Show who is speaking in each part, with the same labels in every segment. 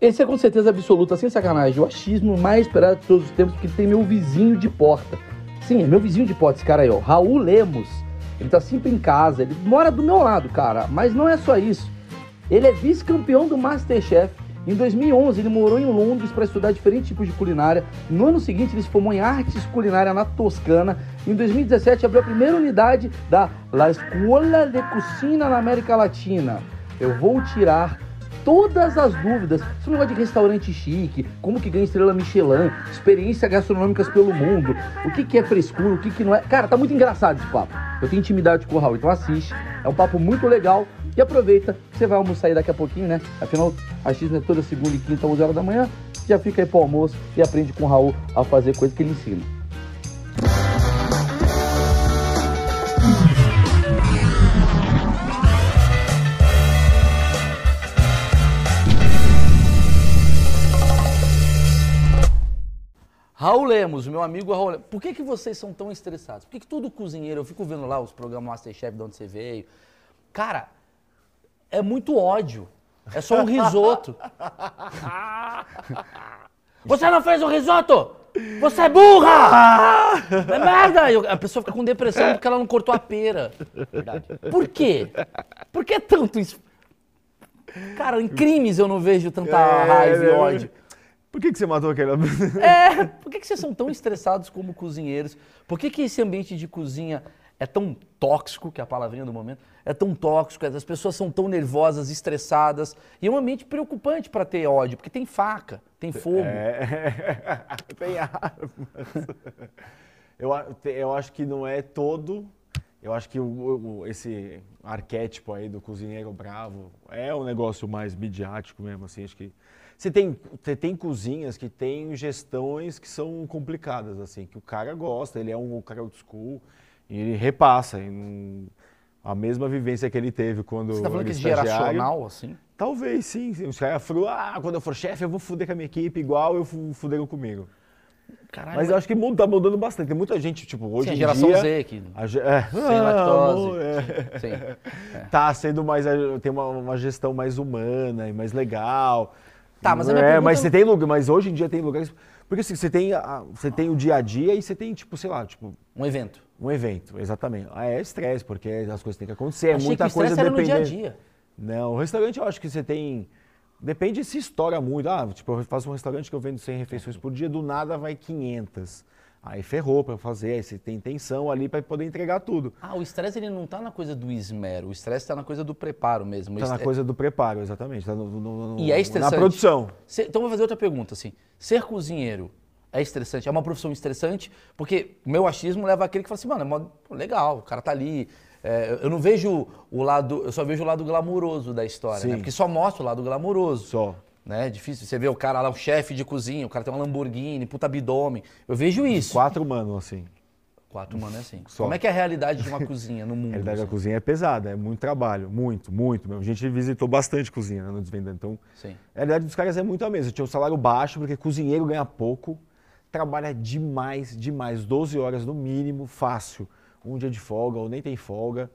Speaker 1: Esse é com certeza absoluta, sem sacanagem, o achismo mais esperado de todos os tempos, porque tem meu vizinho de porta. Sim, é meu vizinho de porta, esse cara aí, ó. Raul Lemos. Ele tá sempre em casa, ele mora do meu lado, cara. Mas não é só isso. Ele é vice-campeão do Masterchef. Em 2011, ele morou em Londres para estudar diferentes tipos de culinária. No ano seguinte, ele se formou em artes culinária na Toscana. Em 2017, abriu a primeira unidade da La Escola de Cucina na América Latina. Eu vou tirar todas as dúvidas. Esse negócio de restaurante chique, como que ganha estrela Michelin, experiência gastronômicas pelo mundo, o que, que é frescura, o que, que não é. Cara, tá muito engraçado esse papo. Eu tenho intimidade com o Raul, então assiste. É um papo muito legal. E aproveita, você vai almoçar aí daqui a pouquinho, né? Afinal, a X é toda segunda e quinta, 11 horas da manhã. Já fica aí pro almoço e aprende com o Raul a fazer coisa que ele ensina. Raul Lemos, meu amigo Raul Lemos. Por que, que vocês são tão estressados? Por que, que todo cozinheiro, eu fico vendo lá os programas Masterchef de onde você veio. Cara, é muito ódio. É só um risoto. Você não fez o risoto! Você é burra! É merda! Eu- a pessoa fica com depressão porque ela não cortou a pera. Por quê? Por que tanto isso? Cara, em crimes eu não vejo tanta raiva Tá, e
Speaker 2: né?
Speaker 1: ódio.
Speaker 2: Por que, que você matou aquele?
Speaker 1: É, por que, que vocês são tão estressados como cozinheiros? Por que, que esse ambiente de cozinha é tão tóxico, que é a palavrinha do momento, é tão tóxico, as pessoas são tão nervosas, estressadas, e é um ambiente preocupante para ter ódio, porque tem faca, tem fogo.
Speaker 2: É. Tem armas. Eu, a- te- eu acho que não é todo. Eu acho que o- o- o- esse arquétipo aí do cozinheiro bravo é um negócio mais midiático mesmo, assim, acho que... Você tem, você tem cozinhas que tem gestões que são complicadas, assim, que o cara gosta, ele é um cara old school, e ele repassa, e não- a mesma vivência que ele teve quando
Speaker 1: Você tá falando
Speaker 2: era
Speaker 1: que é
Speaker 2: estagiário.
Speaker 1: geracional, assim?
Speaker 2: Talvez sim. sim. Os caras falaram, ah, quando eu for chefe, eu vou fuder com a minha equipe igual eu fu- fuderam comigo.
Speaker 1: Caralho,
Speaker 2: Mas eu acho que muda, tá mudando bastante. Tem muita gente, tipo,
Speaker 1: é- sim,
Speaker 2: hoje
Speaker 1: a
Speaker 2: em
Speaker 1: geração
Speaker 2: dia...
Speaker 1: Z que
Speaker 2: A ge- é.
Speaker 1: sem lactose.
Speaker 2: amor, é.
Speaker 1: Sim, sim.
Speaker 2: Tá sendo mais... a- Tem uma, uma gestão mais humana e mais legal.
Speaker 1: Tá, mas a
Speaker 2: é,
Speaker 1: minha pergunta-
Speaker 2: mas você tem lugar... Mas hoje em dia tem lugares... Porque assim, você tem, a- você tem o dia a dia e você tem, tipo, sei lá, tipo...
Speaker 1: Um evento.
Speaker 2: Um evento, exatamente. Ah, é estresse, porque as coisas têm que acontecer, é
Speaker 1: Achei
Speaker 2: muita
Speaker 1: que o
Speaker 2: coisa
Speaker 1: estresse era no dia a
Speaker 2: dependendo.
Speaker 1: dia.
Speaker 2: Não, o restaurante eu acho que você tem. Depende se estoura muito. Ah, tipo, eu faço um restaurante que eu vendo 100 refeições por dia, do nada vai 500. Aí ferrou pra fazer, aí você tem tensão ali pra poder entregar tudo.
Speaker 1: Ah, o estresse ele não tá na coisa do esmero, o estresse tá na coisa do preparo mesmo.
Speaker 2: Tá na
Speaker 1: É-
Speaker 2: coisa do preparo, exatamente. Tá no- no- no-
Speaker 1: E é estressante.
Speaker 2: Na produção.
Speaker 1: Cê- então vou fazer outra pergunta, assim. Ser cozinheiro é estressante? É uma profissão estressante? Porque o meu achismo leva aquele que fala assim, mano, é mó- pô, legal, o cara tá ali. É, eu não vejo o lado, eu só vejo o lado glamouroso da história,
Speaker 2: Sim.
Speaker 1: né? Porque só mostra o lado glamouroso.
Speaker 2: Só.
Speaker 1: Né? É difícil. Você vê o cara lá, o chefe de cozinha, o cara tem uma Lamborghini, puta abdômen. Eu vejo isso.
Speaker 2: Quatro mano, assim.
Speaker 1: Quatro, mano, é assim.
Speaker 2: Só.
Speaker 1: Como é que é a realidade de uma cozinha no mundo?
Speaker 2: A realidade da
Speaker 1: assim?
Speaker 2: cozinha é pesada, é muito trabalho, muito, muito mesmo. A gente visitou bastante cozinha né, no Desvendando. Então,
Speaker 1: Sim.
Speaker 2: A realidade dos caras é muito a mesma. Tinha um salário baixo, porque cozinheiro ganha pouco, trabalha demais, demais. 12 horas no mínimo, fácil. Um dia de folga ou nem tem folga.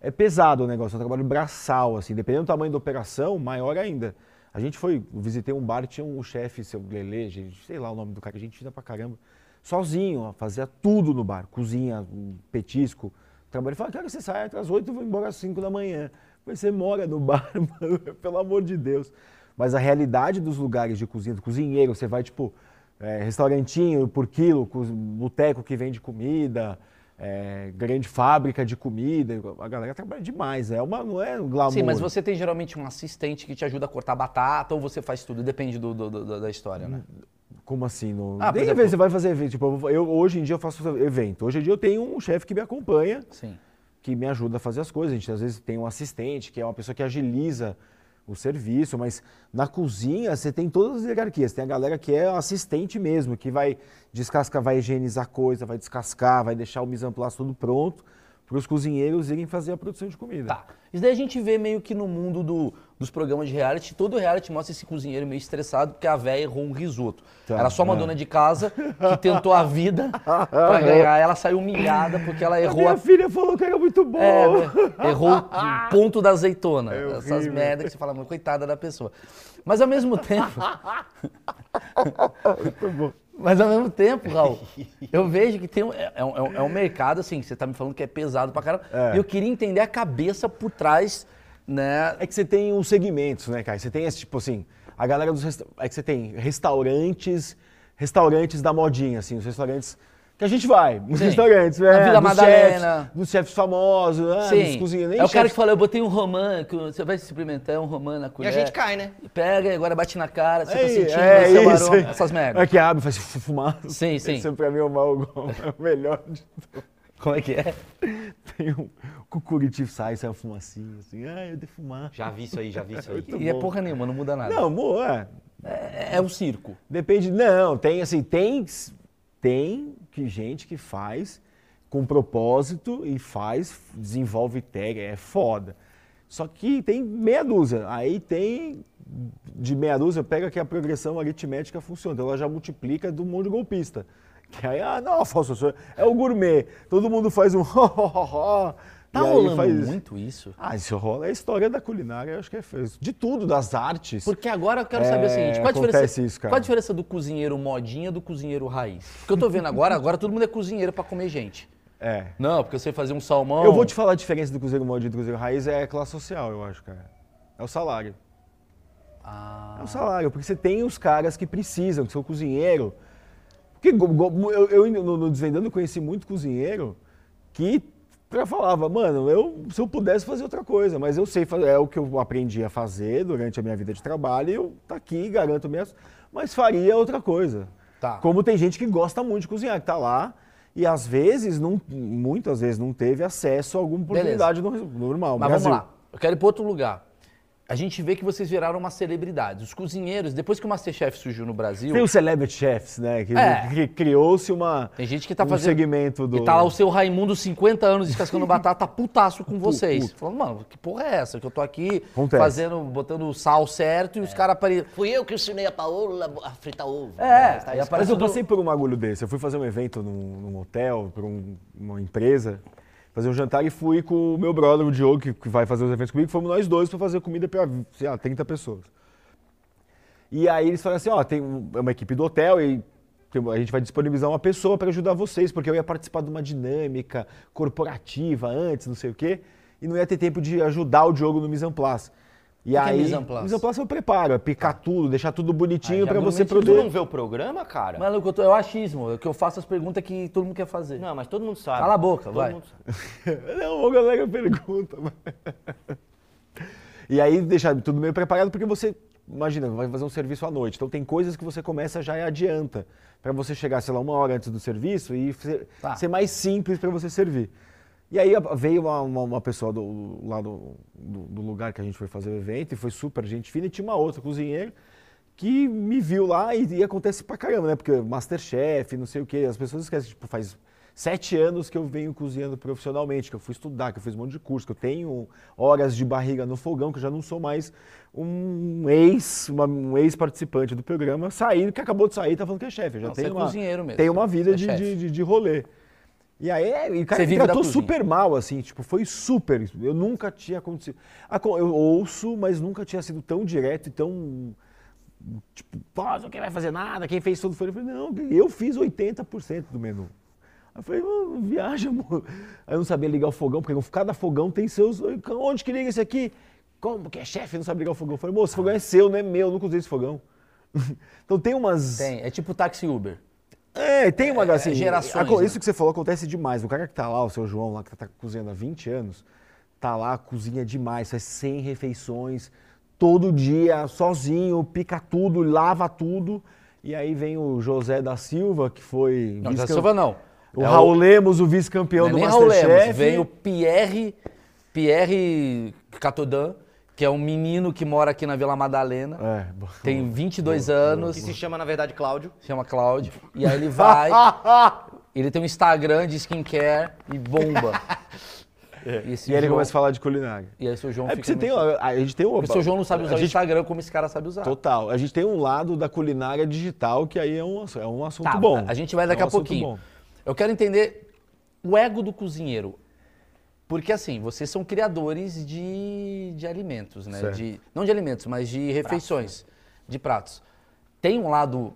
Speaker 2: É pesado o negócio, é um trabalho braçal, assim. Dependendo do tamanho da operação, maior ainda. A gente foi, visitei um bar, tinha um chefe, seu Lele, gente, sei lá o nome do cara, gente fina pra caramba. Sozinho, ó, fazia tudo no bar. Cozinha, um petisco. Trabalho. Fala, cara, "Ah, você sai às 8 e vai embora às 5 da manhã. Mas Você mora no bar, mano, pelo amor de Deus. Mas a realidade dos lugares de cozinha, do cozinheiro, você vai tipo é, restaurantinho por quilo, cos- boteco que vende comida, é, grande fábrica de comida. A galera trabalha demais, é uma, não é um glamour.
Speaker 1: Sim, mas você tem geralmente um assistente que te ajuda a cortar batata ou você faz tudo, depende do- do- do- da história, né?
Speaker 2: Como assim? No...
Speaker 1: Ah, por
Speaker 2: Nem
Speaker 1: exemplo-
Speaker 2: evento, você vai fazer evento. Tipo, eu vou- eu, hoje em dia eu faço evento. Hoje em dia eu tenho um chefe que me acompanha.
Speaker 1: Sim.
Speaker 2: que me ajuda a fazer as coisas. A gente às vezes tem um assistente, que é uma pessoa que agiliza o serviço, mas na cozinha você tem todas as hierarquias. Tem a galera que é assistente mesmo, que vai descascar, vai higienizar coisa, vai descascar, vai deixar o mise en place tudo pronto para os cozinheiros irem fazer a produção de comida.
Speaker 1: Tá. Isso daí a gente vê meio que no mundo do- dos programas de reality, todo reality mostra esse cozinheiro meio estressado porque a véia errou um risoto.
Speaker 2: Tá,
Speaker 1: Era só uma
Speaker 2: é.
Speaker 1: dona de casa que tentou a vida pra ganhar. Ela saiu humilhada porque ela
Speaker 2: A
Speaker 1: errou
Speaker 2: minha
Speaker 1: a
Speaker 2: filha falou que era muito bom.
Speaker 1: É, né? errou o ponto da azeitona.
Speaker 2: É horrível.
Speaker 1: Essas merdas que você fala, "Mas coitada da pessoa. Mas ao mesmo tempo. Mas ao mesmo tempo, Raul, eu vejo que tem um, é, é um, é um mercado, assim, que você tá me falando que é pesado pra caramba.
Speaker 2: É.
Speaker 1: E eu queria entender a cabeça por trás, né?
Speaker 2: É que você tem uns segmentos, né, cara? Você tem esse tipo assim, a galera dos resta- é que você tem restaurantes, restaurantes da modinha, assim, os restaurantes que a gente vai, os
Speaker 1: Sim.
Speaker 2: restaurantes,
Speaker 1: Na
Speaker 2: né?
Speaker 1: Vila
Speaker 2: dos
Speaker 1: Madalena.
Speaker 2: chefs, dos chefes famosos, ah, dos cozinheiros, nem
Speaker 1: é o cara
Speaker 2: chefes-
Speaker 1: que fala, eu botei um romã, que você vai experimentar um romã na
Speaker 3: E
Speaker 1: colher.
Speaker 3: a gente cai, né?
Speaker 1: E Pega e agora bate na cara, você tá
Speaker 2: Aí,
Speaker 1: sentindo é, seu
Speaker 2: isso.
Speaker 1: aroma, essas merdas.
Speaker 2: É que abre, faz fu- fumaça.
Speaker 1: Sim, sim.
Speaker 2: Isso pra mim é o, mal, é o melhor de tudo.
Speaker 1: Como é que é?
Speaker 2: Tem um cucuriti sai, sai uma fumacinha, assim, ah, eu dei fumaça.
Speaker 3: Já vi isso aí, já vi isso aí.
Speaker 2: Muito
Speaker 1: e é
Speaker 2: bom.
Speaker 1: porra nenhuma, não muda nada.
Speaker 2: Não, amor, é,
Speaker 1: É, é um circo.
Speaker 2: Depende, não, tem assim, tem tem que gente que faz com propósito e faz, desenvolve tag, é foda. Só que tem meia dúzia, aí tem de meia dúzia, pega que a progressão aritmética funciona, então ela já multiplica do monte de golpista. Que aí, ah, não, falso, senhor, é o gourmet. Todo mundo faz um ho, ho, ho, ho,
Speaker 1: Tá
Speaker 2: e aí
Speaker 1: rolando
Speaker 2: faz isso.
Speaker 1: muito isso.
Speaker 2: Ah, isso rola, é a história da culinária, eu acho que é de tudo, das artes.
Speaker 1: Porque agora eu quero saber o
Speaker 2: É,
Speaker 1: seguinte, qual a,
Speaker 2: acontece
Speaker 1: diferença,
Speaker 2: isso, cara.
Speaker 1: qual a diferença do cozinheiro modinha do cozinheiro raiz? Porque eu tô vendo agora, agora todo mundo é cozinheiro pra comer gente.
Speaker 2: É.
Speaker 1: Não, porque eu sei fazer um salmão.
Speaker 2: Eu vou te falar a diferença do Cruzeiro Modinho e do Cruzeiro Raiz é a classe social, eu acho, cara. É o salário.
Speaker 1: Ah,
Speaker 2: É o salário, porque você tem os caras que precisam, que são cozinheiro. Porque go- go- eu, eu no, no Desvendando eu conheci muito cozinheiro que pra- falava, mano, eu, se eu pudesse fazer outra coisa, mas eu sei fazer, é o que eu aprendi a fazer durante a minha vida de trabalho e eu tá aqui, garanto mesmo, mas faria outra coisa.
Speaker 1: tá.
Speaker 2: Como tem gente que gosta muito de cozinhar, que tá lá e às vezes, não, muitas vezes, não teve acesso a alguma oportunidade no, no normal.
Speaker 1: Mas
Speaker 2: Brasil.
Speaker 1: vamos lá, eu quero ir pra outro lugar. A gente vê que vocês viraram uma celebridade. Os cozinheiros, depois que o Masterchef surgiu no Brasil,
Speaker 2: Tem os Celebrity Chefs, né? Que,
Speaker 1: É.
Speaker 2: que criou-se uma.
Speaker 1: tem gente que tá
Speaker 2: um
Speaker 1: fazendo...
Speaker 2: segmento do.
Speaker 1: E tá lá o seu Raimundo, 50 anos, descascando batata, putaço com vocês.
Speaker 2: puto.
Speaker 1: Falando, mano, que porra é essa? Que eu tô aqui
Speaker 2: Acontece.
Speaker 1: fazendo, botando o sal certo e
Speaker 3: É.
Speaker 1: os caras aparecem.
Speaker 3: Fui eu que ensinei a Paola a fritar ovo. né?
Speaker 1: É, aí
Speaker 3: tá isso.
Speaker 1: aparece
Speaker 2: Mas eu
Speaker 1: todo-
Speaker 2: passei por um agulho desse. Eu fui fazer um evento num, num hotel, para uma empresa, fazer um jantar e fui com o meu brother, o Diogo, que, que vai fazer os eventos comigo. Fomos nós dois para fazer comida para, sei lá, 30 pessoas. E aí eles falaram assim: ó, tem um- é uma equipe do hotel e tem- a gente vai disponibilizar uma pessoa para ajudar vocês, porque eu ia participar de uma dinâmica corporativa antes, não sei o quê, e não ia ter tempo de ajudar o Diogo no Mise en Place. E
Speaker 1: que é
Speaker 2: aí,
Speaker 1: mise en place? Tá.
Speaker 2: mise en place é o preparo, é picar tudo, deixar tudo
Speaker 1: já
Speaker 2: bonitinho para
Speaker 1: me
Speaker 2: você
Speaker 1: meti-
Speaker 3: Tu
Speaker 2: produzir.
Speaker 3: não vê o programa, cara?
Speaker 1: Maluco, eu, tô, eu achismo, é que eu faço as perguntas que todo mundo quer fazer.
Speaker 3: Não, mas todo mundo sabe.
Speaker 1: Cala a boca,
Speaker 3: Todo
Speaker 1: vai.
Speaker 3: mundo sabe.
Speaker 2: Não, a galera pergunta. mas- E aí deixar tudo meio preparado, porque você, imagina, vai fazer um serviço à noite. Então tem coisas que você começa já e adianta. Pra você chegar, sei lá, uma hora antes do serviço e ser,
Speaker 1: Tá.
Speaker 2: ser mais simples pra você servir. E aí a- veio uma, uma- uma pessoa do, lá do, do- do lugar que a gente foi fazer o evento e foi super gente fina. E tinha uma outra cozinheira que me viu lá e, e acontece pra caramba, né? Porque Masterchef, não sei o quê, as pessoas esquecem, tipo, faz sete anos que eu venho cozinhando profissionalmente, que eu fui estudar, que eu fiz um monte de curso, que eu tenho horas de barriga no fogão, que eu já não sou mais um ex, uma- um ex-participante do programa, saindo, que acabou de sair, tá falando que é chefe. Eu Já
Speaker 1: Não,
Speaker 2: tem
Speaker 1: você é
Speaker 2: uma,
Speaker 1: cozinheiro mesmo,
Speaker 2: Tem uma
Speaker 1: você
Speaker 2: vida
Speaker 1: é
Speaker 2: de,
Speaker 1: chefe.
Speaker 2: de, de, de rolê. E aí, é, e o cara
Speaker 1: Você
Speaker 2: me
Speaker 1: vive da
Speaker 2: tratou
Speaker 1: cozinha.
Speaker 2: super mal, assim, tipo, foi super. Eu nunca tinha acontecido. Acon- Eu ouço, mas nunca tinha sido tão direto e tão. Tipo, pô, não quem vai fazer nada, quem fez tudo foi. Eu falei, não, eu fiz 80% do menu. Aí eu falei, "Ô, viaja, amor. Aí eu não sabia ligar o fogão, porque cada fogão tem seus. Onde que liga esse aqui? Como que é chefe? Não sabe ligar o fogão. Eu falei, moço, esse fogão é seu, não é meu, eu nunca usei esse fogão. então tem umas.
Speaker 1: Tem, é tipo táxi Uber.
Speaker 2: É, tem uma
Speaker 1: É,
Speaker 2: assim,
Speaker 1: gerações,
Speaker 2: aco-
Speaker 1: né?
Speaker 2: Isso que você falou acontece demais. O cara que tá lá, o seu João lá, que tá cozinhando há 20 anos, tá lá, cozinha demais, faz 100 refeições, todo dia, sozinho, pica tudo, lava tudo. E aí vem o José da Silva, que foi.
Speaker 1: Não, da
Speaker 2: vice-cam-
Speaker 1: Silva não.
Speaker 2: O
Speaker 1: É
Speaker 2: Raul Lemos, o
Speaker 1: não
Speaker 2: vice-campeão
Speaker 1: é
Speaker 2: do
Speaker 1: nem Raul Lemos,
Speaker 2: Masterchef.
Speaker 1: vem o Pierre, Pierre Catodan, que é um menino que mora aqui na Vila Madalena,
Speaker 2: É, bo-
Speaker 1: tem 22
Speaker 3: Que
Speaker 1: anos,
Speaker 3: se chama, na verdade, Cláudio.
Speaker 1: chama Cláudio, e aí ele vai, Ele tem um Instagram de skincare e bomba. E, esse
Speaker 2: E aí ele
Speaker 1: João-
Speaker 2: começa a falar de culinária.
Speaker 1: e aí seu João
Speaker 2: É
Speaker 1: fica
Speaker 2: porque você tem.
Speaker 1: muito-
Speaker 2: ó, A gente tem uma.
Speaker 1: Porque seu João não sabe usar
Speaker 2: a
Speaker 1: o
Speaker 2: gente-
Speaker 1: Instagram como esse cara sabe usar.
Speaker 2: Total. A gente tem um lado da culinária digital que aí é um, ass- é um assunto
Speaker 1: Tá,
Speaker 2: bom.
Speaker 1: a- a gente vai daqui
Speaker 2: É um
Speaker 1: a
Speaker 2: assunto
Speaker 1: pouquinho.
Speaker 2: bom.
Speaker 1: Eu quero entender o ego do cozinheiro. Porque assim, vocês são criadores de, de alimentos, né?
Speaker 2: Certo.
Speaker 1: De, não de alimentos, mas de refeições, de pratos. Tem um lado,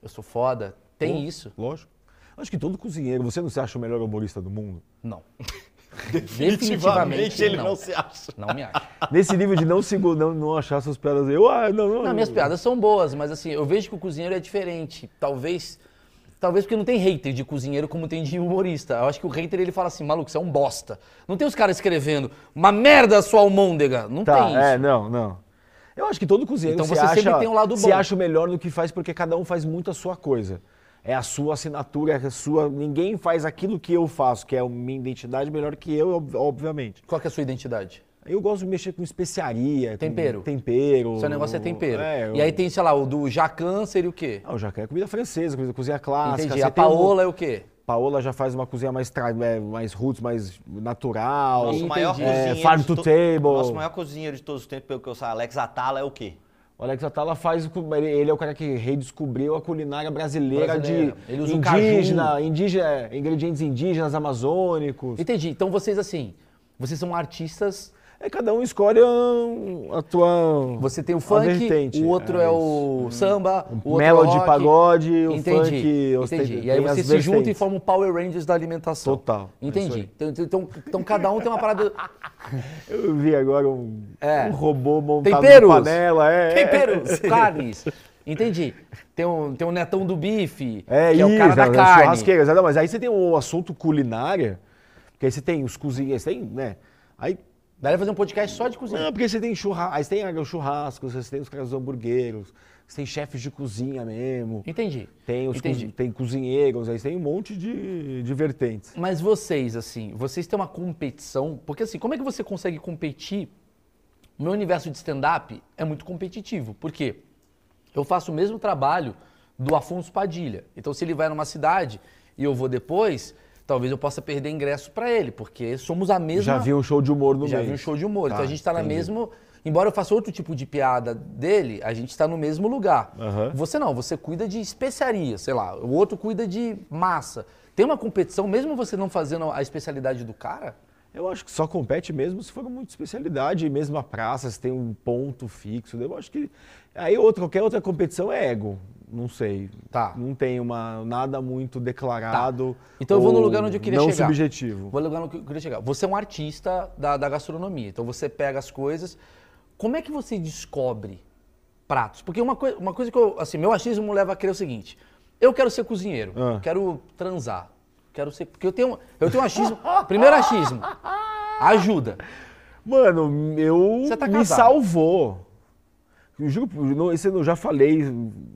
Speaker 1: eu sou foda, tem
Speaker 2: Pô,
Speaker 1: isso?
Speaker 2: Lógico. Acho que todo cozinheiro, você não se acha o melhor humorista do mundo?
Speaker 1: Não.
Speaker 3: Definitivamente ele não. se acha.
Speaker 1: Não me acho.
Speaker 2: Nesse nível de não, segura, não, não achar suas piadas. Eu, ah, não, não.
Speaker 1: Não, minhas piadas são boas, mas assim, eu vejo que o cozinheiro é diferente. Talvez. Talvez porque não tem hater de cozinheiro como tem de humorista. Eu acho que o hater ele fala assim, maluco, você é um bosta. Não tem os caras escrevendo, uma merda sua almôndega. Não
Speaker 2: Tá,
Speaker 1: tem isso.
Speaker 2: é, não, não. Eu acho que todo cozinheiro
Speaker 1: Então
Speaker 2: se
Speaker 1: você sempre
Speaker 2: acha-
Speaker 1: tem um lado
Speaker 2: se
Speaker 1: bom.
Speaker 2: acha o melhor no que faz porque cada um faz muito a sua coisa. É a sua assinatura, é a sua. Ninguém faz aquilo que eu faço, que é a minha identidade melhor que eu, ob- obviamente.
Speaker 1: Qual que é a sua identidade?
Speaker 2: Eu gosto de mexer com especiaria, com
Speaker 1: Tempero.
Speaker 2: tempero.
Speaker 1: Seu negócio é tempero.
Speaker 2: É, eu-
Speaker 1: E aí tem, sei lá, o do Jacan seria o quê?
Speaker 2: Ah, o jacaré é comida francesa, comida cozinha clássica.
Speaker 1: Entendi.
Speaker 2: você
Speaker 1: A
Speaker 2: tem um-
Speaker 1: Paola é o quê?
Speaker 2: Paola já faz uma cozinha mais, tra... é, mais roots, mais natural.
Speaker 3: Nosso
Speaker 1: Entendi.
Speaker 3: maior
Speaker 1: É,
Speaker 3: cozinheiro.
Speaker 2: farm
Speaker 3: de
Speaker 2: to
Speaker 3: to-
Speaker 2: table.
Speaker 3: Nosso maior cozinheiro de todos os tempos, pelo que eu sei, Alex Atala é o quê?
Speaker 2: O Alex Atala tá faz. o- ele- Ele é o cara que redescobriu a culinária brasileira,
Speaker 1: Brasileira.
Speaker 2: de
Speaker 1: Ele usa o
Speaker 2: indígena, indígena, é, ingredientes indígenas, amazônicos.
Speaker 1: Entendi. Então vocês, assim, vocês são artistas.
Speaker 2: É, cada um escolhe um, a, a tua.
Speaker 1: Você tem o
Speaker 2: a
Speaker 1: funk,
Speaker 2: vertente. Um
Speaker 1: o outro é, o samba, o outro
Speaker 2: melody,
Speaker 1: é o rock.
Speaker 2: pagode, o funk, os-
Speaker 1: Entendi.
Speaker 2: tem-
Speaker 1: E aí
Speaker 2: tem as
Speaker 1: vocês se juntam e
Speaker 2: vertentes.
Speaker 1: formam o Power Rangers da alimentação.
Speaker 2: Total. É isso
Speaker 1: Entendi.
Speaker 2: aí.
Speaker 1: Então, então, então cada um tem uma parada.
Speaker 2: Eu vi agora um,
Speaker 1: É.
Speaker 2: um robô montado
Speaker 1: Temperos.
Speaker 2: na panela. É,
Speaker 1: Temperos, carnes. Entendi. Tem um, tem um netão do bife,
Speaker 2: É,
Speaker 1: que
Speaker 2: isso,
Speaker 1: é o cara da
Speaker 2: né,
Speaker 1: carne.
Speaker 2: churrasqueiras. Não, mas aí você tem um assunto culinária, porque aí você tem os cozinheiros, tem, né? Aí
Speaker 1: Dá pra fazer um podcast só de cozinha.
Speaker 2: Não, porque você tem churrasco, aí você tem os churrascos, você tem os caras dos hamburgueiros, você tem chefes de cozinha mesmo,
Speaker 1: Entendi.
Speaker 2: É. tem os
Speaker 1: Entendi.
Speaker 2: cozi- tem cozinheiros, aí você tem um monte de, de vertentes.
Speaker 1: Mas vocês, assim, vocês têm uma competição? Porque assim, como é que você consegue competir? O meu universo de stand-up é muito competitivo. Por quê? Eu faço o mesmo trabalho do Afonso Padilha. Então, se ele vai numa cidade e eu vou depois, talvez eu possa perder ingresso pra ele, porque somos a mesma.
Speaker 2: Já vi um show de humor no
Speaker 1: Já
Speaker 2: mês.
Speaker 1: vi um show de humor.
Speaker 2: Tá,
Speaker 1: então a gente tá na
Speaker 2: entendi.
Speaker 1: mesma. Embora eu faça outro tipo de piada dele, a gente tá no mesmo lugar.
Speaker 2: Aham.
Speaker 1: Você não, você cuida de especiaria, sei lá. O outro cuida de massa. Tem uma competição, mesmo você não fazendo a especialidade do cara?
Speaker 2: Eu acho que só compete mesmo se for muito especialidade, mesmo a praça, se tem um ponto fixo. Eu acho que. Aí outra, qualquer outra competição é ego. Não sei.
Speaker 1: Tá.
Speaker 2: Não tem uma, nada muito declarado.
Speaker 1: Então eu vou no
Speaker 2: ou
Speaker 1: lugar onde eu queria
Speaker 2: não
Speaker 1: chegar.
Speaker 2: subjetivo.
Speaker 1: Vou no lugar onde eu queria chegar. Você é um artista da, da gastronomia, então você pega as coisas. Como é que você descobre pratos? Porque uma, coi uma coisa que eu. Assim, meu achismo leva a crer o seguinte: eu quero ser cozinheiro,
Speaker 2: Ah.
Speaker 1: quero transar. Quero ser. Porque eu tenho, eu tenho um achismo. primeiro achismo. Ajuda.
Speaker 2: Mano, eu
Speaker 1: Você tá
Speaker 2: me
Speaker 1: casado.
Speaker 2: salvou. Eu juro, eu não- isso eu já falei,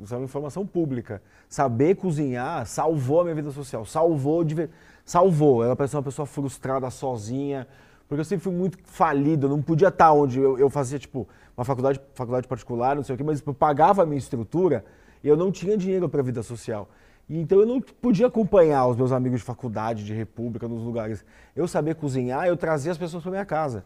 Speaker 2: isso é uma informação pública. Saber cozinhar salvou a minha vida social, salvou de ver- salvou. Ela parecia uma pessoa frustrada, sozinha, porque eu sempre fui muito falido, eu não podia estar onde eu, eu fazia tipo uma faculdade, faculdade particular, não sei o quê, mas eu pagava a minha estrutura e eu não tinha dinheiro para a vida social. E Então eu não podia acompanhar os meus amigos de faculdade, de república, nos lugares. Eu saber cozinhar, eu trazia as pessoas para minha casa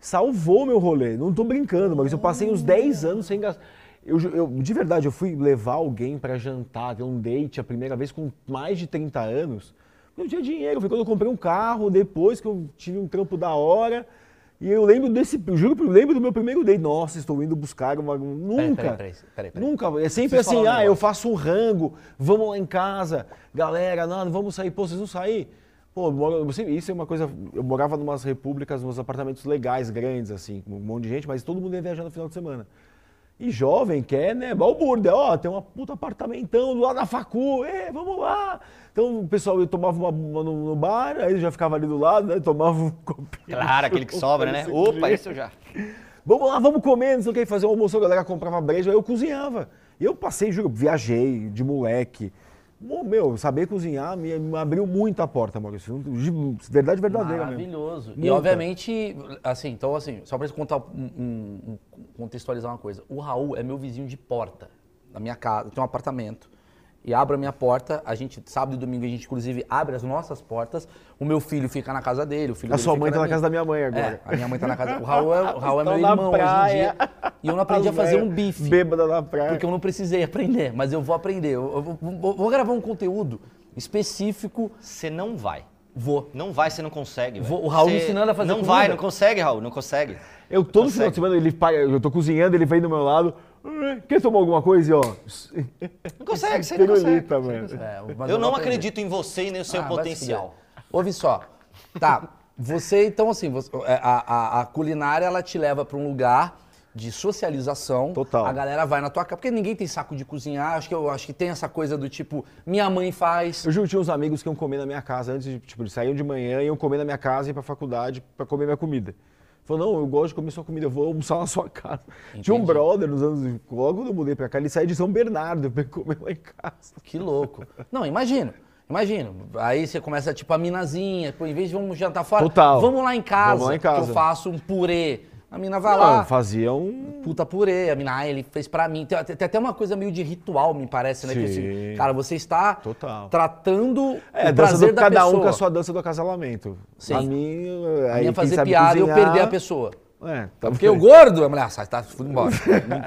Speaker 2: salvou meu rolê. Não tô brincando, mas eu passei uns 10 anos sem gastar. Eu, ju- eu- de verdade, eu fui levar alguém pra jantar, ter um date a primeira vez com mais de 30 anos. Eu não tinha dinheiro, foi quando eu comprei um carro, depois que eu tive um trampo da hora. E eu lembro desse, eu juro, que eu lembro do meu primeiro date. Nossa, estou indo buscar uma. Nunca.
Speaker 1: peraí, peraí, peraí, peraí.
Speaker 2: Nunca. É sempre
Speaker 1: Preciso falar
Speaker 2: assim,
Speaker 1: um
Speaker 2: ah, eu
Speaker 1: negócio."
Speaker 2: faço um rango, vamos lá em casa, galera, não, não vamos sair, pô, vocês vão sair? Pô, eu moro- eu sempre- isso é uma coisa, eu morava numas repúblicas, nos apartamentos legais, grandes, assim, com um monte de gente, mas todo mundo ia viajar no final de semana. E jovem quer, né, balbúrdia, ó, tem uma puta apartamentão lá na facu, é, vamos lá. Então o pessoal eu tomava uma, uma no, no bar, aí eu já ficava ali do lado, né, tomava um copinho.
Speaker 3: Claro, aquele que sobra, né? Opa, esse eu já.
Speaker 2: Vamos lá, vamos comer, não sei o que, fazer um almoço, a galera comprava breja, eu cozinhava. E eu passei, juro, viajei de moleque. Bom, meu, saber cozinhar me, me abriu muita porta, Maurício. Um De Verdade verdadeira mesmo.
Speaker 1: Maravilhoso. E
Speaker 2: Nunca.
Speaker 1: obviamente, assim, então assim, só pra contar um- um- um- contextualizar uma coisa. O Raul é meu vizinho de porta, na minha casa, tem um apartamento. e abro a minha porta. A gente, sábado e domingo, a gente inclusive abre as nossas portas. O meu filho fica na casa dele, o filho
Speaker 2: A
Speaker 1: dele
Speaker 2: sua
Speaker 1: fica
Speaker 2: mãe tá na
Speaker 1: minha.
Speaker 2: casa da minha mãe agora.
Speaker 1: É, a minha mãe tá na casa. O Raul é, o Raul é
Speaker 2: Estão
Speaker 1: meu
Speaker 2: na
Speaker 1: irmão hoje em
Speaker 2: praia.
Speaker 1: dia. E eu não aprendi a
Speaker 2: As
Speaker 1: fazer
Speaker 2: velhas
Speaker 1: um bife.
Speaker 2: Bêbada na praia.
Speaker 1: Porque eu não precisei aprender, mas eu vou aprender. Eu, eu vou- vou, vou gravar um conteúdo específico.
Speaker 3: Você não vai.
Speaker 1: Vou.
Speaker 3: Não vai, você não consegue. velho.
Speaker 1: Vou- o Raul
Speaker 3: Você
Speaker 1: ensinando a fazer
Speaker 3: Não
Speaker 1: comida.
Speaker 3: vai, não consegue, Raul, não consegue.
Speaker 2: Eu
Speaker 1: Tá
Speaker 2: todo
Speaker 3: Consegue.
Speaker 2: final de semana ele paga, eu tô cozinhando, ele vem do meu lado. "Ah, Quer tomar alguma coisa? E "Eh, ó.
Speaker 3: Não consegue, você não consegue.
Speaker 2: Pirulita, mano.
Speaker 1: É, mas
Speaker 3: eu
Speaker 1: vou
Speaker 3: não
Speaker 1: aprender.
Speaker 3: acredito em você e nem no seu
Speaker 1: Ah, vai
Speaker 3: um potencial.
Speaker 1: se fuder. Ouve só. Tá, você, então, assim, você- a, a- a culinária, ela te leva pra um lugar de socialização.
Speaker 2: Total.
Speaker 1: A galera vai na tua casa, porque ninguém tem saco de cozinhar. Acho que, eu, acho que tem essa coisa do tipo, minha mãe faz.
Speaker 2: Eu juro, tinha uns amigos que iam comer na minha casa antes de, tipo, eles saíam de manhã, iam comer na minha casa e ir pra faculdade pra comer minha comida. Falou, não, eu gosto de comer sua comida, eu vou almoçar na sua casa. Tinha um
Speaker 1: Entendi.
Speaker 2: brother nos anos. Logo quando eu mudei pra cá, ele saiu de São Bernardo pra comer lá em casa.
Speaker 1: Que louco. Não, imagina. Imagina. Aí você começa, tipo, a minazinha. Pô, em vez de vamos jantar fora,
Speaker 2: Total.
Speaker 1: vamos lá em casa.
Speaker 2: Vamos lá em
Speaker 1: Que
Speaker 2: casa.
Speaker 1: eu faço um purê. A mina vai
Speaker 2: Não,
Speaker 1: lá.
Speaker 2: fazia um.
Speaker 1: puta purê, a mina, ah, ele fez pra mim. Tem, tem até uma coisa meio de ritual, me parece, né? Que
Speaker 2: Sim.
Speaker 1: assim, cara, você está
Speaker 2: Total.
Speaker 1: tratando
Speaker 2: É,
Speaker 1: o
Speaker 2: dança
Speaker 1: prazer
Speaker 2: do,
Speaker 1: da
Speaker 2: cada
Speaker 1: pessoa.
Speaker 2: um com a sua dança do acasalamento.
Speaker 1: Sim.
Speaker 2: A mim,
Speaker 1: A
Speaker 2: aí
Speaker 1: minha
Speaker 2: quem
Speaker 1: fazer
Speaker 2: sabe
Speaker 1: piada e eu
Speaker 2: cozinhar-
Speaker 1: perder a pessoa.
Speaker 2: É, tá
Speaker 1: Porque o gordo, a mulher, ah, sai, tá fudido embora.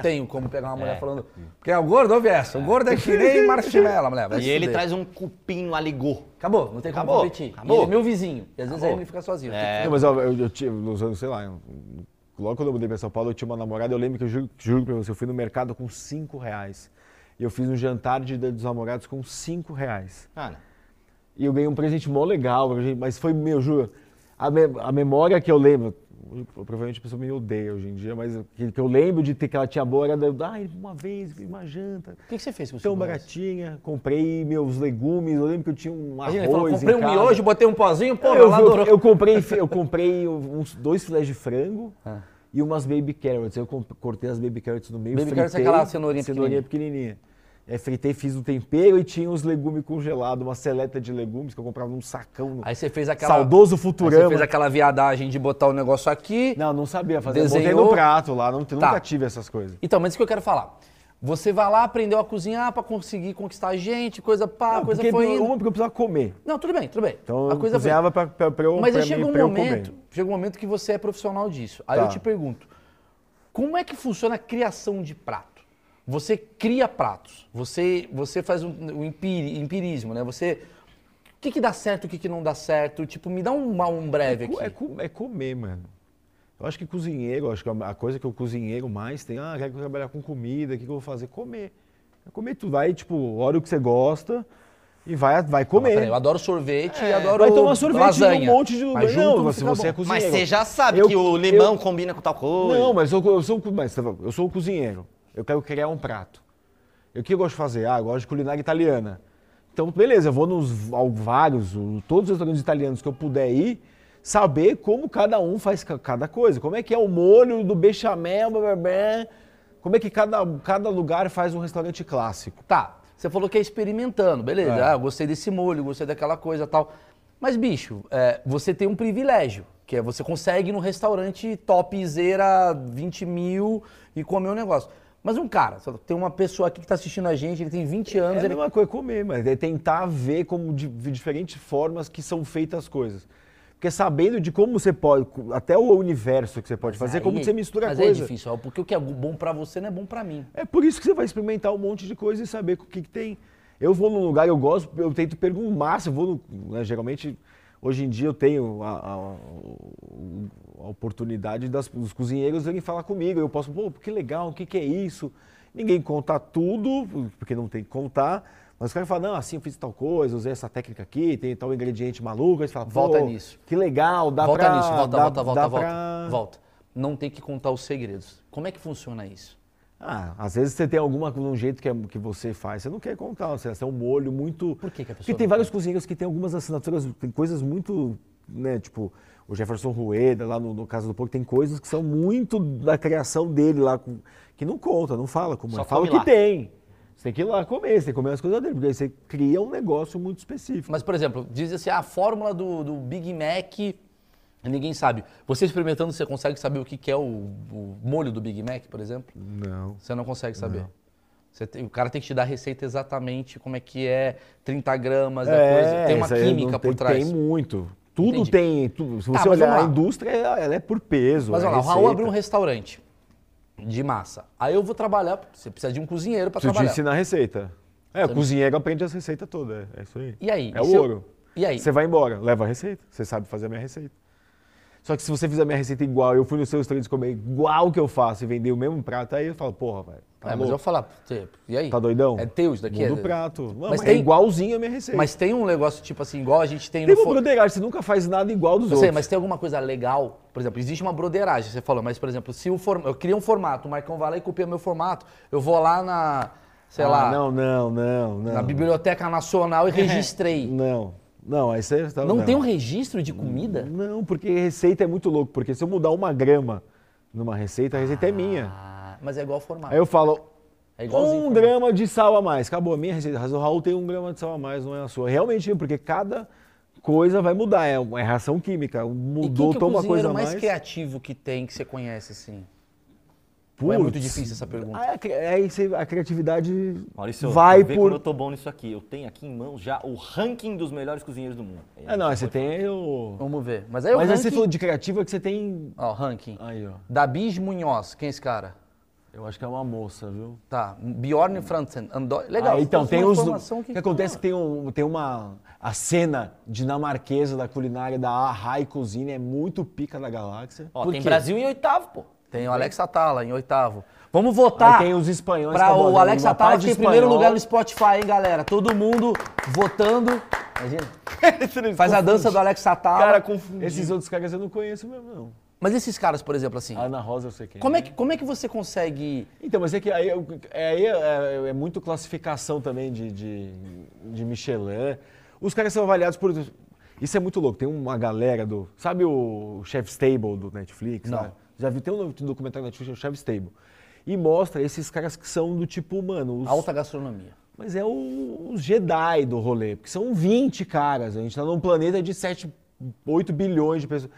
Speaker 1: Não tenho como pegar uma mulher falando. Porque é o gordo, ouve essa. O gordo é que nem marshmallow, mulher. vai
Speaker 3: E
Speaker 1: se
Speaker 3: ele
Speaker 1: fuder."
Speaker 3: traz um cupim no aligô.
Speaker 1: Acabou, não tem como
Speaker 3: Acabou,
Speaker 1: competir. E
Speaker 3: acabou.
Speaker 1: ele é meu vizinho. E às vezes
Speaker 3: Acabou.
Speaker 1: ele fica sozinho.
Speaker 3: É.
Speaker 2: Não, mas ó, eu, eu tinha, nos anos, sei lá, eu- logo quando eu mudei pra São Paulo, eu tinha uma namorada, eu lembro que eu juro, juro pra você, eu fui no mercado com 5 reais. E eu fiz um jantar de Dia dos namorados com 5 reais.
Speaker 3: Ah, não.
Speaker 2: E eu ganhei um presente mó legal, mas foi, meu, juro, a, me- a memória que eu lembro, eu- provavelmente a pessoa me odeia hoje em dia, mas o que, que eu lembro de ter que ela tinha boa era, da, ai, uma vez, fiz uma janta,
Speaker 1: O que, que você fez com o
Speaker 2: tão
Speaker 1: seu braço?
Speaker 2: baratinha, comprei meus legumes, eu lembro que eu tinha um arroz
Speaker 1: Imagina, ele falou,
Speaker 2: em
Speaker 1: comprei um
Speaker 2: casa."
Speaker 1: miojo, botei um pozinho, pô,
Speaker 2: eu,
Speaker 1: ela
Speaker 2: eu-
Speaker 1: adorou.
Speaker 2: eu comprei, fi- eu comprei um, uns dois filés de frango
Speaker 1: Ah.
Speaker 2: e umas baby carrots. Eu comp- cortei as baby carrots no meio,
Speaker 1: Baby
Speaker 2: fritei.
Speaker 1: carrots é aquela cenourinha
Speaker 2: pequenininha. Aí fritei, fiz o tempero e tinha os legumes congelados, uma seleta de legumes que eu comprava num sacão. no-
Speaker 1: Aí você fez aquela...
Speaker 2: Saudoso
Speaker 1: Aí
Speaker 2: Futurama.
Speaker 1: Você fez aquela viadagem de botar o negócio aqui.
Speaker 2: Não, não sabia fazer. Botei
Speaker 1: Desenhou. Tá.
Speaker 2: no prato lá, não, nunca tive essas coisas.
Speaker 1: Então, mas isso que eu quero falar. Você vai lá, aprendeu a cozinhar pra conseguir conquistar a gente, coisa pá,
Speaker 2: Não,
Speaker 1: coisa
Speaker 2: porque
Speaker 1: foi indo.
Speaker 2: uma porque eu precisava comer.
Speaker 1: Não, tudo bem, tudo bem.
Speaker 2: Então
Speaker 1: a
Speaker 2: eu
Speaker 1: coisa foi
Speaker 2: cozinhava pra, pra, pra eu,
Speaker 1: Mas
Speaker 2: pra
Speaker 1: aí chega
Speaker 2: mim,
Speaker 1: um
Speaker 2: pra eu
Speaker 1: momento,
Speaker 2: comer.
Speaker 1: chega um momento que você é profissional disso. Aí
Speaker 2: Tá.
Speaker 1: eu te pergunto, como é que funciona a criação de prato? Você cria pratos, você você faz um, um empiri- empirismo, né? Você o que, que dá certo, o que, que não dá certo? Tipo, me dá um, um breve aqui.
Speaker 2: Co- É, co- é comer, mano. Eu acho que cozinheiro, eu acho que é a a coisa que o cozinheiro mais tem, ah, quero trabalhar com comida, o que, que eu vou fazer? Comer. É comer tudo. Aí, tipo, olha o que você gosta e vai, vai
Speaker 1: Mas
Speaker 2: comer.
Speaker 1: peraí, eu adoro sorvete e
Speaker 3: É,
Speaker 1: adoro
Speaker 2: vai tomar sorvete
Speaker 1: lasanha.
Speaker 2: num monte de lugar.
Speaker 1: Mas junto
Speaker 2: Não, se
Speaker 1: fica
Speaker 2: você é
Speaker 1: bom.
Speaker 3: Mas
Speaker 2: cozinheiro.
Speaker 3: você já sabe
Speaker 2: Eu-
Speaker 3: que o limão combina com tal coisa.
Speaker 2: Não, mas eu, eu sou, um co- mas, tá bom, eu sou um cozinheiro. Eu quero criar um prato. E o que eu gosto de fazer? Ah, eu gosto de culinária italiana. Então, beleza, eu vou nos ao- vários, o- todos os restaurantes italianos que eu puder ir, saber como cada um faz ca- cada coisa. Como é que é o molho do bechamel, blá, blá, blá. como é que cada, cada lugar faz um restaurante clássico.
Speaker 1: Tá, você falou que é experimentando, beleza.
Speaker 2: É.
Speaker 1: Ah, eu gostei desse molho, gostei daquela coisa e tal. Mas, bicho, é, você tem um privilégio, que é você consegue ir num restaurante topzera 20 mil e comer um negócio. Mas um cara, só tem uma pessoa aqui que tá assistindo a gente, ele tem 20 anos,
Speaker 2: É a
Speaker 1: ele...
Speaker 2: mesma coisa comer, mas é tentar ver como de, de diferentes formas que são feitas as coisas. Porque sabendo de como você pode, até o universo que você pode fazer, como
Speaker 1: Aí-
Speaker 2: você mistura a
Speaker 1: mas
Speaker 2: coisa.
Speaker 1: é difícil, ó, porque o que é bom pra você não é bom pra mim.
Speaker 2: É por isso que você vai experimentar um monte de coisa e saber o que, que tem. Eu vou num lugar, eu gosto, eu tento perguntar o máximo, eu vou no, né, geralmente, hoje em dia eu tenho a, a- o- a oportunidade das, dos cozinheiros irem falar comigo, eu posso, pô, que legal, o que, que é isso? Ninguém conta tudo, porque não tem que contar, mas o cara fala, não, assim, eu fiz tal coisa, usei essa técnica aqui, tem tal ingrediente maluco, aí você fala, pô,
Speaker 1: Volta nisso.
Speaker 2: que legal, dá
Speaker 1: volta
Speaker 2: pra...
Speaker 1: nisso, volta,
Speaker 2: dá-
Speaker 1: volta, volta,
Speaker 2: dá
Speaker 1: volta,
Speaker 2: pra-
Speaker 1: volta. Não tem que contar os segredos. Como é que funciona isso?
Speaker 2: Ah, às vezes você tem alguma um jeito que, é- que você faz, você não quer contar, você tem um molho muito.
Speaker 1: Por que que a pessoa
Speaker 2: Porque tem
Speaker 1: não
Speaker 2: vários cozinheiros que tem algumas assinaturas, tem coisas muito, né, tipo o Jefferson Rueda lá no, no caso do porco tem coisas que são muito da criação dele lá com- que não conta, não fala como
Speaker 3: Só
Speaker 2: é, fala o
Speaker 3: come
Speaker 2: que
Speaker 3: lá.
Speaker 2: tem. Você tem que ir lá comer, você tem que comer as coisas dele, porque aí você cria um negócio muito específico.
Speaker 1: Mas, por exemplo, diz assim, a fórmula do, do Big Mac, ninguém sabe. Você experimentando, você consegue saber o que que é o, o molho do Big Mac, por exemplo?
Speaker 2: Não.
Speaker 1: Você não consegue saber. Você tem- o cara tem que te dar a receita exatamente como é que é, 30 gramas,
Speaker 2: É,
Speaker 1: da coisa. Tem uma
Speaker 2: isso aí não
Speaker 1: química
Speaker 2: tem-
Speaker 1: por trás.
Speaker 2: Tem muito. Tudo
Speaker 1: Entendi.
Speaker 2: tem. tudo- se
Speaker 1: Tá,
Speaker 2: você
Speaker 1: mas
Speaker 2: olhar
Speaker 1: vamos
Speaker 2: a
Speaker 1: lá.
Speaker 2: indústria, ela ela é por peso.
Speaker 1: Mas
Speaker 2: é
Speaker 1: olha lá, o Raul
Speaker 2: receita.
Speaker 1: abriu um restaurante de massa. Aí eu vou trabalhar, você precisa de um cozinheiro para
Speaker 2: Preciso te
Speaker 1: trabalhar.
Speaker 2: ensinar a receita. É, o
Speaker 1: Você-
Speaker 2: cozinheiro aprende as receitas todas. É é isso aí.
Speaker 1: E aí?
Speaker 2: É
Speaker 1: E
Speaker 2: o
Speaker 1: se eu-
Speaker 2: ouro.
Speaker 1: E aí?
Speaker 2: Você vai embora, leva a receita. Você sabe fazer a minha receita. Só que se você fizer a minha receita igual, eu fui nos seus treinos comer igual que eu faço e vender o mesmo prato, aí eu falo, porra, velho. Tá,
Speaker 1: é, mas eu
Speaker 2: louco?
Speaker 1: vou falar, você- e aí?
Speaker 2: tá doidão?
Speaker 1: É teu isso daqui?
Speaker 2: Muda
Speaker 1: é-
Speaker 2: o prato. Mano,
Speaker 1: Mas
Speaker 2: mas é
Speaker 1: tem-
Speaker 2: igualzinho a minha receita.
Speaker 1: Mas tem um negócio tipo assim, igual a gente tem
Speaker 2: tem
Speaker 1: no
Speaker 2: uma
Speaker 1: fo-
Speaker 2: broderagem, você nunca faz nada igual dos
Speaker 1: Eu sei,
Speaker 2: outros.
Speaker 1: mas tem alguma coisa legal? Por exemplo, existe uma broderagem, você falou, mas por exemplo, se o form... eu crio um formato, o Marcão vai lá e copia meu formato, eu vou lá na, sei
Speaker 2: Ah,
Speaker 1: lá,
Speaker 2: Não, não, não, não.
Speaker 1: na Biblioteca Nacional e registrei.
Speaker 2: Não. Não, aí você. tá-
Speaker 1: não, tem um registro de comida?
Speaker 2: Não, porque receita é muito louco. Porque se eu mudar uma grama numa receita, a receita é minha.
Speaker 1: Ah, mas é igual formato.
Speaker 2: Aí eu falo,
Speaker 1: É igualzinho.
Speaker 2: um
Speaker 1: formato.
Speaker 2: grama de sal a mais. Acabou a minha receita. Mas O Raul tem um grama de sal a mais, não é a sua. Realmente, porque cada coisa vai mudar. É, uma- é reação química.
Speaker 1: E
Speaker 2: Mudou,
Speaker 1: quem que é o
Speaker 2: toma uma coisa
Speaker 1: cozinheiro
Speaker 2: a mais.
Speaker 1: mais criativo que tem, que você conhece, assim? Ou é muito
Speaker 2: Putz. Ah,
Speaker 1: difícil essa pergunta?
Speaker 2: Aí a cri- é Aí você- a criatividade
Speaker 3: Maurício,
Speaker 2: vai
Speaker 3: vê
Speaker 2: por.
Speaker 3: como eu tô bom nisso aqui. Eu tenho aqui em mãos já o ranking dos melhores cozinheiros do mundo.
Speaker 2: Ah, não, aí você tem o.
Speaker 1: Vamos ver. Mas aí o
Speaker 2: Mas aí
Speaker 1: ranking...
Speaker 2: você falou de criativo é que você tem.
Speaker 1: Ó, ranking.
Speaker 2: Aí, ó.
Speaker 1: Dabis Munhoz, quem é esse cara?
Speaker 2: Eu acho que é uma moça, viu?
Speaker 1: Tá, Bjorn Fransen, Andor... Legal,
Speaker 2: Ah, então,
Speaker 1: trouxe
Speaker 2: tem
Speaker 1: uma
Speaker 2: os.
Speaker 1: informação
Speaker 2: O que acontece é que tem, um, tem uma. A cena dinamarquesa da culinária da Rai Cuisine é muito pica da galáxia.
Speaker 3: Ó,
Speaker 1: Por
Speaker 3: tem
Speaker 1: quê?
Speaker 3: Brasil em oitavo, pô.
Speaker 1: Tem o Alex Atala em oitavo. Vamos
Speaker 2: Aí
Speaker 1: votar
Speaker 2: tem os espanhóis
Speaker 1: para
Speaker 2: tá
Speaker 1: o
Speaker 2: botando
Speaker 1: Alex
Speaker 2: uma
Speaker 1: Atala
Speaker 2: parte
Speaker 1: que em
Speaker 2: espanhol.
Speaker 1: primeiro lugar no Spotify, hein, galera? Todo mundo votando. Imagina. Faz a dança do Alex Atala.
Speaker 3: Cara, confundido.
Speaker 2: Esses outros caras eu não conheço mesmo, não.
Speaker 1: Mas esses caras, por exemplo, assim,
Speaker 2: A Ana Rosa eu sei quem.
Speaker 1: como é que, como é que você consegue...
Speaker 2: Então, mas é que aí, eu- é, aí é, é muito classificação também de, de, de Michelin. Os caras são avaliados por. Isso é muito louco. Tem uma galera do. Sabe o Chef's Table do Netflix?
Speaker 1: Não.
Speaker 2: né? Já vi, tem um documentário da Netflix, o Chef's Table. E mostra esses caras que são do tipo, mano. os-
Speaker 1: Alta gastronomia.
Speaker 2: Mas é o- os Jedi do rolê, porque são 20 caras. A gente tá num planeta de 7, 8 bilhões de pessoas.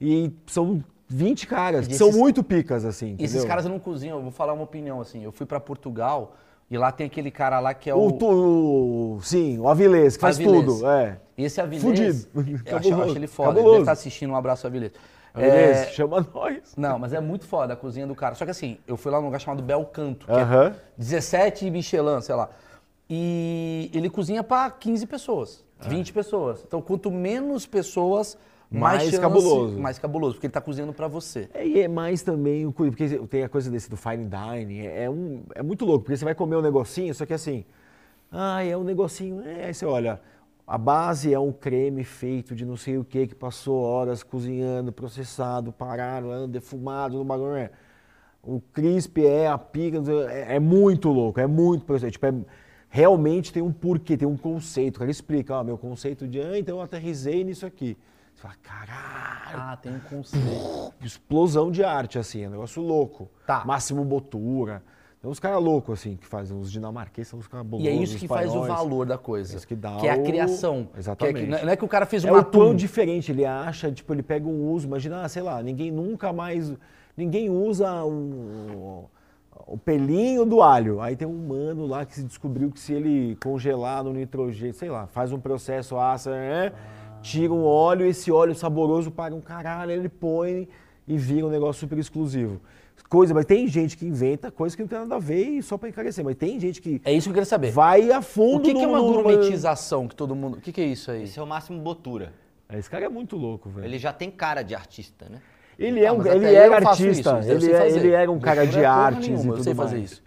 Speaker 2: E são 20 caras,
Speaker 1: E
Speaker 2: que
Speaker 1: esses-
Speaker 2: são muito picas, assim.
Speaker 1: E esses
Speaker 2: entendeu?
Speaker 1: caras não cozinham, eu vou falar uma opinião, assim. Eu fui pra Portugal e lá tem aquele cara lá que é
Speaker 2: O,
Speaker 1: o...
Speaker 2: tu- o- sim, o Avilés, que faz
Speaker 1: Avilés.
Speaker 2: tudo. É.
Speaker 1: Esse Avilés... É,
Speaker 2: Fudido.
Speaker 1: Eu acho, eu acho
Speaker 2: Cabuloso.
Speaker 1: ele foda. Ele
Speaker 2: Cabuloso.
Speaker 1: deve estar assistindo, um abraço, Avilés.
Speaker 2: Avilés,
Speaker 1: É,
Speaker 2: chama nós.
Speaker 1: Não, mas é muito foda a cozinha do cara. Só que assim, eu fui lá num lugar chamado Bel Canto, que é
Speaker 2: Aham.
Speaker 1: 17 Michelin, sei lá. E ele cozinha pra 15 pessoas,
Speaker 2: Ah.
Speaker 1: 20 pessoas. Então, quanto menos pessoas, mais,
Speaker 2: Mais
Speaker 1: chance-
Speaker 2: cabuloso.
Speaker 1: Mais cabuloso, porque ele tá cozinhando pra você.
Speaker 2: É, e é mais também, o cu- porque tem a coisa desse do fine dining, é, é um, é muito louco, porque você vai comer um negocinho, só que assim, ai, é um negocinho, é, aí você olha, a base é um creme feito de não sei o que, que passou horas cozinhando, processado, parado, defumado, no bagulho, é. O crisp é a pica, não sei- é, é muito louco, é muito processo, tipo, é- realmente tem um porquê, tem um conceito, o cara explica, ó, meu conceito de, ah, então eu aterrisei nisso aqui. Você fala, caralho,
Speaker 1: Ah, tem um conceito.
Speaker 2: explosão de arte, assim, é um negócio louco.
Speaker 1: Tá.
Speaker 2: Máximo Botura. Tem uns caras loucos, assim, que fazem. Os dinamarqueses são uns caras bolosos,
Speaker 1: E é isso que faz o
Speaker 2: espanhóis.
Speaker 1: valor da coisa.
Speaker 2: Isso que dá
Speaker 1: é a
Speaker 2: o-
Speaker 1: criação. que é que-
Speaker 2: Exatamente.
Speaker 1: não é que o cara fez um
Speaker 2: É o
Speaker 1: atum.
Speaker 2: quão diferente ele acha, tipo, ele pega um uso, imagina, ah, sei lá, ninguém nunca mais, ninguém usa o, o pelinho do alho. Aí tem um mano lá que se descobriu que se ele congelar no nitrogênio, sei lá, faz um processo, assa, né? tira um óleo, esse óleo saboroso para um caralho, ele põe e vira um negócio super exclusivo. Coisa, mas tem gente que inventa coisa que não tem nada a ver e só para encarecer, mas tem gente que
Speaker 1: É isso que eu queria saber.
Speaker 2: vai a fundo
Speaker 1: o que, que é
Speaker 2: no-
Speaker 1: uma
Speaker 2: no-
Speaker 1: gourmetização que todo mundo. O que, que é isso aí?
Speaker 3: Esse é o Máximo Botura.
Speaker 2: Esse cara é muito louco, velho.
Speaker 3: Ele já tem cara de artista, né?
Speaker 2: Ele, é
Speaker 1: Ah,
Speaker 2: um,
Speaker 1: mas
Speaker 2: ele
Speaker 1: até
Speaker 2: era
Speaker 1: eu faço
Speaker 2: artista,
Speaker 1: isso, eu
Speaker 2: ele,
Speaker 1: sei
Speaker 2: é-
Speaker 1: fazer.
Speaker 2: ele era um cara
Speaker 1: Doçura
Speaker 2: de
Speaker 1: é porra
Speaker 2: artes
Speaker 1: nenhuma,
Speaker 2: e tudo
Speaker 1: Eu sei fazer
Speaker 2: mais.
Speaker 1: isso.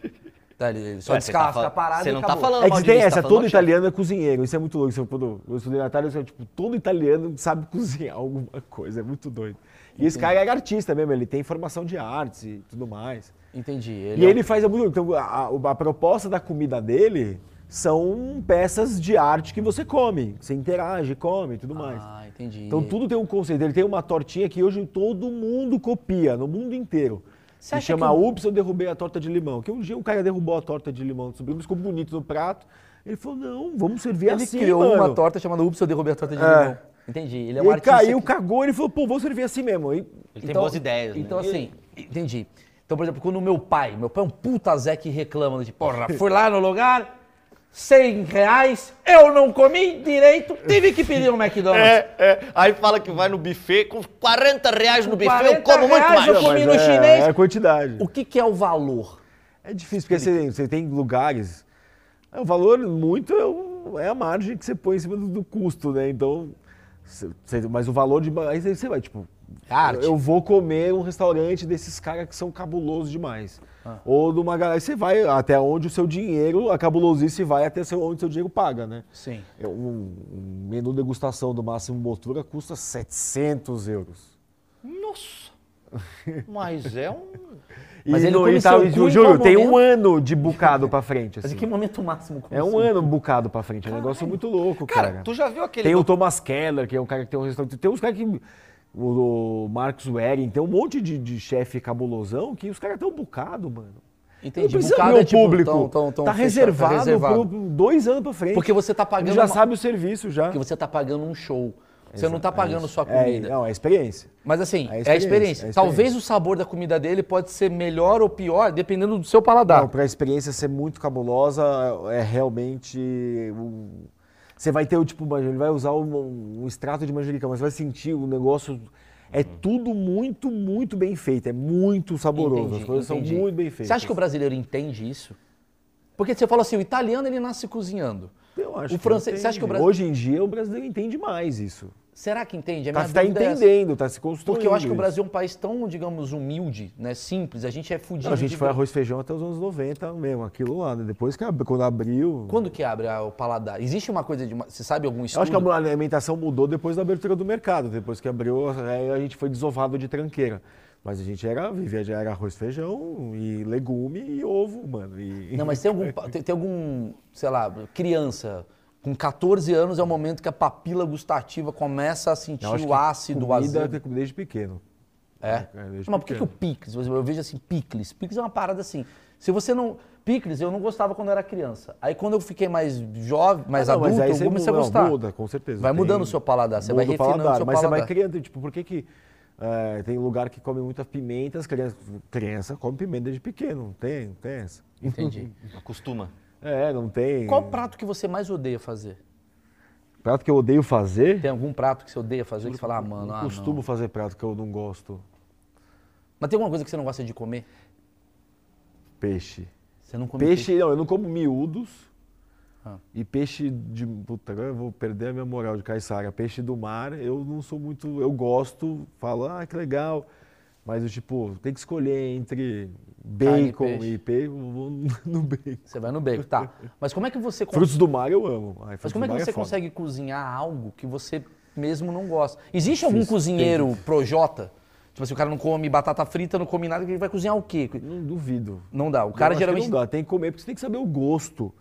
Speaker 1: Tá, ele- ele só
Speaker 3: Ué, você tá
Speaker 1: descasca
Speaker 3: fal-
Speaker 1: a parada
Speaker 3: você
Speaker 1: e
Speaker 3: não tá
Speaker 1: acabou.
Speaker 3: falando-
Speaker 2: É que
Speaker 3: Maldini,
Speaker 2: tem
Speaker 3: você tá
Speaker 2: essa,
Speaker 3: falando
Speaker 2: todo
Speaker 3: chefe.
Speaker 2: italiano é cozinheiro, isso é muito louco. Isso, eu- quando eu estudei na Itália, isso é, tipo, todo italiano sabe cozinhar alguma coisa, é muito doido. E esse cara é artista mesmo, ele tem formação de artes e tudo mais.
Speaker 1: Entendi.
Speaker 2: e
Speaker 1: é um-
Speaker 2: ele faz muito. Então, a, a- a proposta da comida dele são peças de arte que você come, você interage, come e tudo mais.
Speaker 1: Ah, entendi.
Speaker 2: Então tudo tem um conceito. Ele tem uma tortinha que hoje todo mundo copia, no mundo inteiro.
Speaker 1: Você
Speaker 2: Se
Speaker 1: acha
Speaker 2: chama
Speaker 1: que
Speaker 2: Ups, eu derrubei a torta de limão. Que um dia um cara derrubou a torta de limão do sobrinho, ficou bonito no prato. Ele falou, não, vamos servir
Speaker 1: Ele
Speaker 2: assim,
Speaker 1: criou
Speaker 2: mano.
Speaker 1: uma torta chamada Ups, eu derrubei a torta de
Speaker 2: É.
Speaker 1: limão. Entendi. Ele é um
Speaker 2: Ele
Speaker 1: artista.
Speaker 2: caiu,
Speaker 1: que-
Speaker 3: Então,
Speaker 2: cagou, ele falou, pô, vou servir assim mesmo. E
Speaker 3: Ele tem boas ideias, né?
Speaker 1: Então, assim, entendi. Então, por exemplo, quando o meu pai, meu pai é um puta Zé que reclama de porra, fui lá no lugar, 100 reais, eu não comi direito, tive que pedir um McDonald's.
Speaker 3: É, é. Aí fala que vai no buffet, com 40 reais no buffet
Speaker 1: 40
Speaker 3: eu como muito
Speaker 1: reais
Speaker 3: mais.
Speaker 1: eu comi no chinês.
Speaker 2: É a quantidade.
Speaker 1: O que, que é o valor?
Speaker 2: É difícil, porque você, você tem lugares. é, o valor muito é, o- é a margem que você põe em cima do, do custo, né? Então. você- você- mas o valor de. Aí você você vai, tipo.
Speaker 1: Arte.
Speaker 2: Eu vou comer um restaurante desses caras que são cabulosos demais. Ou de uma galera. Você vai até onde o seu dinheiro, a cabulosice vai até seu- onde o seu dinheiro paga, né?
Speaker 1: Sim.
Speaker 2: É, Um, um menu degustação do Máximo Motura custa 700 euros.
Speaker 3: Nossa. Mas é um.
Speaker 1: Mas ele
Speaker 2: no-
Speaker 1: come
Speaker 2: tá-
Speaker 1: seu cu em
Speaker 2: juro,
Speaker 1: qual
Speaker 2: tem um
Speaker 1: momento?
Speaker 2: ano de bocado pra frente.
Speaker 1: Mas em
Speaker 2: assim.
Speaker 1: que momento máximo?
Speaker 2: É um ano bocado pra frente, é um negócio muito louco, cara.
Speaker 3: Cara, tu já viu aquele.
Speaker 2: Tem o
Speaker 3: docu-
Speaker 2: Thomas Keller, que é um cara que tem um restaurante. Tem uns caras que. O, o Marcos Wering, tem um monte de, de chefe cabulosão que os caras estão bocado, mano.
Speaker 1: Entendi.
Speaker 2: Não precisa
Speaker 1: Bocado
Speaker 2: abrir
Speaker 1: é
Speaker 2: o
Speaker 1: tipo,
Speaker 2: público.
Speaker 1: tão- tão- tão
Speaker 2: tá
Speaker 1: fechado,
Speaker 2: reservado,
Speaker 1: tá reservado.
Speaker 2: Por dois anos pra frente.
Speaker 1: Porque você tá pagando
Speaker 2: Ele já
Speaker 1: uma-
Speaker 2: sabe o serviço já.
Speaker 1: Porque você tá pagando um show. Você não tá
Speaker 2: Exato, é
Speaker 1: pagando
Speaker 2: isso.
Speaker 1: só a
Speaker 2: É,
Speaker 1: comida.
Speaker 2: não, é experiência.
Speaker 1: Mas assim,
Speaker 2: É a
Speaker 1: é a,
Speaker 2: experiência,
Speaker 1: experiência.
Speaker 2: é a
Speaker 1: Talvez
Speaker 2: experiência.
Speaker 1: o sabor da comida dele pode ser melhor ou pior, dependendo do seu paladar.
Speaker 2: Não, pra experiência ser muito cabulosa, é realmente. um- Você vai ter o tipo, man- ele vai usar um, um extrato de manjericão, mas você vai sentir o negócio. É
Speaker 1: Uhum.
Speaker 2: tudo muito, muito bem feito. É muito saboroso.
Speaker 1: Entendi,
Speaker 2: As coisas
Speaker 1: entendi.
Speaker 2: são muito bem feitas.
Speaker 1: Você acha que o brasileiro entende isso? Porque você fala assim, o italiano ele nasce cozinhando.
Speaker 2: Eu acho
Speaker 1: o
Speaker 2: que
Speaker 1: francês- você acha que o
Speaker 2: entende.
Speaker 1: Brasil-
Speaker 2: Hoje em dia o brasileiro entende mais isso.
Speaker 1: Será que entende? A
Speaker 2: Tá,
Speaker 1: minha
Speaker 2: tá
Speaker 1: dúvida é essa.
Speaker 2: entendendo, tá se construindo.
Speaker 1: Porque eu acho que o
Speaker 2: isso.
Speaker 1: Brasil é um país tão, digamos, humilde, né? Simples. A gente é fudido.
Speaker 2: Não, a gente
Speaker 1: de-
Speaker 2: foi arroz e feijão até os anos 90 mesmo, aquilo lá, né? Depois que ab- quando abriu.
Speaker 1: Quando que abre a- o paladar? Existe uma coisa de. uma- Você sabe algum estudo?
Speaker 2: Eu acho que a alimentação mudou depois da abertura do mercado. Depois que abriu, aí a gente foi desovado de tranqueira. Mas a gente era, vivia, já era arroz, feijão e legume e ovo, mano. E...
Speaker 1: Não, mas tem algum, pa- tem, tem algum, sei lá, criança com 14 anos é o momento que a papila gustativa começa a sentir
Speaker 2: Eu acho
Speaker 1: o
Speaker 2: que
Speaker 1: ácido, o
Speaker 2: comida,
Speaker 1: azedo.
Speaker 2: tem comida desde pequeno.
Speaker 1: É.
Speaker 2: É, desde
Speaker 1: Mas por que, que o
Speaker 2: pequeno.
Speaker 1: picles? por exemplo, Eu vejo assim, picles. Picles é uma parada assim. Se você não. Picles eu não gostava quando eu era criança. Aí quando eu fiquei mais jovem, mais
Speaker 2: Ah, não,
Speaker 1: adulto,
Speaker 2: aí
Speaker 1: eu
Speaker 2: você
Speaker 1: comecei a
Speaker 2: mu- não,
Speaker 1: gostar.
Speaker 2: Muda, com certeza.
Speaker 1: Vai mudando o seu paladar, você vai
Speaker 2: muda o
Speaker 1: refinando o seu
Speaker 2: Mas você vai
Speaker 1: paladar.
Speaker 2: criando, tipo, por que que... eh, tem lugar que come muita pimenta, as crianças... Criança come pimenta desde pequeno, tem, tem essa.
Speaker 1: Entendi.
Speaker 3: um Acostuma.
Speaker 2: É, não tem...
Speaker 1: Qual prato que você mais odeia fazer?
Speaker 2: Prato que eu odeio fazer...
Speaker 1: Tem algum prato que você odeia fazer que você fala, ah, mano,
Speaker 2: não
Speaker 1: ah,
Speaker 2: costumo
Speaker 1: não.
Speaker 2: fazer prato que eu não gosto.
Speaker 1: Mas tem alguma coisa que você não gosta de comer?
Speaker 2: Peixe.
Speaker 1: Você não come
Speaker 2: Peixe, não, eu não como miúdos.
Speaker 1: Ah.
Speaker 2: E peixe de. Puta, agora eu vou perder a minha moral de caiçara. Peixe do mar, eu não sou muito. Eu gosto, falo, ah, que legal. Mas eu, tipo, tem que escolher entre
Speaker 1: Carne e
Speaker 2: bacon
Speaker 1: peixe.
Speaker 2: e peixe, eu vou no bacon.
Speaker 1: Você vai no bacon, tá. Mas como é que você consegue.
Speaker 2: Frutos do mar eu amo. Ai,
Speaker 1: Mas
Speaker 2: frutos
Speaker 1: como é
Speaker 2: do
Speaker 1: que
Speaker 2: mar
Speaker 1: você
Speaker 2: foda.
Speaker 1: conseguir cozinhar algo que você mesmo não gosta? Existe algum
Speaker 2: Difícil,
Speaker 1: cozinheiro projota? Tipo assim, o cara não come batata frita, não come nada, ele vai cozinhar o quê?
Speaker 2: Não duvido.
Speaker 1: Não dá. O
Speaker 2: Eu acho
Speaker 1: cara
Speaker 2: que
Speaker 1: geralmente.
Speaker 2: Não dá. Tem que comer, porque você tem que saber o gosto.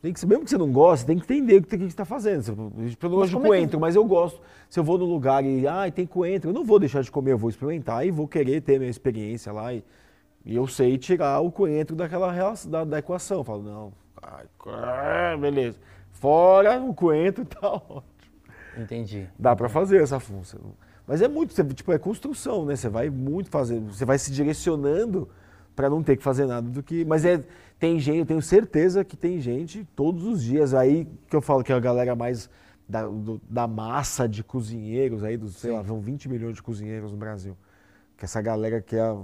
Speaker 2: Tem que, mesmo que você não goste, tem que entender o que você está fazendo. Se- Eu não
Speaker 1: Mas
Speaker 2: gosto de
Speaker 1: como é que-
Speaker 2: coentro, mas eu gosto. Se eu vou num lugar e ah, tem coentro, eu não vou deixar de comer, eu vou experimentar e vou querer ter minha experiência lá. E, e eu sei tirar o coentro daquela relação, da, da equação. Eu falo, não, ai, ah, beleza. Fora o coentro, tá ótimo.
Speaker 1: Entendi.
Speaker 2: Dá pra fazer essa função. Mas é muito, você- tipo, é construção, né? Você vai muito fazer, você vai se direcionando pra não ter que fazer nada do que. Mas é, tem gente, eu tenho certeza que tem gente todos os dias. Aí que eu falo que é a galera mais da, do- da massa de cozinheiros aí, dos, sei lá, vão 20 milhões de cozinheiros no Brasil. Que essa galera que é a-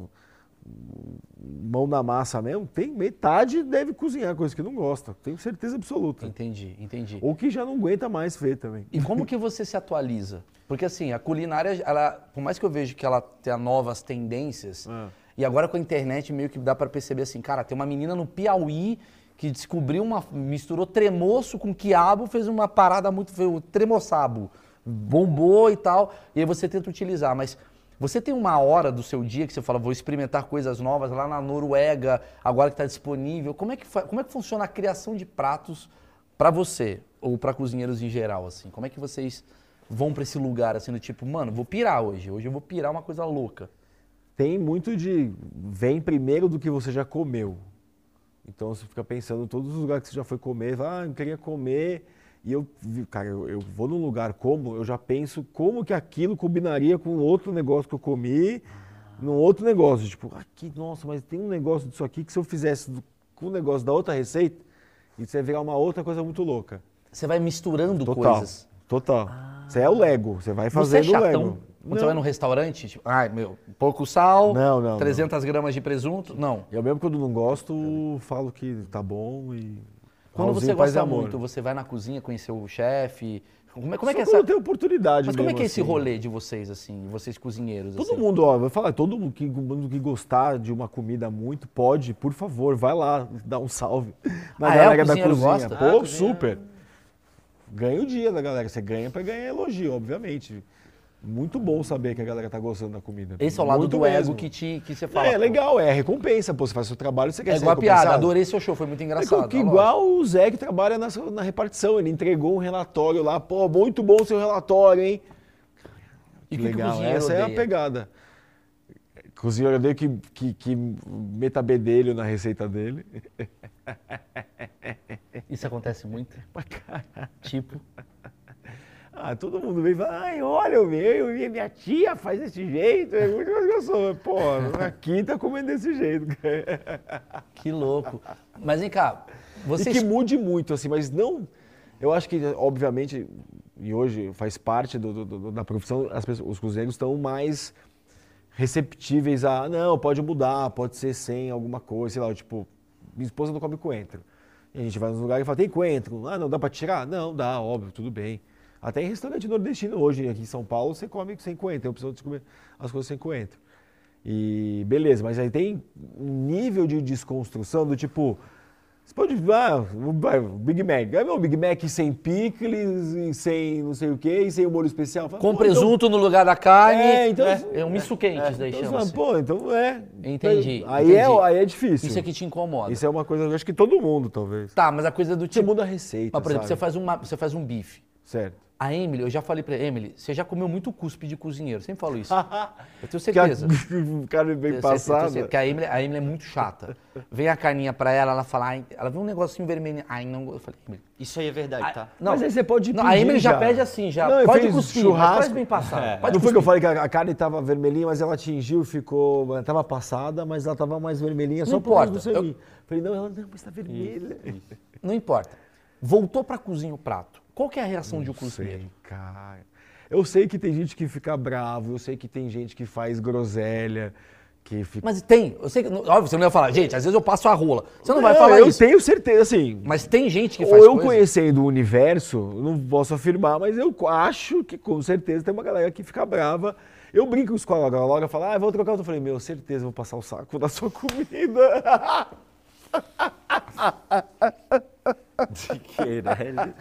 Speaker 2: mão na massa mesmo, tem metade deve cozinhar coisa que não gosta. Tenho certeza absoluta.
Speaker 1: Entendi, entendi.
Speaker 2: Ou que já não aguenta mais ver também.
Speaker 1: E como que você se atualiza? Porque assim, a culinária, ela, por mais que eu vejo que ela tenha novas tendências,
Speaker 2: Ah.
Speaker 1: e agora com a internet meio que dá pra perceber assim, cara, tem uma menina no Piauí que descobriu uma misturou tremoço com quiabo, fez uma parada muito foi o tremoçabo, bombou e tal, e aí você tenta utilizar, mas você tem uma hora do seu dia que você fala, vou experimentar coisas novas lá na Noruega, agora que está disponível. Como é que, fa- como é que funciona a criação de pratos Pra você, ou pra cozinheiros em geral, assim, como é que vocês vão pra esse lugar, assim, do tipo, mano, vou pirar hoje, hoje eu vou pirar uma coisa louca.
Speaker 2: tem muito de vem primeiro do que você já comeu. Então você fica pensando em todos os lugares que você já foi comer, fala, ah, eu queria comer. E eu, vi- cara, eu, eu vou num lugar como, eu já penso como que aquilo combinaria com outro negócio que eu comi, num outro negócio. Tipo, aqui, nossa, mas tem um negócio disso aqui que se eu fizesse do- com o negócio da outra receita, isso ia virar uma outra coisa muito louca.
Speaker 1: Você vai misturando
Speaker 2: Total.
Speaker 1: coisas. Ah.
Speaker 2: Total. Você é o Lego, você vai
Speaker 1: Você é
Speaker 2: fazendo o
Speaker 1: chatão
Speaker 2: Lego.
Speaker 1: quando você vai num restaurante? Tipo, ai, meu, pouco sal,
Speaker 2: Não, não,
Speaker 1: 300 gramas de presunto. Não.
Speaker 2: Eu mesmo quando não gosto, falo que tá bom e.
Speaker 1: Quando
Speaker 2: Raulzinho
Speaker 1: você
Speaker 2: Paz e
Speaker 1: gosta
Speaker 2: Amor.
Speaker 1: muito, você vai na cozinha conhecer o chefe. Como é, como é
Speaker 2: Só
Speaker 1: que é
Speaker 2: quando
Speaker 1: essa...
Speaker 2: tem oportunidade
Speaker 1: Mas como é
Speaker 2: mesmo,
Speaker 1: que é esse
Speaker 2: assim.
Speaker 1: rolê de vocês, assim, vocês cozinheiros?
Speaker 2: Todo
Speaker 1: assim?
Speaker 2: mundo, ó, vai falar, todo mundo que, mundo que gostar de uma comida muito, pode, por favor, vai lá, dá um salve na
Speaker 1: Ah, é? O
Speaker 2: galera da
Speaker 1: cozinheiro
Speaker 2: cozinha.
Speaker 1: gosta?
Speaker 2: Pô,
Speaker 3: Ah, cozinha-
Speaker 2: super. Ganha o dia da galera. Você ganha pra ganhar elogio, obviamente. Muito bom saber que a galera tá gostando da comida.
Speaker 1: Esse é o lado
Speaker 2: Muito
Speaker 1: do
Speaker 2: mesmo.
Speaker 1: ego que, te, que você fala.
Speaker 2: É
Speaker 1: pô,
Speaker 2: legal, é recompensa, pô. Você faz seu trabalho, você quer
Speaker 1: É
Speaker 2: ser
Speaker 1: igual a piada,
Speaker 2: recompensado.
Speaker 1: adorei seu show, foi muito
Speaker 2: É
Speaker 1: engraçado.
Speaker 2: que, que
Speaker 1: a lógica.
Speaker 2: igual o Zé que trabalha na, na repartição, ele entregou um relatório lá, pô, muito bom seu relatório, hein?
Speaker 1: E o que que o
Speaker 2: legal,
Speaker 1: cozinheiro
Speaker 2: essa é a
Speaker 1: odeia?
Speaker 2: pegada. Cozinheiro odeia que, que, que meta bedelho na receita dele.
Speaker 1: Isso acontece muito. tipo,
Speaker 2: Ah, todo mundo vem e fala, ai, olha o meu, e minha tia faz desse jeito, é muito mais gostoso. Pô, aqui tá comendo desse jeito.
Speaker 1: que louco. Mas vem cá,
Speaker 2: E
Speaker 1: vocês.
Speaker 2: que mude muito, assim, mas não. Eu acho que, obviamente, e hoje faz parte do- do- do- da profissão, as pessoas- os cozinheiros estão mais receptíveis a. Não, pode mudar, pode ser sem alguma coisa, sei lá, tipo, minha esposa não come coentro. E a gente vai nos lugares e fala, tem coentro? Ah, não, dá pra tirar? Não, dá, óbvio, tudo bem. Até em restaurante nordestino hoje, aqui em São Paulo, você come sem coentro, tem a opção de comer as coisas sem coentro. E beleza, mas aí tem um nível de desconstrução do tipo. Você pode. Ah, vai, Big Mac. É meu Big Mac sem picles, e sem não sei o quê, e sem o molho especial. Fala,
Speaker 1: Com
Speaker 2: pô, então-
Speaker 1: presunto no lugar da carne.
Speaker 2: É, então-
Speaker 1: né? É um misto quente, isso daí
Speaker 2: então,
Speaker 1: chama-se.
Speaker 2: Pô, então é.
Speaker 1: Entendi,
Speaker 2: Aí,
Speaker 1: entendi.
Speaker 2: É, aí é difícil.
Speaker 1: Isso é que te incomoda.
Speaker 2: Isso é uma coisa, eu acho que todo mundo, talvez.
Speaker 1: Tá, mas a coisa do
Speaker 2: Você
Speaker 1: tipo.
Speaker 2: muda a receita.
Speaker 1: Mas, por exemplo, você
Speaker 2: sabe?
Speaker 1: faz, uma, você faz um bife.
Speaker 2: Certo.
Speaker 1: A Emily, eu já falei pra Emily, você já comeu muito cuspe de cozinheiro. Sempre falo
Speaker 2: Ah,
Speaker 1: isso. Eu tenho certeza.
Speaker 2: o cara
Speaker 1: Eu sei- eu
Speaker 2: bem
Speaker 1: tenho
Speaker 2: passado.
Speaker 1: certeza, Porque a Emily, a Emily é muito chata. Vem a carninha pra ela, ela fala, ai, ela vê um negocinho vermelhinho. Ai, não. go-". Eu falei, Emily.
Speaker 3: Isso aí é verdade, tá?
Speaker 1: Não,
Speaker 2: Mas aí você pode
Speaker 1: não, a
Speaker 2: pedir
Speaker 1: Emily já,
Speaker 2: já.
Speaker 1: pede assim, já.
Speaker 2: Não, eu
Speaker 1: pode
Speaker 2: fiz
Speaker 1: cuspir,
Speaker 2: churrasco.
Speaker 1: mas faz bem passado. Pode
Speaker 2: não foi que
Speaker 1: cuspir.
Speaker 2: eu falei que a a carne tava vermelhinha, mas ela atingiu, ficou. Ela tava passada, mas ela tava mais vermelhinha só
Speaker 1: Não
Speaker 2: por causa do
Speaker 1: importa, eu-
Speaker 2: sangue. Falei, não, ela não, mas tá vermelha.
Speaker 1: Não importa. Voltou pra cozinha o prato. Qual que é a reação de um
Speaker 2: Não
Speaker 1: cozinheiro?
Speaker 2: Sei, cara. Eu sei que tem gente que fica bravo, eu sei que tem gente que faz groselha, que fica.
Speaker 1: Mas tem, eu sei que. Óbvio, você não ia falar, gente, às vezes eu passo a rola. Você não vai falar
Speaker 2: eu
Speaker 1: isso.
Speaker 2: tenho certeza, assim.
Speaker 1: Mas tem gente que
Speaker 2: Ou
Speaker 1: faz
Speaker 2: eu
Speaker 1: coisa-
Speaker 2: conhecendo o universo, eu não posso afirmar, mas eu acho que com certeza tem uma galera que fica brava. Eu brinco com a Laura, a Laura fala, ah, eu vou trocar. Eu falei, meu, certeza, eu vou passar o saco da sua comida.
Speaker 3: Queirelli.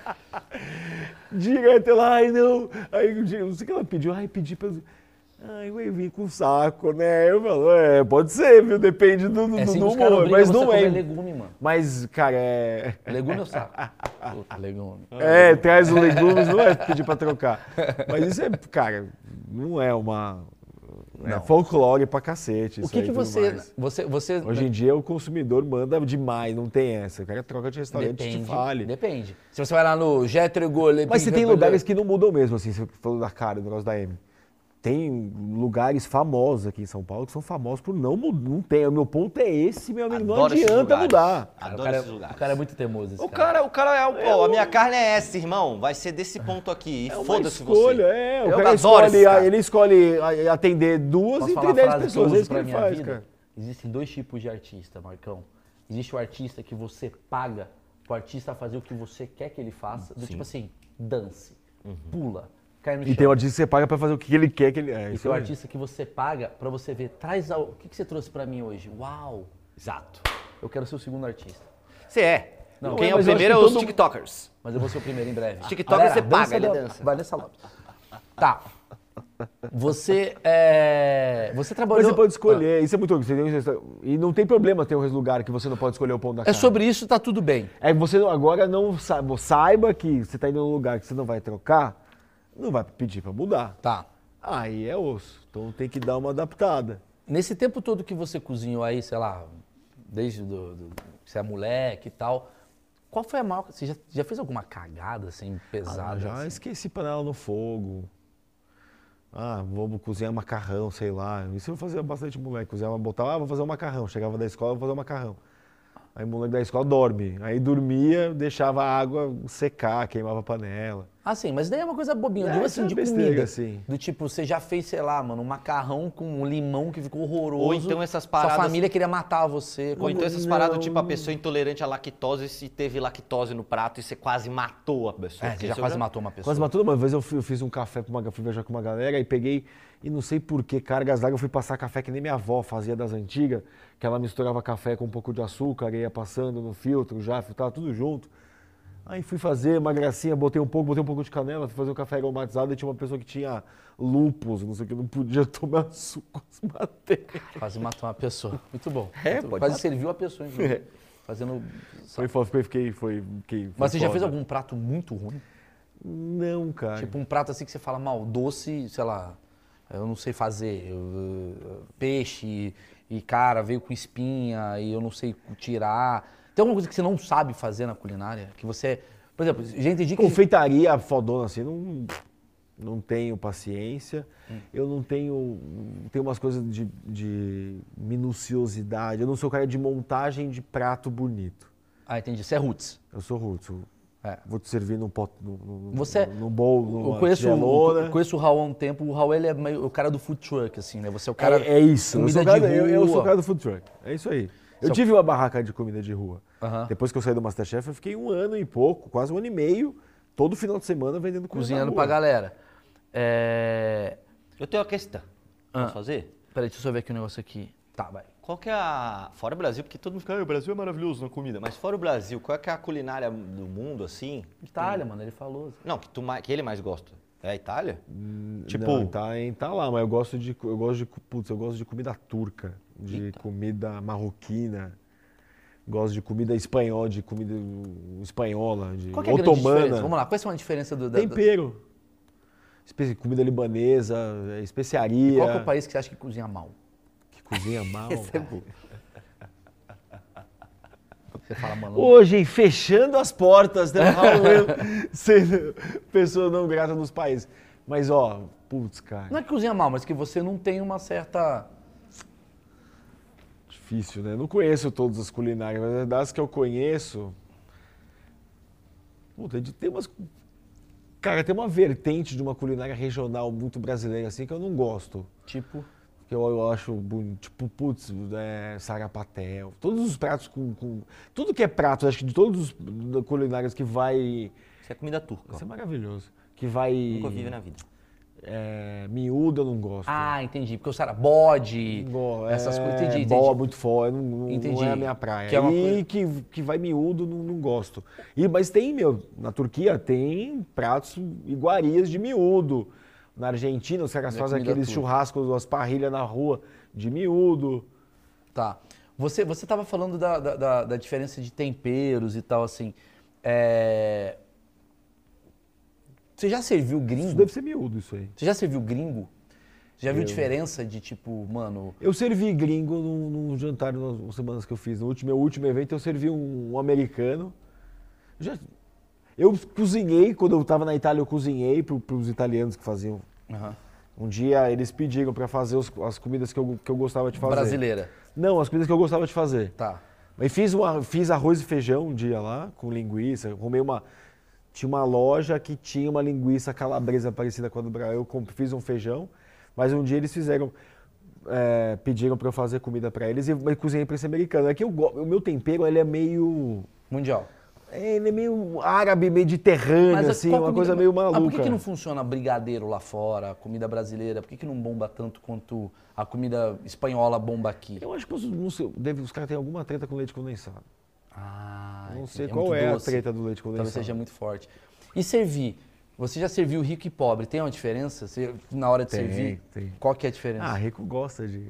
Speaker 2: Direto lá, ai não. Aí o dia- não sei o que ela pediu, ai, pedi pra. Ai, eu vim com saco, né? Eu falo, é, pode ser, viu? Depende do, do,
Speaker 1: É assim
Speaker 2: do
Speaker 1: que os caras
Speaker 2: humor,
Speaker 1: obrigam
Speaker 2: mas
Speaker 1: você a
Speaker 2: não é.
Speaker 1: comer legume, mano.
Speaker 2: Mas, cara, é.
Speaker 1: Legume eu saco. Puta, legume.
Speaker 2: É, traz os legumes, não é pedir pra trocar. Mas isso é, cara, não é uma. É
Speaker 1: Não.
Speaker 2: folclore pra cacete.
Speaker 1: O
Speaker 2: isso
Speaker 1: que,
Speaker 2: aí e
Speaker 1: que
Speaker 2: tudo
Speaker 1: você,
Speaker 2: mais.
Speaker 1: você. Você.
Speaker 2: Hoje em dia o consumidor manda demais, não tem essa. O cara troca de restaurante te fale.
Speaker 1: Depende. Se você vai lá no Jetrego,
Speaker 2: Mas se tem lugares que não mudam mesmo, assim, você falou da cara, do negócio da M. Tem lugares famosos aqui em São Paulo que são famosos por não mudar. Não tem. O meu ponto é esse, meu amigo.
Speaker 3: Adoro
Speaker 2: não
Speaker 3: esses
Speaker 2: adianta
Speaker 3: lugares.
Speaker 2: mudar.
Speaker 1: Cara, o,
Speaker 3: Adoro
Speaker 1: cara,
Speaker 3: esses
Speaker 1: é-
Speaker 3: lugares.
Speaker 1: o cara é muito teimoso. Esse
Speaker 3: O cara, o cara é o. Ó, a minha carne é essa, irmão. Vai ser desse ponto aqui.
Speaker 2: É uma
Speaker 3: Foda-se
Speaker 2: escolha,
Speaker 3: você.
Speaker 2: é. O
Speaker 3: Eu
Speaker 2: cara
Speaker 3: adoro
Speaker 2: escolhe,
Speaker 3: esse cara.
Speaker 2: ele escolhe a- atender duas
Speaker 1: Posso falar
Speaker 2: entre
Speaker 1: a frase
Speaker 2: dez
Speaker 1: que eu
Speaker 2: pessoas. É
Speaker 1: uso
Speaker 2: isso que
Speaker 1: pra
Speaker 2: ele
Speaker 1: minha
Speaker 2: faz,
Speaker 1: vida?
Speaker 2: cara.
Speaker 1: Existem dois tipos de artista, Marcão. Existe o artista que você paga pro artista fazer o que você quer que ele faça. Do tipo assim, dance, pula, cai no chão.
Speaker 2: E tem o artista que você paga pra fazer o que ele quer que ele. É,
Speaker 1: E
Speaker 2: isso
Speaker 1: tem o
Speaker 2: aí.
Speaker 1: artista que você paga pra você ver, traz ao... o que, que você trouxe pra mim hoje? Uau! Exato. Eu quero ser o segundo artista.
Speaker 3: Você é.
Speaker 1: Não,
Speaker 3: Quem é o
Speaker 2: mas eu acho
Speaker 3: primeiro é
Speaker 2: que
Speaker 3: os
Speaker 2: todo-
Speaker 3: TikTokers.
Speaker 1: Mas eu vou ser o primeiro em breve.
Speaker 3: TikTok você paga, ele
Speaker 1: da-
Speaker 3: dança.
Speaker 1: Vanessa Lopes. Tá. Você é... Você trabalhou...
Speaker 2: Mas você pode escolher, isso é muito louco. você tem um resta- E não tem problema ter um lugar que você não pode escolher o ponto da
Speaker 1: É
Speaker 2: carne.
Speaker 1: sobre isso, tá tudo bem.
Speaker 2: É que você não- agora não saiba, saiba que você tá indo num lugar que você não vai trocar, não vai pedir pra mudar.
Speaker 1: Tá.
Speaker 2: Aí é osso. Então tem que dar uma adaptada.
Speaker 1: Nesse tempo todo que você cozinhou aí, sei lá, desde do, do, que você é moleque e tal, qual foi a maior... Você já, já fez alguma cagada, assim, pesada?
Speaker 2: Ah, já
Speaker 1: assim?
Speaker 2: esqueci panela no fogo. Ah, vou cozinhar macarrão, sei lá. Isso eu fazia bastante moleque. Cozinhava, botava, ah, vou fazer um macarrão. Chegava da escola, vou fazer um macarrão. Aí o moleque da escola dorme. Aí dormia, deixava a água secar, queimava a panela.
Speaker 1: Ah, sim, mas daí é uma coisa bobinha, eu
Speaker 2: É,
Speaker 1: digo
Speaker 2: isso
Speaker 1: assim,
Speaker 2: é
Speaker 1: de
Speaker 2: besteira,
Speaker 1: comida.
Speaker 2: assim.
Speaker 1: Do tipo, você já fez, sei lá, mano, um macarrão com um limão que ficou horroroso.
Speaker 3: Ou então essas paradas-
Speaker 1: Sua família queria matar você.
Speaker 3: Ou então essas
Speaker 2: Não,
Speaker 3: paradas, tipo, a
Speaker 2: não.
Speaker 3: pessoa intolerante à lactose, se teve lactose no prato e você quase matou a pessoa.
Speaker 1: É,
Speaker 3: Porque
Speaker 1: você já
Speaker 3: isso
Speaker 1: quase
Speaker 3: eu
Speaker 1: matou uma pessoa.
Speaker 2: Quase matou. Uma vez eu, fui- eu fiz um café pra uma, fui viajar com uma galera e peguei, e não sei por que, cargas d'água, eu fui passar café que nem minha avó fazia das antigas, que ela misturava café com um pouco de açúcar, e ia passando no filtro já, filtrava tudo junto. Aí fui fazer uma gracinha, botei um pouco, botei um pouco de canela, fui fazer um café aromatizado e tinha uma pessoa que tinha lupus, não sei o que, não podia tomar suco, quase matei.
Speaker 1: Quase matou uma pessoa. Muito bom.
Speaker 2: É,
Speaker 1: Muito bom.
Speaker 2: pode
Speaker 1: Quase
Speaker 2: matar.
Speaker 1: serviu a pessoa, inclusive. Fazendo.
Speaker 2: Foi, fo- fiquei, fiquei, foi, fiquei, foi
Speaker 1: Mas você já
Speaker 2: foda.
Speaker 1: fez algum prato muito ruim?
Speaker 2: Não, cara.
Speaker 1: Tipo um prato assim que você fala mal, doce, sei lá, eu não sei fazer, eu, eh, peixe e cara, veio com espinha e eu não sei tirar. Tem alguma coisa que você não sabe fazer na culinária? Que você. Por exemplo, já entendi que.
Speaker 2: Confeitaria fodona assim, não, não tenho paciência.
Speaker 1: Hum.
Speaker 2: Eu não tenho. Tem umas coisas de, de minuciosidade. Eu não sou cara de montagem de prato bonito.
Speaker 1: Ah, entendi. Você é roots.
Speaker 2: Eu sou russo.
Speaker 1: É.
Speaker 2: Vou te servir num pot, num, num,
Speaker 1: Você- é-
Speaker 2: num bowl, numa
Speaker 1: eu, conheço, o-
Speaker 2: tigelona.
Speaker 1: eu conheço o Raul há um tempo. O Raul ele é meio o cara do food truck, assim, né? Você é o cara.
Speaker 2: é, é isso. Eu
Speaker 1: Comida
Speaker 2: sou, cara,
Speaker 1: de
Speaker 2: eu, eu sou
Speaker 1: rua.
Speaker 2: cara do food truck. É isso aí. Eu
Speaker 1: Seu-
Speaker 2: tive uma barraca de comida de rua.
Speaker 1: Aham.
Speaker 2: Depois que eu saí do Masterchef, eu fiquei um ano e pouco, quase um ano e meio, todo final de semana vendendo comida
Speaker 1: cozinhando
Speaker 2: na
Speaker 1: pra
Speaker 2: rua.
Speaker 1: galera. É...
Speaker 3: Eu tenho uma questão.
Speaker 1: Ah.
Speaker 3: Posso fazer?
Speaker 1: Peraí, deixa eu só ver aqui um negócio aqui. Tá, vai.
Speaker 3: Qual que é a. Fora o Brasil, porque todo mundo fica, "Ah, o Brasil é maravilhoso na comida. Mas fora o Brasil, qual é que é a culinária do mundo, assim?
Speaker 1: Itália, mano, ele falou.
Speaker 3: Não, que, tu, mais- que ele mais gosta? É a Itália? tipo,
Speaker 2: Não, tá, em- tá lá, mas eu gosto de eu gosto de cu- putz, eu gosto de comida turca, de comida marroquina. Gosto de comida espanhola, de comida hum, espanhola, de
Speaker 1: Qual que é a grande diferença? Vamos
Speaker 2: otomana.
Speaker 1: lá, quais são a diferença do, da, da-
Speaker 2: Tempero. Espe- Comida libanesa, eh, especiaria.
Speaker 1: Qual que é o país é que você acha que cozinha mal?
Speaker 2: que cozinha mal. cara.
Speaker 1: Você fala, mano,
Speaker 2: Hoje, hein, fechando as portas, né? Raul Lemos sendo pessoa não grata nos países. Mas ó, putz, cara,
Speaker 1: não é que cozinha mal, mas que você não tem uma certa...
Speaker 2: difícil, né? Não conheço todas as culinárias, mas das que eu conheço, Puta, é de- tem umas. Cara, tem uma vertente de uma culinária regional muito brasileira, assim, que eu não gosto.
Speaker 1: Tipo,
Speaker 2: Que eu, eu acho bonito. Tipo, putz, é, sarapatel. Todos os pratos com, com- Tudo que é prato, acho que de todos os culinários que vai.
Speaker 3: isso é comida turca.
Speaker 2: Isso
Speaker 3: Você
Speaker 2: é maravilhoso. Que vai.
Speaker 3: nunca né? vive na vida.
Speaker 2: É, miúdo eu não gosto.
Speaker 1: ah, entendi, porque o cara, bode,
Speaker 2: Não gosto.
Speaker 1: essas
Speaker 2: é,
Speaker 1: coisas, entendi, entendi.
Speaker 2: Bola muito forte, não, não- não
Speaker 1: Entendi.
Speaker 2: é a minha praia.
Speaker 1: Que é uma
Speaker 2: e que, que vai miúdo, não, não gosto. E, mas tem, meu, na Turquia tem pratos iguarias de miúdo. Na Argentina, os caras
Speaker 1: É
Speaker 2: fazem
Speaker 1: comida
Speaker 2: aqueles
Speaker 1: turca.
Speaker 2: churrascos, as parrilhas na rua de miúdo.
Speaker 1: Tá. Você, você tava falando da, da, da- da diferença de temperos e tal, assim. É... Você já serviu
Speaker 2: Isso
Speaker 1: gringo?
Speaker 2: deve ser miúdo, isso aí.
Speaker 1: Você já serviu gringo? Você já viu diferença de tipo, mano...
Speaker 2: Eu servi gringo num, num jantar, nas umas semanas que eu fiz. No último, meu último evento, eu servi um, um americano. Já- eu cozinhei, quando eu estava na Itália, eu cozinhei para os italianos que faziam.
Speaker 1: Aham.
Speaker 2: Um dia eles pediram para fazer os- as comidas que eu, que eu gostava de fazer.
Speaker 1: Brasileira.
Speaker 2: Não, as comidas que eu gostava de fazer.
Speaker 1: Tá.
Speaker 2: Mas fiz, uma, fiz arroz e feijão um dia lá, com linguiça. Comei uma. Tinha uma loja que tinha uma linguiça calabresa parecida com a do Brasil. Eu comp- fiz um feijão, mas um dia eles fizeram. é, pediram pra eu fazer comida pra eles e eu cozinhei pra esse americano. É que eu go- o meu tempero ele é meio.
Speaker 1: Mundial.
Speaker 2: é, Ele é meio árabe, mediterrâneo, assim,
Speaker 1: qual
Speaker 2: uma
Speaker 1: comida-
Speaker 2: coisa meio
Speaker 1: Ah,
Speaker 2: maluca.
Speaker 1: por que, que não funciona brigadeiro lá fora, comida brasileira? Por que, que não bomba tanto quanto a comida espanhola bomba aqui?
Speaker 2: Eu acho que os, não sei, deve- os caras têm alguma treta com leite condensado.
Speaker 1: Ah,
Speaker 2: não
Speaker 1: entendi.
Speaker 2: sei
Speaker 1: muito
Speaker 2: qual é
Speaker 1: doce.
Speaker 2: a treta do leite condensado.
Speaker 1: Talvez seja muito forte. E servir? Você já serviu rico e pobre? Tem uma diferença? Você- na hora de
Speaker 2: Tem,
Speaker 1: servir?
Speaker 2: tem.
Speaker 1: Qual que é a diferença?
Speaker 2: Ah, rico gosta de.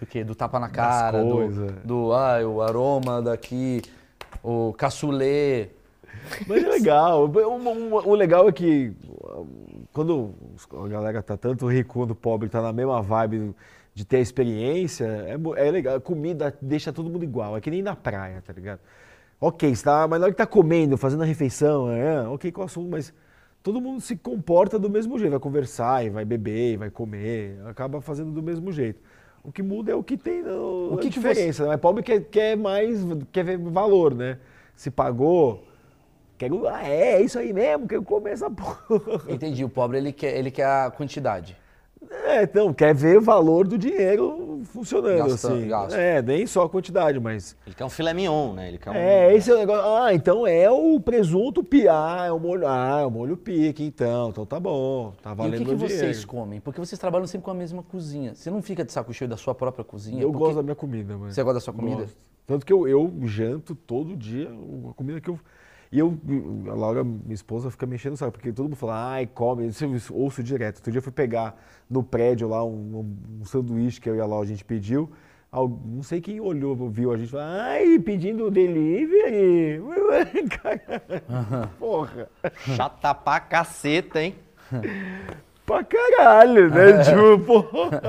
Speaker 1: do quê? Do tapa na cara,
Speaker 2: coisa.
Speaker 1: do, do ah, o aroma daqui, o caçulê.
Speaker 2: Mas é legal. O, o- o legal é que uh, quando os- a galera tá tanto rico quanto pobre, tá na mesma vibe de ter a experiência, é, mo- é legal. A comida deixa todo mundo igual. É que nem na praia, tá ligado? Ok, você tá, mas na hora que tá comendo, fazendo a refeição, é, ok com o assunto, mas todo mundo se comporta do mesmo jeito. Vai conversar, e vai beber, e vai comer, acaba fazendo do mesmo jeito. O que muda é o que tem no,
Speaker 1: O
Speaker 2: o
Speaker 1: que
Speaker 2: que
Speaker 1: que
Speaker 2: diferença. né? Mas pobre quer, quer mais, quer ver valor, né? Se pagou, quero. Ah, é, é isso aí mesmo, quero comer essa porra.
Speaker 1: Entendi, o pobre ele quer, ele quer a quantidade.
Speaker 2: É, então, quer ver o valor do dinheiro funcionando,
Speaker 1: Gasta-
Speaker 2: assim.
Speaker 1: gasta.
Speaker 2: É, nem só a quantidade, mas.
Speaker 3: Ele quer um filé mignon, né? Ele quer um...
Speaker 2: É, esse é o negócio. Ah, então é o presunto piá, é o molho. Ah, é o molho pique, então. Então tá bom, tá valendo
Speaker 1: e o que, que
Speaker 2: meu dinheiro.
Speaker 1: vocês comem? Porque vocês trabalham sempre com a mesma cozinha. Você não fica de saco cheio da sua própria cozinha?
Speaker 2: Eu
Speaker 1: Porque-
Speaker 2: gosto da minha comida, mano.
Speaker 1: Você gosta da sua comida?
Speaker 2: Gosto. Tanto que eu, eu janto todo dia a comida que eu. E eu, a Laura, minha esposa, fica mexendo o saco, porque todo mundo fala, ai, come, isso eu ouço direto. Outro dia eu fui pegar no prédio lá um, um sanduíche que eu e a Laura a gente pediu. Al- Não sei quem olhou, viu a gente, falou, ai, pedindo delivery. Cara, Porra,
Speaker 3: Chata pra caceta, hein?
Speaker 2: pra caralho, né? tipo, porra.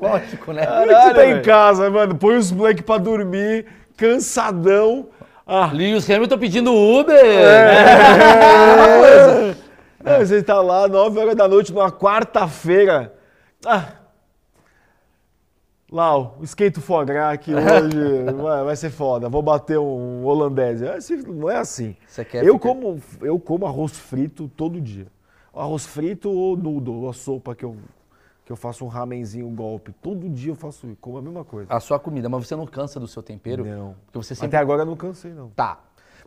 Speaker 1: Lógico, né?
Speaker 2: Como é que você tá em
Speaker 3: velho.
Speaker 2: casa, mano? Põe os moleques pra dormir, cansadão. Ah,
Speaker 1: Lewis Hamilton pedindo Uber!
Speaker 2: É.
Speaker 1: É.
Speaker 2: Não, você tá lá 9 horas da noite numa quarta-feira. Ah. Lau, esquento fograr aqui hoje vai, vai ser foda. Vou bater um holandês. É assim, Não é assim.
Speaker 1: Você quer
Speaker 2: eu,
Speaker 1: ficar-
Speaker 2: como, eu como arroz frito todo dia. Arroz frito ou nudo, ou a sopa que eu, que eu faço um ramenzinho golpe. Todo dia eu faço isso, como a mesma coisa.
Speaker 1: A sua comida, mas você não cansa do seu tempero?
Speaker 2: Não. é
Speaker 1: Porque Ah, você
Speaker 2: Até
Speaker 1: sempre.
Speaker 2: agora eu não cansei, não.
Speaker 1: Tá.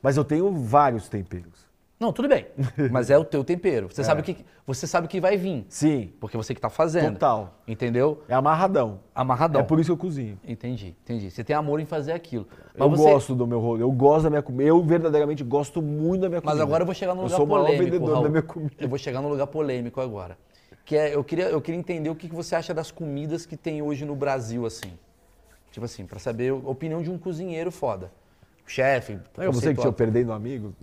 Speaker 2: Mas eu tenho vários temperos.
Speaker 1: Não, tudo bem. Mas é o teu tempero. Você sabe o que você sabe o que vai vir.
Speaker 2: Sim,
Speaker 1: Porque você que tá fazendo.
Speaker 2: total.
Speaker 1: Entendeu?
Speaker 2: É amarradão.
Speaker 1: Amarradão.
Speaker 2: É por isso que eu cozinho.
Speaker 1: Entendi, entendi. Você tem amor em fazer aquilo. Mas
Speaker 2: eu
Speaker 1: você-
Speaker 2: gosto do meu rolê, eu gosto da minha comida. Eu verdadeiramente gosto muito da minha comida.
Speaker 1: Mas agora eu vou chegar num
Speaker 2: Eu
Speaker 1: lugar
Speaker 2: sou o maior
Speaker 1: polêmico.
Speaker 2: vendedor
Speaker 1: Raul.
Speaker 2: da minha comida.
Speaker 1: Eu vou chegar num lugar polêmico agora. Que é, eu queria, eu queria entender o que que você acha das comidas que tem hoje no Brasil, assim. Tipo assim, pra saber a opinião de um cozinheiro foda. Chefe,
Speaker 2: Não é você que tinha
Speaker 1: conceituado.
Speaker 2: perdendo amigo?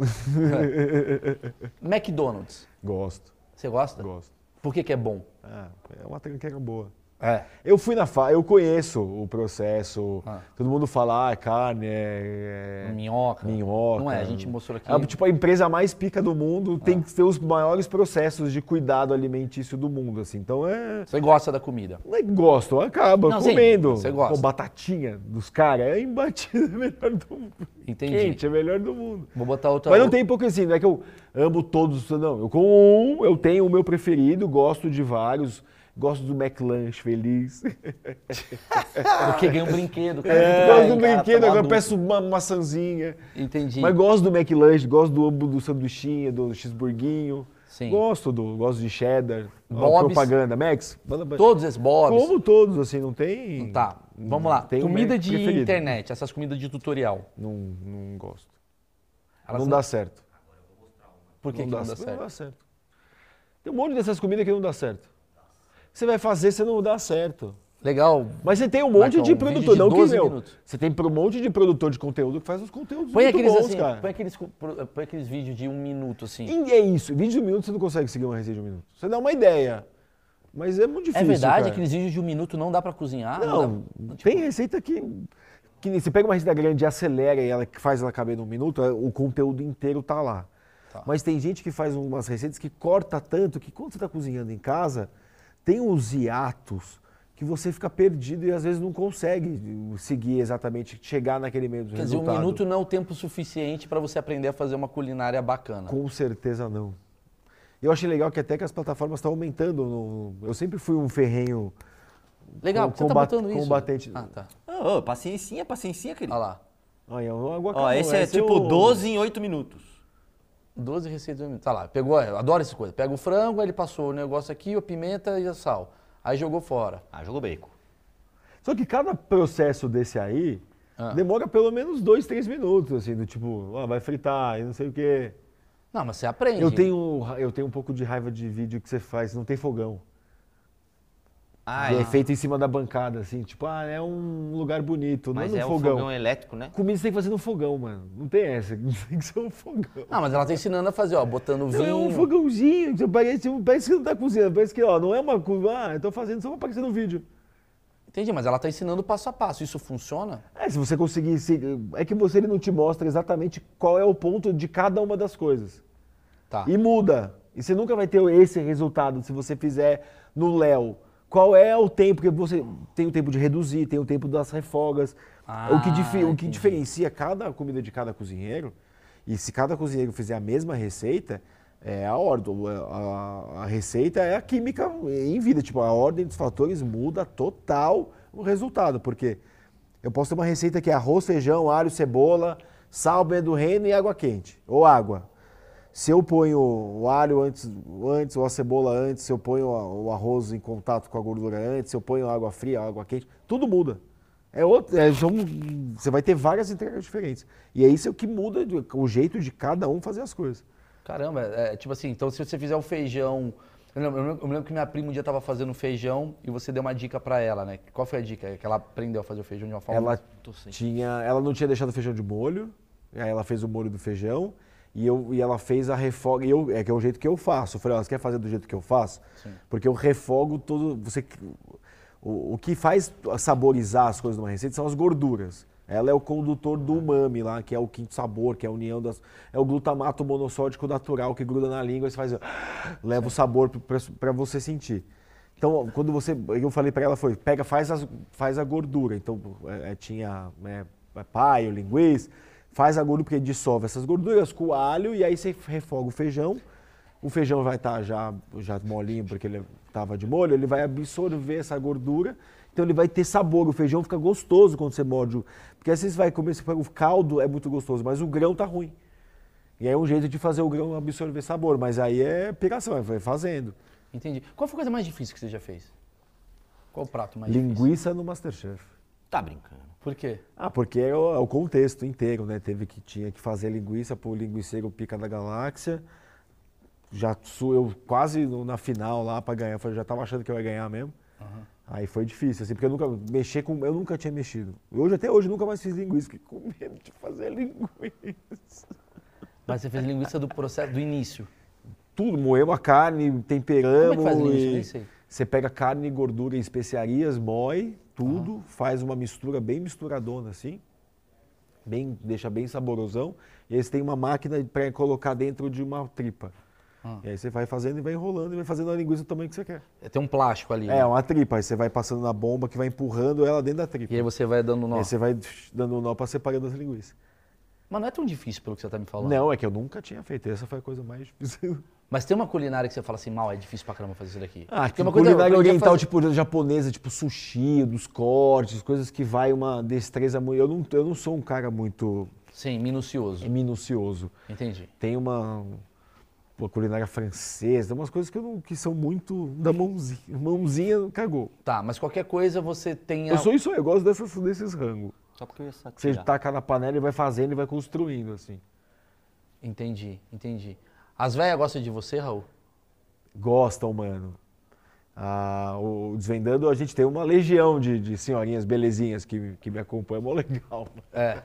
Speaker 1: McDonald's.
Speaker 2: gosto,
Speaker 1: Você gosta?
Speaker 2: gosto.
Speaker 1: Por que, que é bom?
Speaker 2: Ah, é uma tranqueira boa.
Speaker 1: É.
Speaker 2: Eu fui na fa... eu conheço o processo.
Speaker 1: Ah.
Speaker 2: Todo mundo fala, ah, é carne, é, é
Speaker 1: Minhoca.
Speaker 2: minhoca.
Speaker 1: Não é, a gente É. mostrou aqui.
Speaker 2: É, tipo, a empresa mais pica do mundo tem que ter os maiores processos de cuidado alimentício do mundo, assim. Então é...
Speaker 1: Você gosta da comida.
Speaker 2: Não é que gosto, acaba
Speaker 1: Não, sim,
Speaker 2: comendo.
Speaker 1: você gosta.
Speaker 2: Pô, batatinha dos caras é imbatível, é melhor do mundo.
Speaker 1: Entendi.
Speaker 2: Quente, é melhor do mundo.
Speaker 1: Vou botar outra.
Speaker 2: Mas não tem hipocrisia, não é que eu amo todos, não. Eu com um, eu tenho o meu preferido, gosto de vários, gosto do McLanche feliz.
Speaker 1: Porque ganha um brinquedo, cara.
Speaker 2: gosto do
Speaker 1: Ai, cara,
Speaker 2: brinquedo,
Speaker 1: tá
Speaker 2: agora eu
Speaker 1: maluco.
Speaker 2: peço uma maçãzinha.
Speaker 1: Entendi.
Speaker 2: Mas gosto do McLanche, gosto do, do sanduichinha, do cheeseburguinho.
Speaker 1: Sim.
Speaker 2: Gosto do, gosto de cheddar. Ó,
Speaker 1: Bob's.
Speaker 2: Propaganda, Max. manda pra-
Speaker 1: Todos esses bobs.
Speaker 2: Como todos, assim, não tem...
Speaker 1: Tá, vamos lá.
Speaker 2: Tem um
Speaker 1: comida
Speaker 2: meu
Speaker 1: de
Speaker 2: preferido.
Speaker 1: internet, essas comidas de tutorial.
Speaker 2: Não, não gosto.
Speaker 1: Elas
Speaker 2: não,
Speaker 1: não-
Speaker 2: dá certo.
Speaker 1: Por que que não dá
Speaker 2: Não
Speaker 1: certo?
Speaker 2: dá certo. Tem um monte dessas comidas que não dá certo. Você vai fazer, você não dá certo.
Speaker 1: Legal.
Speaker 2: Mas você tem um monte
Speaker 1: Marcão,
Speaker 2: de
Speaker 1: um vídeo
Speaker 2: produtor,
Speaker 1: de
Speaker 2: não que
Speaker 1: 12
Speaker 2: meu.
Speaker 1: minutos.
Speaker 2: Você tem um monte de produtor de conteúdo que faz os conteúdos
Speaker 1: Põe
Speaker 2: muito
Speaker 1: aqueles
Speaker 2: bons,
Speaker 1: assim,
Speaker 2: cara.
Speaker 1: põe aqueles, co- pro- põe aqueles vídeos de um minuto assim.
Speaker 2: E é isso. Vídeo de um minuto você não consegue seguir uma receita de um minuto. Você dá uma ideia. Mas é muito
Speaker 1: é
Speaker 2: difícil.
Speaker 1: verdade,
Speaker 2: cara.
Speaker 1: aqueles vídeos de um minuto não dá pra cozinhar?
Speaker 2: Não,
Speaker 1: dá- tipo,
Speaker 2: tem receita que. que nem- você pega uma receita grande e acelera e ela que faz ela caber num minuto, é- o conteúdo inteiro tá lá. Mas tem gente que faz umas receitas que corta tanto que quando você está cozinhando em casa, tem uns hiatos que você fica perdido e às vezes não consegue seguir exatamente, chegar naquele mesmo
Speaker 1: Quer dizer,
Speaker 2: resultado.
Speaker 1: um minuto não é o tempo suficiente pra você aprender a fazer uma culinária bacana.
Speaker 2: Com certeza não. Eu achei legal que até que as plataformas estão aumentando. no- eu sempre fui um ferrenho
Speaker 1: Legal,
Speaker 2: com-
Speaker 1: você tá
Speaker 2: combat-
Speaker 1: botando isso.
Speaker 2: combatente.
Speaker 1: Ah, tá.
Speaker 3: Ô, ô, paciencinha, paciencinha, querido.
Speaker 1: Olha lá.
Speaker 2: Olha, o guacamole,
Speaker 3: Ó, esse é tipo
Speaker 2: o-
Speaker 3: 12 em 8 minutos.
Speaker 1: 12 receitas de um minuto. Tá lá, pegou, eu adoro essa coisa. Pega o frango, aí ele passou o negócio aqui, a pimenta e a sal. Aí jogou fora.
Speaker 3: Ah, jogou bacon.
Speaker 2: Só que cada processo desse aí
Speaker 3: Ah.
Speaker 2: demora pelo menos dois, três minutos, assim, do tipo, ah, vai fritar e não sei o quê.
Speaker 1: Não, mas você aprende.
Speaker 2: Eu tenho, ra- eu tenho um pouco de raiva de vídeo que você faz, não tem fogão.
Speaker 3: Ah,
Speaker 2: E é
Speaker 3: é.
Speaker 2: feito em cima da bancada, assim, tipo, ah, é um lugar bonito,
Speaker 3: Mas
Speaker 2: não
Speaker 3: é
Speaker 2: um
Speaker 3: um
Speaker 2: fogão.
Speaker 3: fogão elétrico, né?
Speaker 2: Comida você tem que fazer no fogão, mano. Não tem essa, tem que ser um fogão.
Speaker 1: Ah, mas ela tá ensinando a fazer, ó, botando
Speaker 2: Não,
Speaker 1: vinho.
Speaker 2: é um fogãozinho, que parece, parece que não tá cozinhando, parece que, ó, não é uma coisa, ah, eu tô fazendo só pra aparecer no vídeo.
Speaker 1: Entendi, mas ela tá ensinando passo a passo. Isso funciona?
Speaker 2: É, se você conseguir. se- é que você ele não te mostra exatamente qual é o ponto de cada uma das coisas.
Speaker 1: Tá.
Speaker 2: E muda. E você nunca vai ter esse resultado se você fizer no Léo. Qual é o tempo que você. Tem o tempo de reduzir, tem o tempo das refogas.
Speaker 1: Ah,
Speaker 2: o, que difi- o que
Speaker 1: entendi.
Speaker 2: diferencia cada comida de cada cozinheiro. E se cada cozinheiro fizer a mesma receita, é a ordem. A, a receita é a química em vida. Tipo, a ordem dos fatores muda total o resultado. Porque eu posso ter uma receita que é arroz, feijão, alho, cebola, sal, banha do reino e água quente. Ou água. Se eu ponho o alho antes, antes ou a cebola antes, se eu ponho a- o arroz em contato com a gordura antes, se eu ponho água fria, água quente, tudo muda. É outro, é, são- você vai ter várias entregas diferentes. E é isso que muda de- o jeito de cada um fazer as coisas.
Speaker 1: Caramba, é, tipo assim, então se você fizer o feijão. Eu lembro, eu lembro- eu lembro que minha prima um dia tava fazendo feijão e você deu uma dica pra ela, né? Qual foi a dica? Que ela aprendeu a fazer o feijão de uma forma.
Speaker 2: Ela
Speaker 3: Tô sem.
Speaker 2: tinha, ela não tinha deixado o feijão de molho, aí ela fez o molho do feijão e, eu, e ela fez a refoga. E eu, é que é o jeito que eu faço. Eu falei, ó, você quer fazer do jeito que eu faço? Porque eu refogo todo. Você, o, o que faz saborizar as coisas numa receita são as gorduras. Ela é o condutor do umami lá, que é o quinto sabor, que é a união das. É o glutamato monossódico natural que gruda na língua e você faz. ah, Leva o sabor para você sentir. Então, quando você. Eu falei para ela, foi, pega, faz, as- faz a gordura. Então, é, é, tinha né, paio, linguiça, faz a gordura, porque dissolve essas gorduras com o alho e aí você refoga o feijão. O feijão vai estar já, já molinho, porque ele estava de molho, ele vai absorver essa gordura. Então ele vai ter sabor, o feijão fica gostoso quando você morde. o- Porque às vezes você vai comer, você pega o caldo é muito gostoso, mas o grão tá ruim. E aí é um jeito de fazer o grão absorver sabor, mas aí é piração, é fazendo.
Speaker 1: Entendi. Qual foi a coisa mais difícil que você já fez? Qual o prato mais Tá difícil?
Speaker 2: Linguiça no Masterchef.
Speaker 3: Tá brincando.
Speaker 1: Por quê?
Speaker 2: Ah, porque é o, é o contexto inteiro, né? Teve que tinha que fazer linguiça pro linguiceiro Pica da Galáxia. Já su- eu quase no- na final lá pra ganhar, eu já tava achando que eu ia ganhar mesmo. Aí foi difícil, assim, porque eu nunca mexer com, eu nunca tinha mexido. Hoje até hoje eu nunca mais fiz linguiça, fiquei com medo de fazer linguiça.
Speaker 1: Mas você fez linguiça do processo, do início.
Speaker 2: Tudo, moemos a carne, temperamos.
Speaker 1: Como é que faz linguiça?
Speaker 2: e-
Speaker 1: Nem sei.
Speaker 2: Você pega carne, gordura e especiarias, moe tudo,
Speaker 1: Ah.
Speaker 2: faz uma mistura bem misturadona assim, bem, deixa bem saborosão. E aí você tem uma máquina para colocar dentro de uma tripa.
Speaker 1: Ah.
Speaker 2: E aí você vai fazendo e vai enrolando e vai fazendo a linguiça do tamanho que você quer.
Speaker 1: É, Tem um plástico ali.
Speaker 2: É,
Speaker 1: né?
Speaker 2: uma tripa. Aí você vai passando na bomba que vai empurrando ela dentro da tripa.
Speaker 1: E aí você vai dando
Speaker 2: E
Speaker 1: nó.
Speaker 2: aí você vai dando um nó para separando as linguiças.
Speaker 1: Mas não é tão difícil pelo que você tá me falando.
Speaker 2: Não, é que eu nunca tinha feito. Essa foi a coisa mais difícil.
Speaker 1: Mas tem uma culinária que você fala assim, mal, é difícil pra caramba fazer isso daqui.
Speaker 2: Ah,
Speaker 1: Porque
Speaker 2: tipo,
Speaker 1: uma coisa- é eu
Speaker 2: culinária
Speaker 1: aprendi a
Speaker 2: oriental,
Speaker 1: fazer-
Speaker 2: tipo japonesa, tipo sushi, dos cortes, coisas que vai uma destreza muito. Eu não, eu não sou um cara muito
Speaker 1: Sim, minucioso.
Speaker 2: minucioso.
Speaker 1: Entendi.
Speaker 2: Tem uma, uma culinária francesa, umas coisas que, eu não, que são muito da mãozinha. Mãozinha cagou.
Speaker 1: Tá, mas qualquer coisa você tem a-
Speaker 2: Eu sou isso, aí, eu gosto dessas, desses rangos.
Speaker 3: Só porque eu ia
Speaker 2: Você
Speaker 3: satirar.
Speaker 2: taca na panela e vai fazendo e vai construindo, assim.
Speaker 1: Entendi, entendi. As velhas gostam de você, Raul?
Speaker 2: Gostam, mano. Ah, o Desvendando, a gente tem uma legião de, de senhorinhas belezinhas que, que me acompanham, mó legal, mano.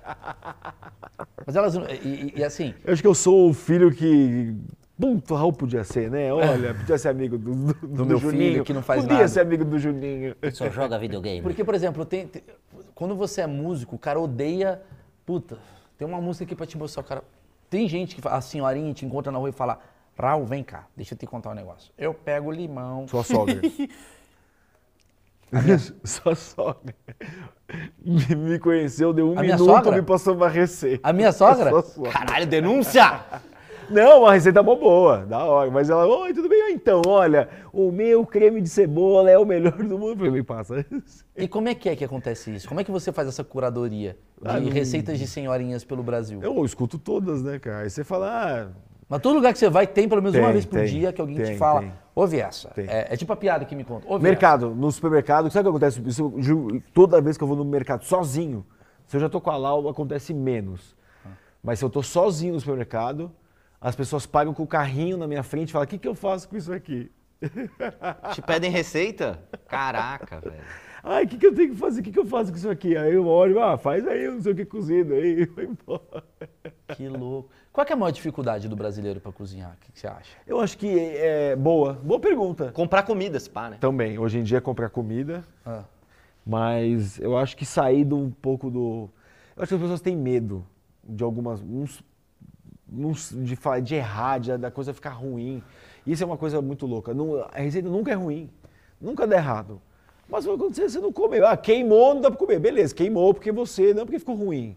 Speaker 1: Mas elas não... E, e- e assim,
Speaker 2: Eu acho que eu sou o filho que. Ponto, Raul podia ser, né? Olha, podia ser amigo do, do, do
Speaker 1: meu filho,
Speaker 2: Juninho.
Speaker 1: que não faz
Speaker 2: podia
Speaker 1: nada.
Speaker 2: ser amigo do Juninho.
Speaker 4: Só joga videogame.
Speaker 1: porque, por exemplo, tem, tem- quando você é músico, o cara odeia... Puta, tem uma música aqui pra te mostrar, o cara... Tem gente que fala, a senhorinha te encontra na rua e fala, Raul, vem cá, deixa eu te contar um negócio. Eu pego limão...
Speaker 2: Sua sogra. Sua sogra. Me, me conheceu, deu um
Speaker 1: A minha
Speaker 2: minuto,
Speaker 1: sogra?
Speaker 2: me passou uma receita.
Speaker 1: A minha sogra?
Speaker 2: Sua sogra.
Speaker 3: Caralho, denúncia!
Speaker 2: Não, uma receita mó boa, da hora. Mas ela, oi, tudo bem? Ah, Então, olha, o meu creme de cebola é o melhor do mundo. Eu falei, me passa.
Speaker 1: E como é que é que acontece isso? Como é que você faz essa curadoria de receitas de senhorinhas pelo Brasil?
Speaker 2: Eu escuto todas, né, cara? Aí você fala, ah,
Speaker 1: Mas todo lugar que você vai tem pelo menos
Speaker 2: Tem,
Speaker 1: uma vez por
Speaker 2: tem,
Speaker 1: dia que alguém te
Speaker 2: tem,
Speaker 1: fala,
Speaker 2: tem.
Speaker 1: ouve essa.
Speaker 2: Tem.
Speaker 1: É, é tipo a piada que me conta. Ouve
Speaker 2: Mercado, no supermercado, sabe o que acontece? Isso eu ju- toda vez que eu vou no mercado sozinho, se eu já tô com a Lau, acontece menos. Mas se eu tô sozinho no supermercado, as pessoas pagam com o carrinho na minha frente e falam: o que, que eu faço com isso aqui?
Speaker 3: Te pedem receita? Caraca, velho.
Speaker 2: Ai, o que, que eu tenho que fazer? O que, que eu faço com isso aqui? Aí eu olho, ah, faz aí, não sei o que cozido, aí vai embora.
Speaker 1: essa. Que louco. Qual que é a maior dificuldade do brasileiro pra cozinhar? O que, que você acha?
Speaker 2: Eu acho que é boa, boa pergunta.
Speaker 3: Comprar comida, se pá, né?
Speaker 2: Também, hoje em dia comprar comida.
Speaker 1: Ah.
Speaker 2: Mas eu acho que sair do, um pouco do. Eu acho que as pessoas têm medo de algumas. uns- uns- de, fa- de errar, de, da coisa ficar ruim. Isso é uma coisa muito louca. Não- a receita nunca é ruim. Nunca dá errado. Mas quando você, você não come, ah, queimou, não dá pra comer. Beleza, queimou porque você, não porque ficou ruim.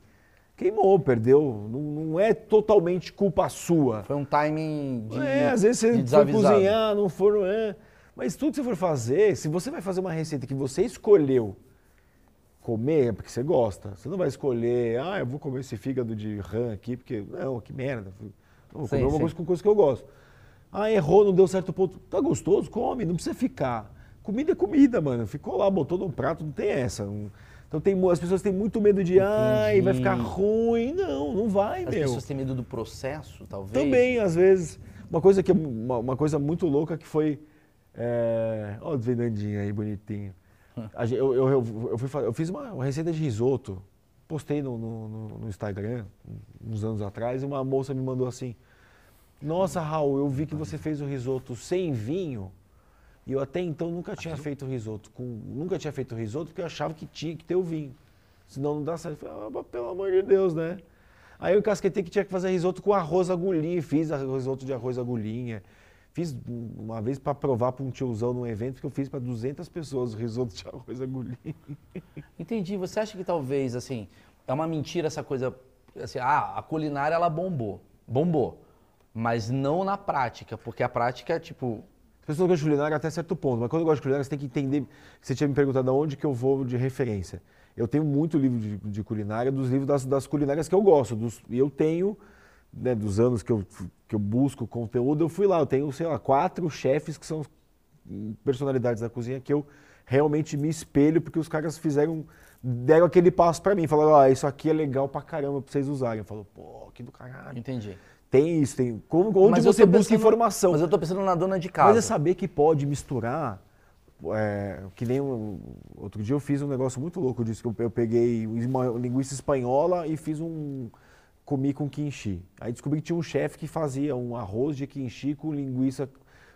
Speaker 2: Queimou, perdeu. Não, não é totalmente culpa sua.
Speaker 1: Foi um timing de.
Speaker 2: É, às vezes
Speaker 1: de
Speaker 2: você for
Speaker 1: desavisado.
Speaker 2: cozinhar, não for. é. Mas tudo que você for fazer, se você vai fazer uma receita que você escolheu comer, é porque você gosta. Você não vai escolher, ah, eu vou comer esse fígado de rã aqui, porque. Não, que merda. Não, vou
Speaker 1: Sim,
Speaker 2: comer uma
Speaker 1: sim.
Speaker 2: coisa com coisa que eu gosto. Ah, errou, não deu certo ponto. Tá gostoso? Come, não precisa ficar. Comida é comida, mano. Ficou lá, botou num prato, não tem essa. Não- Então tem, mu- as pessoas têm muito medo de, ai, vai ficar ruim. Não, não vai,
Speaker 1: As
Speaker 2: meu.
Speaker 1: pessoas têm medo do processo, talvez.
Speaker 2: Também, às vezes. Uma coisa, que, é mu- uma, uma coisa muito louca que foi. É... Olha o Fernandinho aí, bonitinho. A gen- eu, eu, eu, eu fui fa- eu fiz uma, uma receita de risoto, postei no, no- no- no Instagram, uns anos atrás, e uma moça me mandou assim: Nossa, Raul, eu vi que você fez o risoto sem vinho. E eu até então nunca tinha feito risoto com, nunca tinha feito risoto porque eu achava que tinha que ter o vinho. Senão não dá certo. Eu falei, ah, pelo amor de Deus, né? Aí eu encasquetei que tinha que fazer risoto com arroz agulhinha, e fiz arro- risoto de arroz agulhinha. Fiz um- uma vez para provar para um tiozão num evento que eu fiz para 200 pessoas o risoto de arroz agulhinha.
Speaker 1: Entendi. Você acha que talvez, assim, é uma mentira essa coisa. Assim, ah, a culinária ela bombou. Bombou. Mas não na prática, porque a prática, tipo.
Speaker 2: As pessoas não gostam de culinária até certo ponto, mas quando eu gosto de culinária, você tem que entender. Você tinha me perguntado aonde que eu vou de referência. Eu tenho muito livro de, de culinária, dos livros das, das culinárias que eu gosto. dos- e eu tenho, né, dos anos que eu, que eu busco conteúdo, eu fui lá. Eu tenho, sei lá, quatro chefes que são hum, personalidades da cozinha que eu realmente me espelho, porque os caras fizeram. deram aquele passo pra mim. Falaram, ah, isso aqui é legal pra caramba pra vocês usarem. Eu falo, pô, que do caralho.
Speaker 1: Entendi.
Speaker 2: Tem isso, tem. Como, onde
Speaker 1: Mas eu
Speaker 2: você
Speaker 1: tô
Speaker 2: busca
Speaker 1: pensando-
Speaker 2: informação?
Speaker 1: Mas eu tô pensando na dona de casa.
Speaker 2: Mas é saber que pode misturar. é, que nem um- outro dia eu fiz um negócio muito louco disso, que eu, eu peguei uma linguiça espanhola e fiz um. comi com quinchi. Aí descobri que tinha um chefe que fazia um arroz de quinchi com linguiça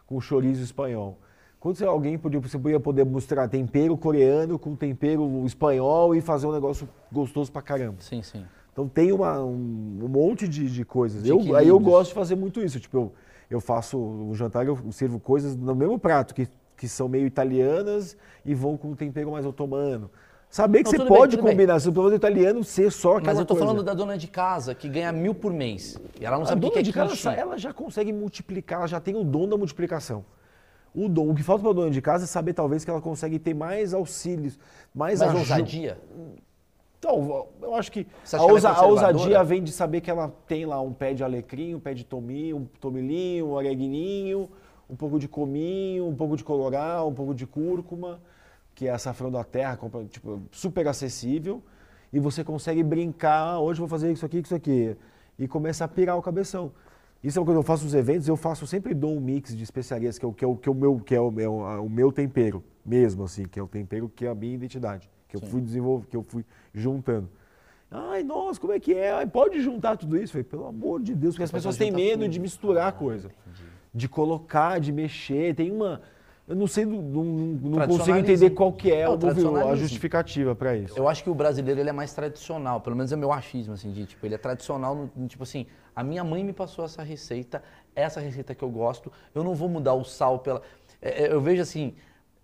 Speaker 2: com chorizo espanhol. Quando você, alguém podia, você podia poder misturar tempero coreano com tempero espanhol e fazer um negócio gostoso pra caramba.
Speaker 1: Sim, sim.
Speaker 2: Então tem uma- um, um monte de, de coisas.
Speaker 1: De
Speaker 2: eu, aí eu
Speaker 1: equilíbrios.
Speaker 2: gosto de fazer muito isso. Tipo, eu, eu faço o jantar, eu sirvo coisas no mesmo prato, que, que são meio italianas e vão com um tempero mais otomano. Saber que
Speaker 1: Não,
Speaker 2: você
Speaker 1: tudo bem,
Speaker 2: pode
Speaker 1: tudo bem.
Speaker 2: combinar, se você for italiano, ser só aquela
Speaker 1: Mas eu tô
Speaker 2: coisa.
Speaker 1: falando da dona de casa que ganha mil por mês. E ela não
Speaker 2: a
Speaker 1: sabe o
Speaker 2: dona
Speaker 1: que que é
Speaker 2: de casa,
Speaker 1: quinchim.
Speaker 2: sa- ela já consegue multiplicar, ela já tem o dom da multiplicação. O, dom, o que falta para dona de casa é saber, talvez, que ela consegue ter mais auxílios, mais,
Speaker 1: Mas
Speaker 2: aju-
Speaker 1: ousadia.
Speaker 2: Então, eu acho que
Speaker 1: Você
Speaker 2: a,
Speaker 1: acha que ela é
Speaker 2: ousa- a
Speaker 1: conservadora?
Speaker 2: ousadia vem de saber que ela tem lá um pé de alecrim, um pé de tomi, um tomilinho, um areguininho, um pouco de cominho, um pouco de colorau, um pouco de cúrcuma, que é açafrão da terra, compra- tipo, super acessível. E você consegue brincar, "Ah, hoje eu vou fazer isso aqui, isso aqui. E começa a pirar o cabeção. Isso é uma coisa, eu faço os eventos, eu faço, eu sempre dou um mix de especiarias, que é o, que é o, que é o meu, que é o, meu- a- o meu tempero mesmo, assim, que é o tempero que é a minha identidade, que eu fui desenvolvendo, que eu fui juntando. Ai, nossa, como é que é? Ai, pode juntar tudo isso? Eu Falei, pelo amor de Deus, porque as pessoas têm medo de
Speaker 1: Ah,
Speaker 2: misturar coisa. De colocar, de mexer, tem uma... Eu não sei, não, não- não consigo entender
Speaker 1: Tradicionalismo.
Speaker 2: qual que é
Speaker 1: É o
Speaker 2: o movi- a
Speaker 1: tradicionalismo.
Speaker 2: justificativa para isso.
Speaker 1: Eu acho que o brasileiro ele é mais tradicional, pelo menos é meu achismo, assim, de, tipo, ele é tradicional, no- no tipo assim, a minha mãe me passou essa receita, essa receita que eu gosto, eu não vou mudar o sal pela... É, é, eu vejo assim,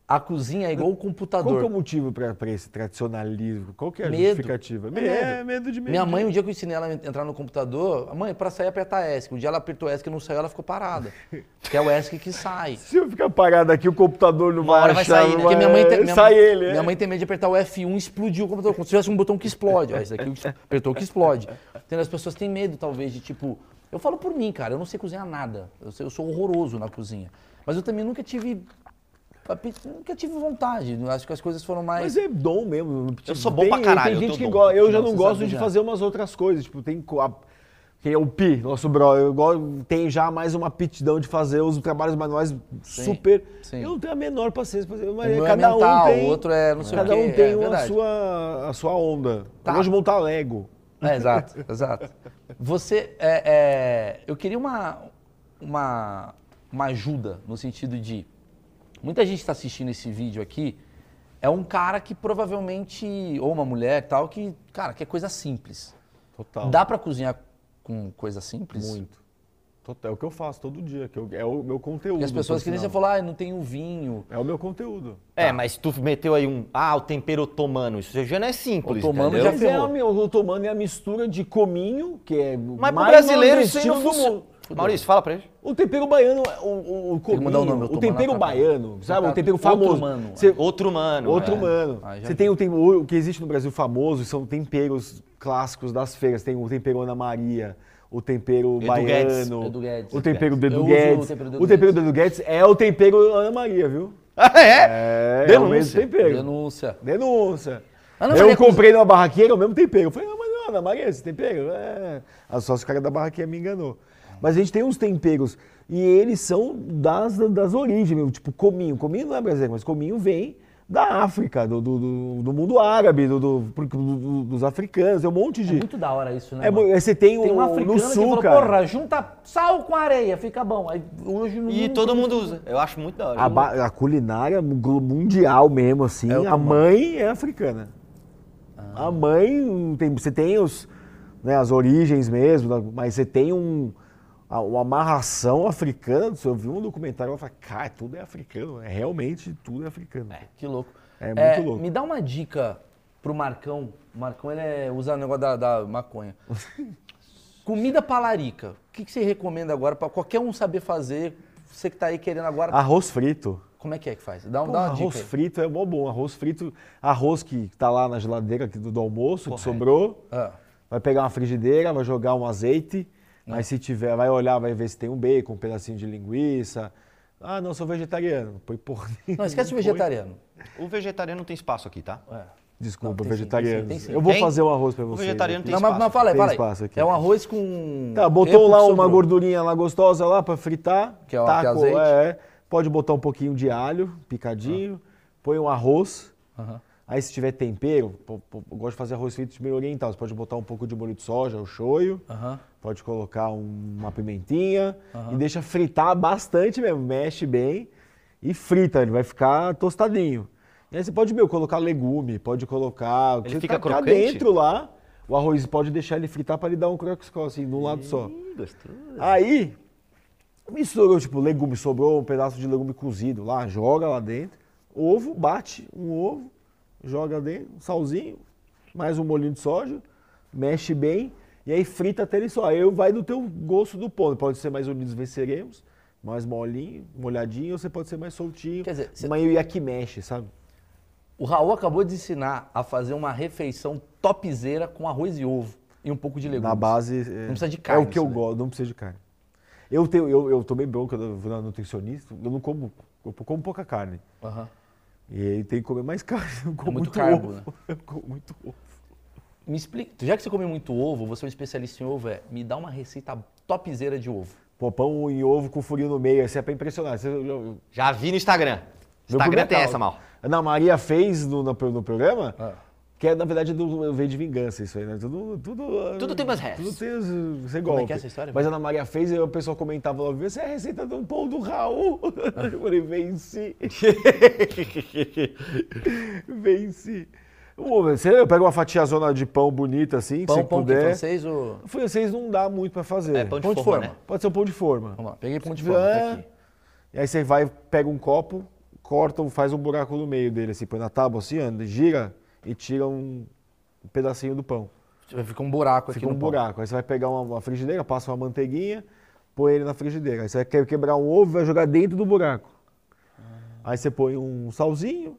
Speaker 1: a cozinha é igual o
Speaker 2: Qual que é o
Speaker 1: computador.
Speaker 2: motivo para esse tradicionalismo? Qual que é a
Speaker 1: Medo.
Speaker 2: justificativa?
Speaker 1: É
Speaker 2: Me-
Speaker 1: medo.
Speaker 2: É, medo de medo.
Speaker 1: Minha mãe, um dia que eu ensinei ela a entrar no computador, mãe, pra sair aperta ESC. O dia ela apertou ESC e não saiu, ela ficou parada. Porque é o ESC que sai.
Speaker 2: Se eu ficar parado aqui, o computador não
Speaker 1: Uma
Speaker 2: vai
Speaker 1: hora vai
Speaker 2: achar.
Speaker 1: sair, né?
Speaker 2: não
Speaker 1: Porque minha mãe, tem, minha,
Speaker 2: Sai
Speaker 1: mãe-
Speaker 2: ele,
Speaker 1: minha
Speaker 2: é.
Speaker 1: mãe tem medo de apertar o F1 e explodir o computador. Como se tivesse um botão que explode. Ó, esse daqui apertou que explode. Entendeu? As pessoas têm medo, talvez, de tipo. Eu falo por mim, cara, eu não sei cozinhar nada. Eu, sei- eu sou horroroso na cozinha. Mas eu também nunca tive. ape- Nunca tive vontade. Eu Acho que as coisas foram mais.
Speaker 2: Mas é dom mesmo.
Speaker 3: Eu sou bom pra caralho, eu
Speaker 2: Tem
Speaker 3: tenho
Speaker 2: gente que
Speaker 3: dom.
Speaker 2: gosta. Eu já
Speaker 1: Não,
Speaker 2: não
Speaker 1: você
Speaker 2: gosto
Speaker 1: sabe
Speaker 2: de
Speaker 1: já.
Speaker 2: fazer umas outras coisas. Tipo, tem. co- A, que é o Pi, nosso bro. Eu gosto, tem já mais uma aptidão de fazer os trabalhos manuais super.
Speaker 1: sim.
Speaker 2: Eu não tenho a menor paciência pra fazer.
Speaker 1: O
Speaker 2: Mas
Speaker 1: meu
Speaker 2: cada
Speaker 1: é mental,
Speaker 2: um tem.
Speaker 1: o outro é não sei
Speaker 2: cada
Speaker 1: o quê.
Speaker 2: um tem
Speaker 1: é,
Speaker 2: uma
Speaker 1: verdade.
Speaker 2: sua, a sua onda.
Speaker 1: Tá.
Speaker 2: Eu gosto de montar Lego.
Speaker 1: É, exato, exato. Você, é, é, eu queria uma, uma, uma ajuda no sentido de muita gente está assistindo esse tá vídeo aqui é um cara que provavelmente, ou uma mulher tal, que, cara, que é coisa simples.
Speaker 2: Total.
Speaker 1: Dá pra cozinhar com coisa simples?
Speaker 2: Muito. Total. É o que eu faço todo dia, que eu- é o meu conteúdo.
Speaker 1: Porque as pessoas
Speaker 2: por
Speaker 1: que nem você
Speaker 2: sinal.
Speaker 1: falou, ah, eu não tenho vinho.
Speaker 2: É o meu conteúdo.
Speaker 3: É, mas tu meteu aí um. Ah, o tempero otomano. Isso já não é simples.
Speaker 1: Otomano
Speaker 3: entendeu?
Speaker 1: já
Speaker 2: Mas é
Speaker 1: ferrou.
Speaker 2: a minha- o otomano é a mistura de cominho, que é
Speaker 3: Mas pro
Speaker 2: mais
Speaker 3: brasileiro isso aí
Speaker 2: nordestino
Speaker 3: não
Speaker 2: do
Speaker 3: funciona.
Speaker 2: mundo.
Speaker 3: Maurício, fala pra ele.
Speaker 2: O tempero baiano, é o, o, o
Speaker 1: que
Speaker 2: cominho,
Speaker 1: mudar o
Speaker 2: o,
Speaker 1: nome, otomano,
Speaker 2: tempero
Speaker 1: tá?
Speaker 2: baiano, sabe?
Speaker 1: Tá,
Speaker 2: O tempero
Speaker 1: outro
Speaker 2: famoso.
Speaker 1: mano.
Speaker 2: Você-
Speaker 3: Outro humano.
Speaker 2: Outro
Speaker 3: é.
Speaker 2: humano.
Speaker 1: Ah, já
Speaker 2: Você tem o, tem o que existe no Brasil famoso, são temperos clássicos das feiras. Tem o tempero Ana Maria, o tempero
Speaker 3: Edu Guedes,
Speaker 2: baiano,
Speaker 1: Edu Guedes.
Speaker 2: o tempero do
Speaker 1: Eu
Speaker 2: Edu
Speaker 1: uso o
Speaker 2: Guedes.
Speaker 1: tempero do
Speaker 2: O
Speaker 1: Edu
Speaker 2: tempero do Edu Guedes é o tempero Ana Maria, viu?
Speaker 3: Ah, é?
Speaker 2: É, é o
Speaker 3: Denúncia.
Speaker 2: mesmo tempero.
Speaker 1: Denúncia.
Speaker 2: Denúncia.
Speaker 1: Ana
Speaker 2: eu
Speaker 1: Maria
Speaker 2: comprei numa barraqueira era o mesmo tempero. Eu falei, não, mas não, Ana Maria, esse tempero? É. Ah, Só se o cara da barraqueira me enganou. Mas a gente tem uns temperos e eles são das, das origens, meu, tipo cominho. Cominho não é brasileiro, mas cominho vem da África, do, do, do- do mundo árabe, do, do- do- dos africanos, é um monte
Speaker 1: É
Speaker 2: de...
Speaker 1: muito da hora isso, né?
Speaker 2: É,
Speaker 1: mano?
Speaker 2: mo- você tem,
Speaker 1: Tem
Speaker 2: o,
Speaker 1: um africano
Speaker 2: no
Speaker 1: que
Speaker 2: sul,
Speaker 1: falou,
Speaker 2: cara.
Speaker 1: porra, junta sal com areia, fica bom. Aí, hoje no
Speaker 3: E todo mundo usa. Eu acho muito da hora.
Speaker 2: A, ba- a culinária mu- mundial mesmo, assim, a mãe é africana.
Speaker 1: Ah.
Speaker 2: A mãe, tem, você tem os, né, as origens mesmo, da- mas você tem um, a- uma amarração africana. Eu vi um documentário e eu falei, cara, tudo é africano, é realmente tudo é africano.
Speaker 1: Que louco.
Speaker 2: É muito louco.
Speaker 1: Me dá uma dica pro Marcão. O Marcão, ele é, usa o negócio da, da maconha. Comida palarica. O que, que você recomenda agora pra qualquer um saber fazer? Você que tá aí querendo agora.
Speaker 2: Arroz frito.
Speaker 1: Como é que é que faz? Dá, um-
Speaker 2: Pô,
Speaker 1: dá uma
Speaker 2: Ah. arroz
Speaker 1: dica. aí.
Speaker 2: frito é mó bom. Arroz frito, arroz que tá lá na geladeira aqui do, do almoço, que sobrou.
Speaker 1: Ah,
Speaker 2: Vai pegar uma frigideira, vai jogar um azeite,
Speaker 3: É.
Speaker 2: mas se tiver, vai olhar, vai ver se tem um bacon, um pedacinho de linguiça. Ah, não, sou vegetariano. Põe porra.
Speaker 1: Não, esquece o vegetariano. É.
Speaker 3: O vegetariano não tem espaço aqui, tá?
Speaker 2: Desculpa,
Speaker 1: Não, tem sim,
Speaker 2: vegetariano.
Speaker 1: tem sim, tem sim.
Speaker 2: Eu vou
Speaker 3: Tem?
Speaker 2: fazer um arroz pra
Speaker 3: O
Speaker 2: vocês.
Speaker 3: vegetariano
Speaker 2: aqui.
Speaker 3: tem
Speaker 1: Não, mas,
Speaker 3: espaço.
Speaker 1: mas fala aí,
Speaker 2: Tem
Speaker 1: fala aí.
Speaker 2: espaço aqui.
Speaker 1: É um arroz com.
Speaker 2: Tá, botou
Speaker 1: tempo
Speaker 2: lá
Speaker 1: que
Speaker 2: uma
Speaker 1: sobrou.
Speaker 2: gordurinha lá gostosa lá pra fritar.
Speaker 1: Que é o- que é azeite?
Speaker 2: É, pode botar um pouquinho de alho picadinho, põe um arroz.
Speaker 1: Aham.
Speaker 2: Aí se tiver tempero, pô, pô, eu gosto de fazer arroz frito de meio oriental. Você pode botar um pouco de molho de soja, o shoyu.
Speaker 1: Aham.
Speaker 2: Pode colocar um- uma pimentinha e deixa fritar bastante mesmo. Mexe bem e frita, ele vai ficar tostadinho. E aí você pode, meu, colocar legume, pode colocar. o que
Speaker 3: Ele
Speaker 2: você
Speaker 3: fica
Speaker 2: tacar
Speaker 3: crocante?
Speaker 2: dentro lá. O arroz pode deixar ele fritar para ele dar um croque-score, assim, de um lado só.
Speaker 3: Ih, gostoso.
Speaker 2: Aí, misturou, tipo, legume, sobrou um pedaço de legume cozido lá, joga lá dentro. Ovo, bate um ovo, joga dentro, um salzinho, mais um molhinho de soja, mexe bem e aí frita até ele só. Aí vai do teu gosto do pão. Pode ser mais unidos, venceremos, mais molinho, molhadinho, ou você pode ser mais soltinho.
Speaker 1: Quer dizer, você-
Speaker 2: meio yaki mexe, sabe?
Speaker 1: O Raul acabou de ensinar a fazer uma refeição topzeira com arroz e ovo e um pouco de legumes.
Speaker 2: Na base. É,
Speaker 1: precisa de
Speaker 2: É
Speaker 1: carne né?
Speaker 2: o que eu
Speaker 1: isso daí.
Speaker 2: gosto, não precisa de carne. Eu, tenho, eu, eu tomei bronca da da nutricionista, eu não como, eu como pouca carne.
Speaker 1: Aham.
Speaker 2: E aí tem que comer mais carne. Eu como
Speaker 1: muito
Speaker 2: muito,
Speaker 1: carbo,
Speaker 2: ovo.
Speaker 1: né?
Speaker 2: Eu como muito ovo.
Speaker 1: Me explica, já que você come muito ovo, você é um especialista em ovo, é, me dá uma receita topzeira de ovo.
Speaker 2: Pô, pão e ovo com furinho no meio, assim é pra impressionar. Você- eu- eu- meu é
Speaker 3: Já vi no Instagram. Instagram
Speaker 2: primeiro
Speaker 3: tem
Speaker 2: caldo.
Speaker 3: essa, mal.
Speaker 2: Ana Maria fez no, no, no programa,
Speaker 1: Ah.
Speaker 2: que é, na verdade, do, veio de vingança isso aí, né? Tudo, tudo,
Speaker 3: Tudo tem umas restas.
Speaker 2: Tudo tem os, você
Speaker 1: Como é
Speaker 2: golpe.
Speaker 1: que é essa história?
Speaker 2: Mas a Ana Maria fez e o pessoal comentava lá, essa é a receita do pão do Raul. Eu falei, venci. venci. Pô, Você pega uma fatiazona de pão bonita assim,
Speaker 1: Pão,
Speaker 2: se
Speaker 1: pão que é
Speaker 2: puder.
Speaker 1: francês ou...
Speaker 2: O francês não dá muito pra fazer.
Speaker 3: É, pão de forma, né?
Speaker 2: Pode ser um pão de forma.
Speaker 1: Vamos lá, peguei pão de
Speaker 2: Se
Speaker 1: forma, tá
Speaker 2: tiver-
Speaker 1: aqui.
Speaker 2: E aí você vai, pega um copo, corta, um- faz um buraco no meio dele, assim, põe na tábua assim, anda, gira e tira um pedacinho do pão.
Speaker 1: Fica um buraco aqui
Speaker 2: Fica um
Speaker 1: no pão.
Speaker 2: buraco. Aí você vai pegar uma, uma frigideira, passa uma manteiguinha, põe ele na frigideira. Aí você quer quebrar um ovo, vai jogar dentro do buraco. Aí você põe um salzinho,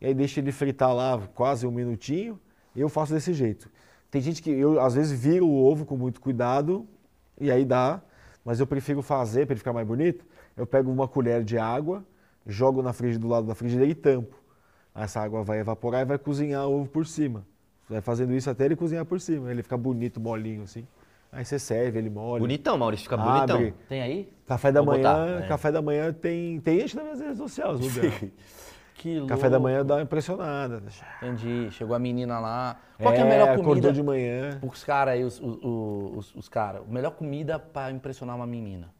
Speaker 2: e aí deixa ele fritar lá quase um minutinho. Eu faço desse jeito. Tem gente que eu às vezes viro o ovo com muito cuidado, e aí dá, mas eu prefiro fazer para ele ficar mais bonito. Eu pego uma colher de água, jogo na frigi- do lado da frigideira e tampo. Essa água vai evaporar e vai cozinhar o ovo por cima. Vai fazendo isso até ele cozinhar por cima. Ele fica bonito, molinho assim. Aí você serve, ele molha.
Speaker 3: Bonitão, Maurício, fica
Speaker 2: abre.
Speaker 3: bonitão.
Speaker 1: Tem aí?
Speaker 2: Café da
Speaker 3: Vou
Speaker 2: manhã,
Speaker 3: botar, né?
Speaker 2: café da manhã tem tem gente nas minhas redes sociais, não dá?
Speaker 1: Que louco.
Speaker 2: Café da manhã dá uma impressionada. né?
Speaker 1: Entendi, chegou a menina lá. Qual que é a melhor comida?
Speaker 2: Acordou de manhã.
Speaker 1: Os caras aí, os, os, os, os caras, melhor comida pra impressionar uma menina.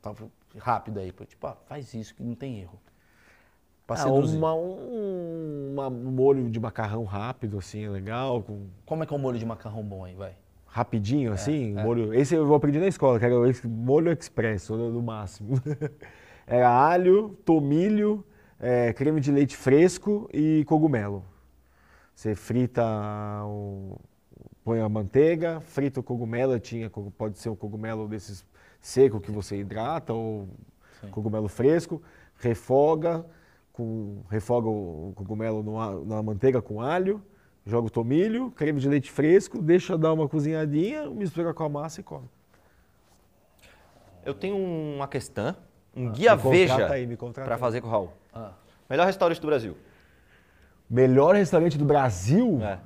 Speaker 1: Tá, rápido aí, pô, tipo, ó, faz isso que não tem erro. Pra
Speaker 2: Ah,
Speaker 1: seduzir.
Speaker 2: uma- um uma- um molho de macarrão rápido, assim, é legal, com-
Speaker 1: Como é que é o molho de macarrão bom aí, vai? É,
Speaker 2: rapidinho, assim. Molho, esse eu aprendi na escola, que era o ex- molho expresso, né, no no máximo. era alho, tomilho, é, creme de leite fresco e cogumelo. Você frita o. põe a manteiga, frita o cogumelo, tinha, co- pode ser um cogumelo desses seco que você hidrata, ou cogumelo fresco, refoga, com, refoga o o cogumelo no a- na manteiga com alho, joga o tomilho, creme de leite fresco, deixa dar uma cozinhadinha, mistura com a massa e come.
Speaker 3: Eu tenho uma questão, um guia
Speaker 2: Ah, me contrata
Speaker 3: Veja
Speaker 2: aí, me contrata
Speaker 3: pra
Speaker 2: aí.
Speaker 3: fazer com o Raul.
Speaker 1: Ah.
Speaker 3: Melhor restaurante do Brasil.
Speaker 2: Melhor restaurante do Brasil?
Speaker 3: É,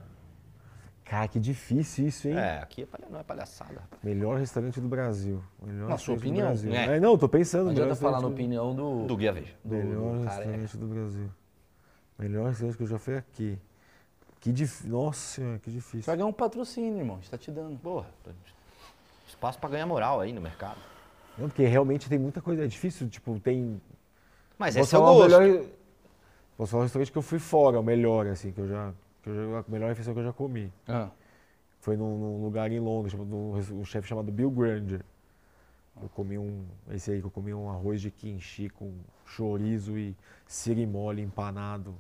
Speaker 2: Cara, que difícil isso, hein?
Speaker 3: é aqui é palha- não é palhaçada. rapaz.
Speaker 2: Melhor restaurante do Brasil. Melhor
Speaker 1: Na sua
Speaker 2: restaurante do
Speaker 1: opinião,
Speaker 2: Brasil.
Speaker 3: né?
Speaker 2: É, não, tô pensando.
Speaker 1: Não
Speaker 2: melhor
Speaker 1: adianta falar na
Speaker 2: restaurante
Speaker 1: opinião do.
Speaker 3: Do guia Veja.
Speaker 2: do-
Speaker 1: do-
Speaker 2: Melhor
Speaker 1: do cara, é.
Speaker 2: restaurante do Brasil. Melhor restaurante que eu já fui aqui. Que difícil. Nossa, senhora,
Speaker 1: Você
Speaker 2: que
Speaker 1: vai
Speaker 2: difícil.
Speaker 1: ganhar um patrocínio, irmão. A gente tá te dando.
Speaker 3: Boa. Espaço pra ganhar moral aí no mercado.
Speaker 2: Não, porque realmente tem muita coisa. É difícil, tipo, tem.
Speaker 3: Mas
Speaker 2: Vou
Speaker 3: esse é o
Speaker 2: falar
Speaker 3: gosto.
Speaker 2: melhor- Vou falar o restaurante que eu fui fora, o melhor, assim, que eu já. Que eu já a melhor refeição que eu já comi.
Speaker 1: Ah.
Speaker 2: Foi num, num lugar em Londres, chamado, um, res- um chefe chamado Bill Granger. Eu comi um. Esse aí que eu comi um arroz de quinchi com chorizo e sirimole empanado.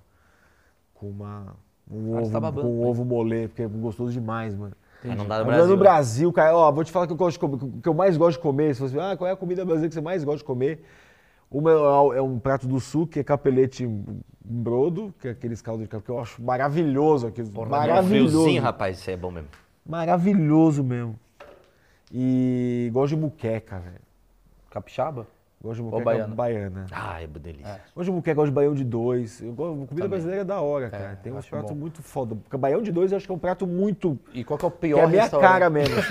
Speaker 2: Com uma. Um
Speaker 1: Cara, você
Speaker 2: ovo,
Speaker 1: tá babando,
Speaker 2: com um
Speaker 1: né?
Speaker 2: ovo molê, porque é gostoso demais, mano.
Speaker 3: Ah, não dá no
Speaker 2: Agora
Speaker 3: Brasil.
Speaker 2: no Brasil, cara, ó, vou te falar que eu, gosto de comer- que eu mais gosto de comer. Se você ah, qual é a comida brasileira que você mais gosta de comer? Uma é- é um prato do sul, que é capelete em brodo, que é aqueles caldos de capelete, que eu acho maravilhoso aqui.
Speaker 3: É um
Speaker 2: Maravilhoso.
Speaker 3: friozinho, rapaz, isso aí é bom mesmo.
Speaker 2: Maravilhoso mesmo. E gosto de muqueca, velho.
Speaker 1: Capixaba?
Speaker 2: Gosto de
Speaker 1: Ou
Speaker 2: muqueca
Speaker 1: baiana.
Speaker 2: baiana.
Speaker 3: Ah, é delícia.
Speaker 2: Gosto de muqueca, gosto de baião de dois. Eu gosto, comida brasileira é da hora, cara. Tem uns
Speaker 1: acho
Speaker 2: pratos
Speaker 1: bom.
Speaker 2: muito foda. Porque baião de dois eu acho que é um prato muito...
Speaker 1: E qual que é o
Speaker 2: Que é
Speaker 1: pior
Speaker 2: a minha
Speaker 1: restaurante?
Speaker 2: cara mesmo.
Speaker 1: né?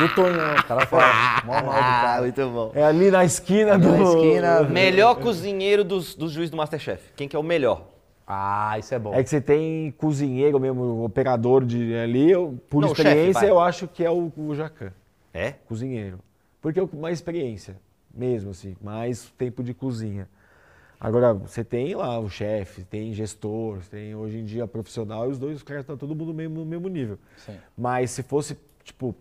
Speaker 1: Do Tonhão. O cara fala. Mó mal do cara.
Speaker 3: muito bom.
Speaker 2: É ali na esquina do...
Speaker 1: Na esquina.
Speaker 3: Ah, Melhor cozinheiro dos, dos juízes do Masterchef. Quem que é o melhor?
Speaker 1: Ah, isso é bom.
Speaker 2: É que você tem cozinheiro mesmo, operador de ali, eu- por
Speaker 3: Não, chefe,
Speaker 2: experiência
Speaker 3: vai.
Speaker 2: eu acho que é o, o Jacan,
Speaker 3: É?
Speaker 2: cozinheiro. Porque é o com mais experiência mesmo, assim, mais tempo de cozinha. Agora, você tem lá o chefe, tem gestor, tem hoje em dia profissional, e os dois, os caras estão todo mundo mesmo, no mesmo nível.
Speaker 1: Sim.
Speaker 2: Mas se fosse, tipo,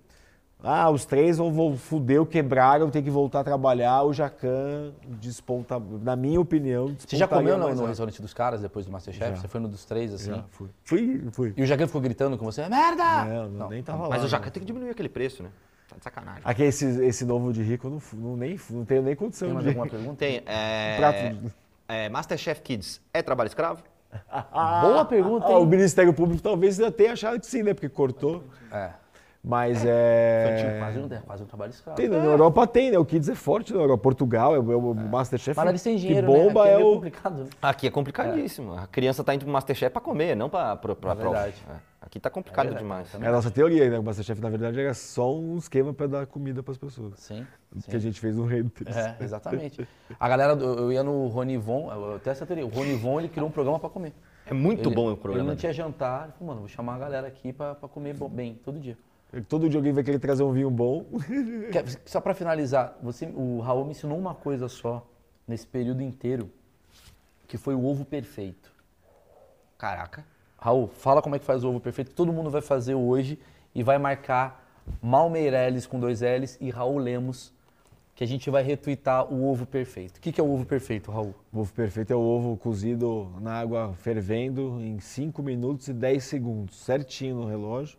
Speaker 2: ah, os três vão, vão fudeu, quebraram, tem que voltar a trabalhar, o Jacan desponta, na minha opinião,
Speaker 1: Você já
Speaker 2: despontaria
Speaker 1: comeu no,
Speaker 2: mais
Speaker 1: no
Speaker 2: rápido.
Speaker 1: restaurante dos caras depois do Masterchef?
Speaker 2: Já.
Speaker 1: Você foi no dos três, assim?
Speaker 2: Já, fui. Fui, fui.
Speaker 1: E o Jacan ficou gritando com você? "É Merda!
Speaker 2: Não, não, nem tava lá.
Speaker 3: Mas o
Speaker 2: não.
Speaker 3: Jacan tem que diminuir aquele preço, né? Tá de sacanagem.
Speaker 2: Aqui, esse, esse novo de rico, eu não, fu- não, nem, fu- não tenho nem condição
Speaker 1: Tem mais
Speaker 2: de...
Speaker 1: alguma pergunta?
Speaker 3: Tem. É,
Speaker 2: Prato de-
Speaker 3: é, Masterchef Kids é trabalho escravo?
Speaker 1: Boa pergunta,
Speaker 2: Ah, o
Speaker 1: hein?
Speaker 2: Ministério Público talvez ainda tenha achado que sim, né? Porque cortou.
Speaker 1: É.
Speaker 2: Mas é...
Speaker 1: Infantil, quase, um, é quase um trabalho escravo.
Speaker 2: Tem, na Europa tem, né? O Kids é forte na Europa. Portugal é o, é o Masterchef
Speaker 1: Mas ali sem dinheiro,
Speaker 2: que bomba
Speaker 1: né? Aqui
Speaker 2: é,
Speaker 1: meio
Speaker 2: o...
Speaker 1: complicado. né?
Speaker 3: Aqui é complicadíssimo. A criança tá indo pro Masterchef pra comer, não pra, pra, pra
Speaker 1: É
Speaker 3: prova.
Speaker 1: verdade.
Speaker 3: É. Aqui tá complicado
Speaker 1: É verdade.
Speaker 3: demais.
Speaker 2: É a nossa teoria, né? O Masterchef, na verdade, era só um esquema pra dar comida pras pessoas.
Speaker 1: Sim.
Speaker 2: Que a gente fez um rei deles.
Speaker 1: É, exatamente. A galera, do- eu ia no Ronivon, eu eu tenho essa teoria. O Ronivon, ele criou um programa pra comer.
Speaker 3: É muito
Speaker 1: Ele-
Speaker 3: bom o
Speaker 1: Ele
Speaker 3: programa.
Speaker 1: não tinha jantar, ele falou, mano, vou chamar a galera aqui pra, pra comer bo- bem, todo dia.
Speaker 2: Todo dia alguém vai querer trazer um vinho bom.
Speaker 1: Quer- Só pra finalizar, você, o Raul me ensinou uma coisa só nesse período inteiro, que foi o ovo perfeito.
Speaker 3: Caraca.
Speaker 1: Raul, fala como é que faz o ovo perfeito. Todo mundo vai fazer hoje e vai marcar Mal Meirelles com dois L's e Raul Lemos, que a gente vai retweetar o ovo perfeito. O que, que é o ovo perfeito, Raul?
Speaker 2: O ovo perfeito é o ovo cozido na água fervendo em 5 minutos e 10 segundos, certinho no relógio.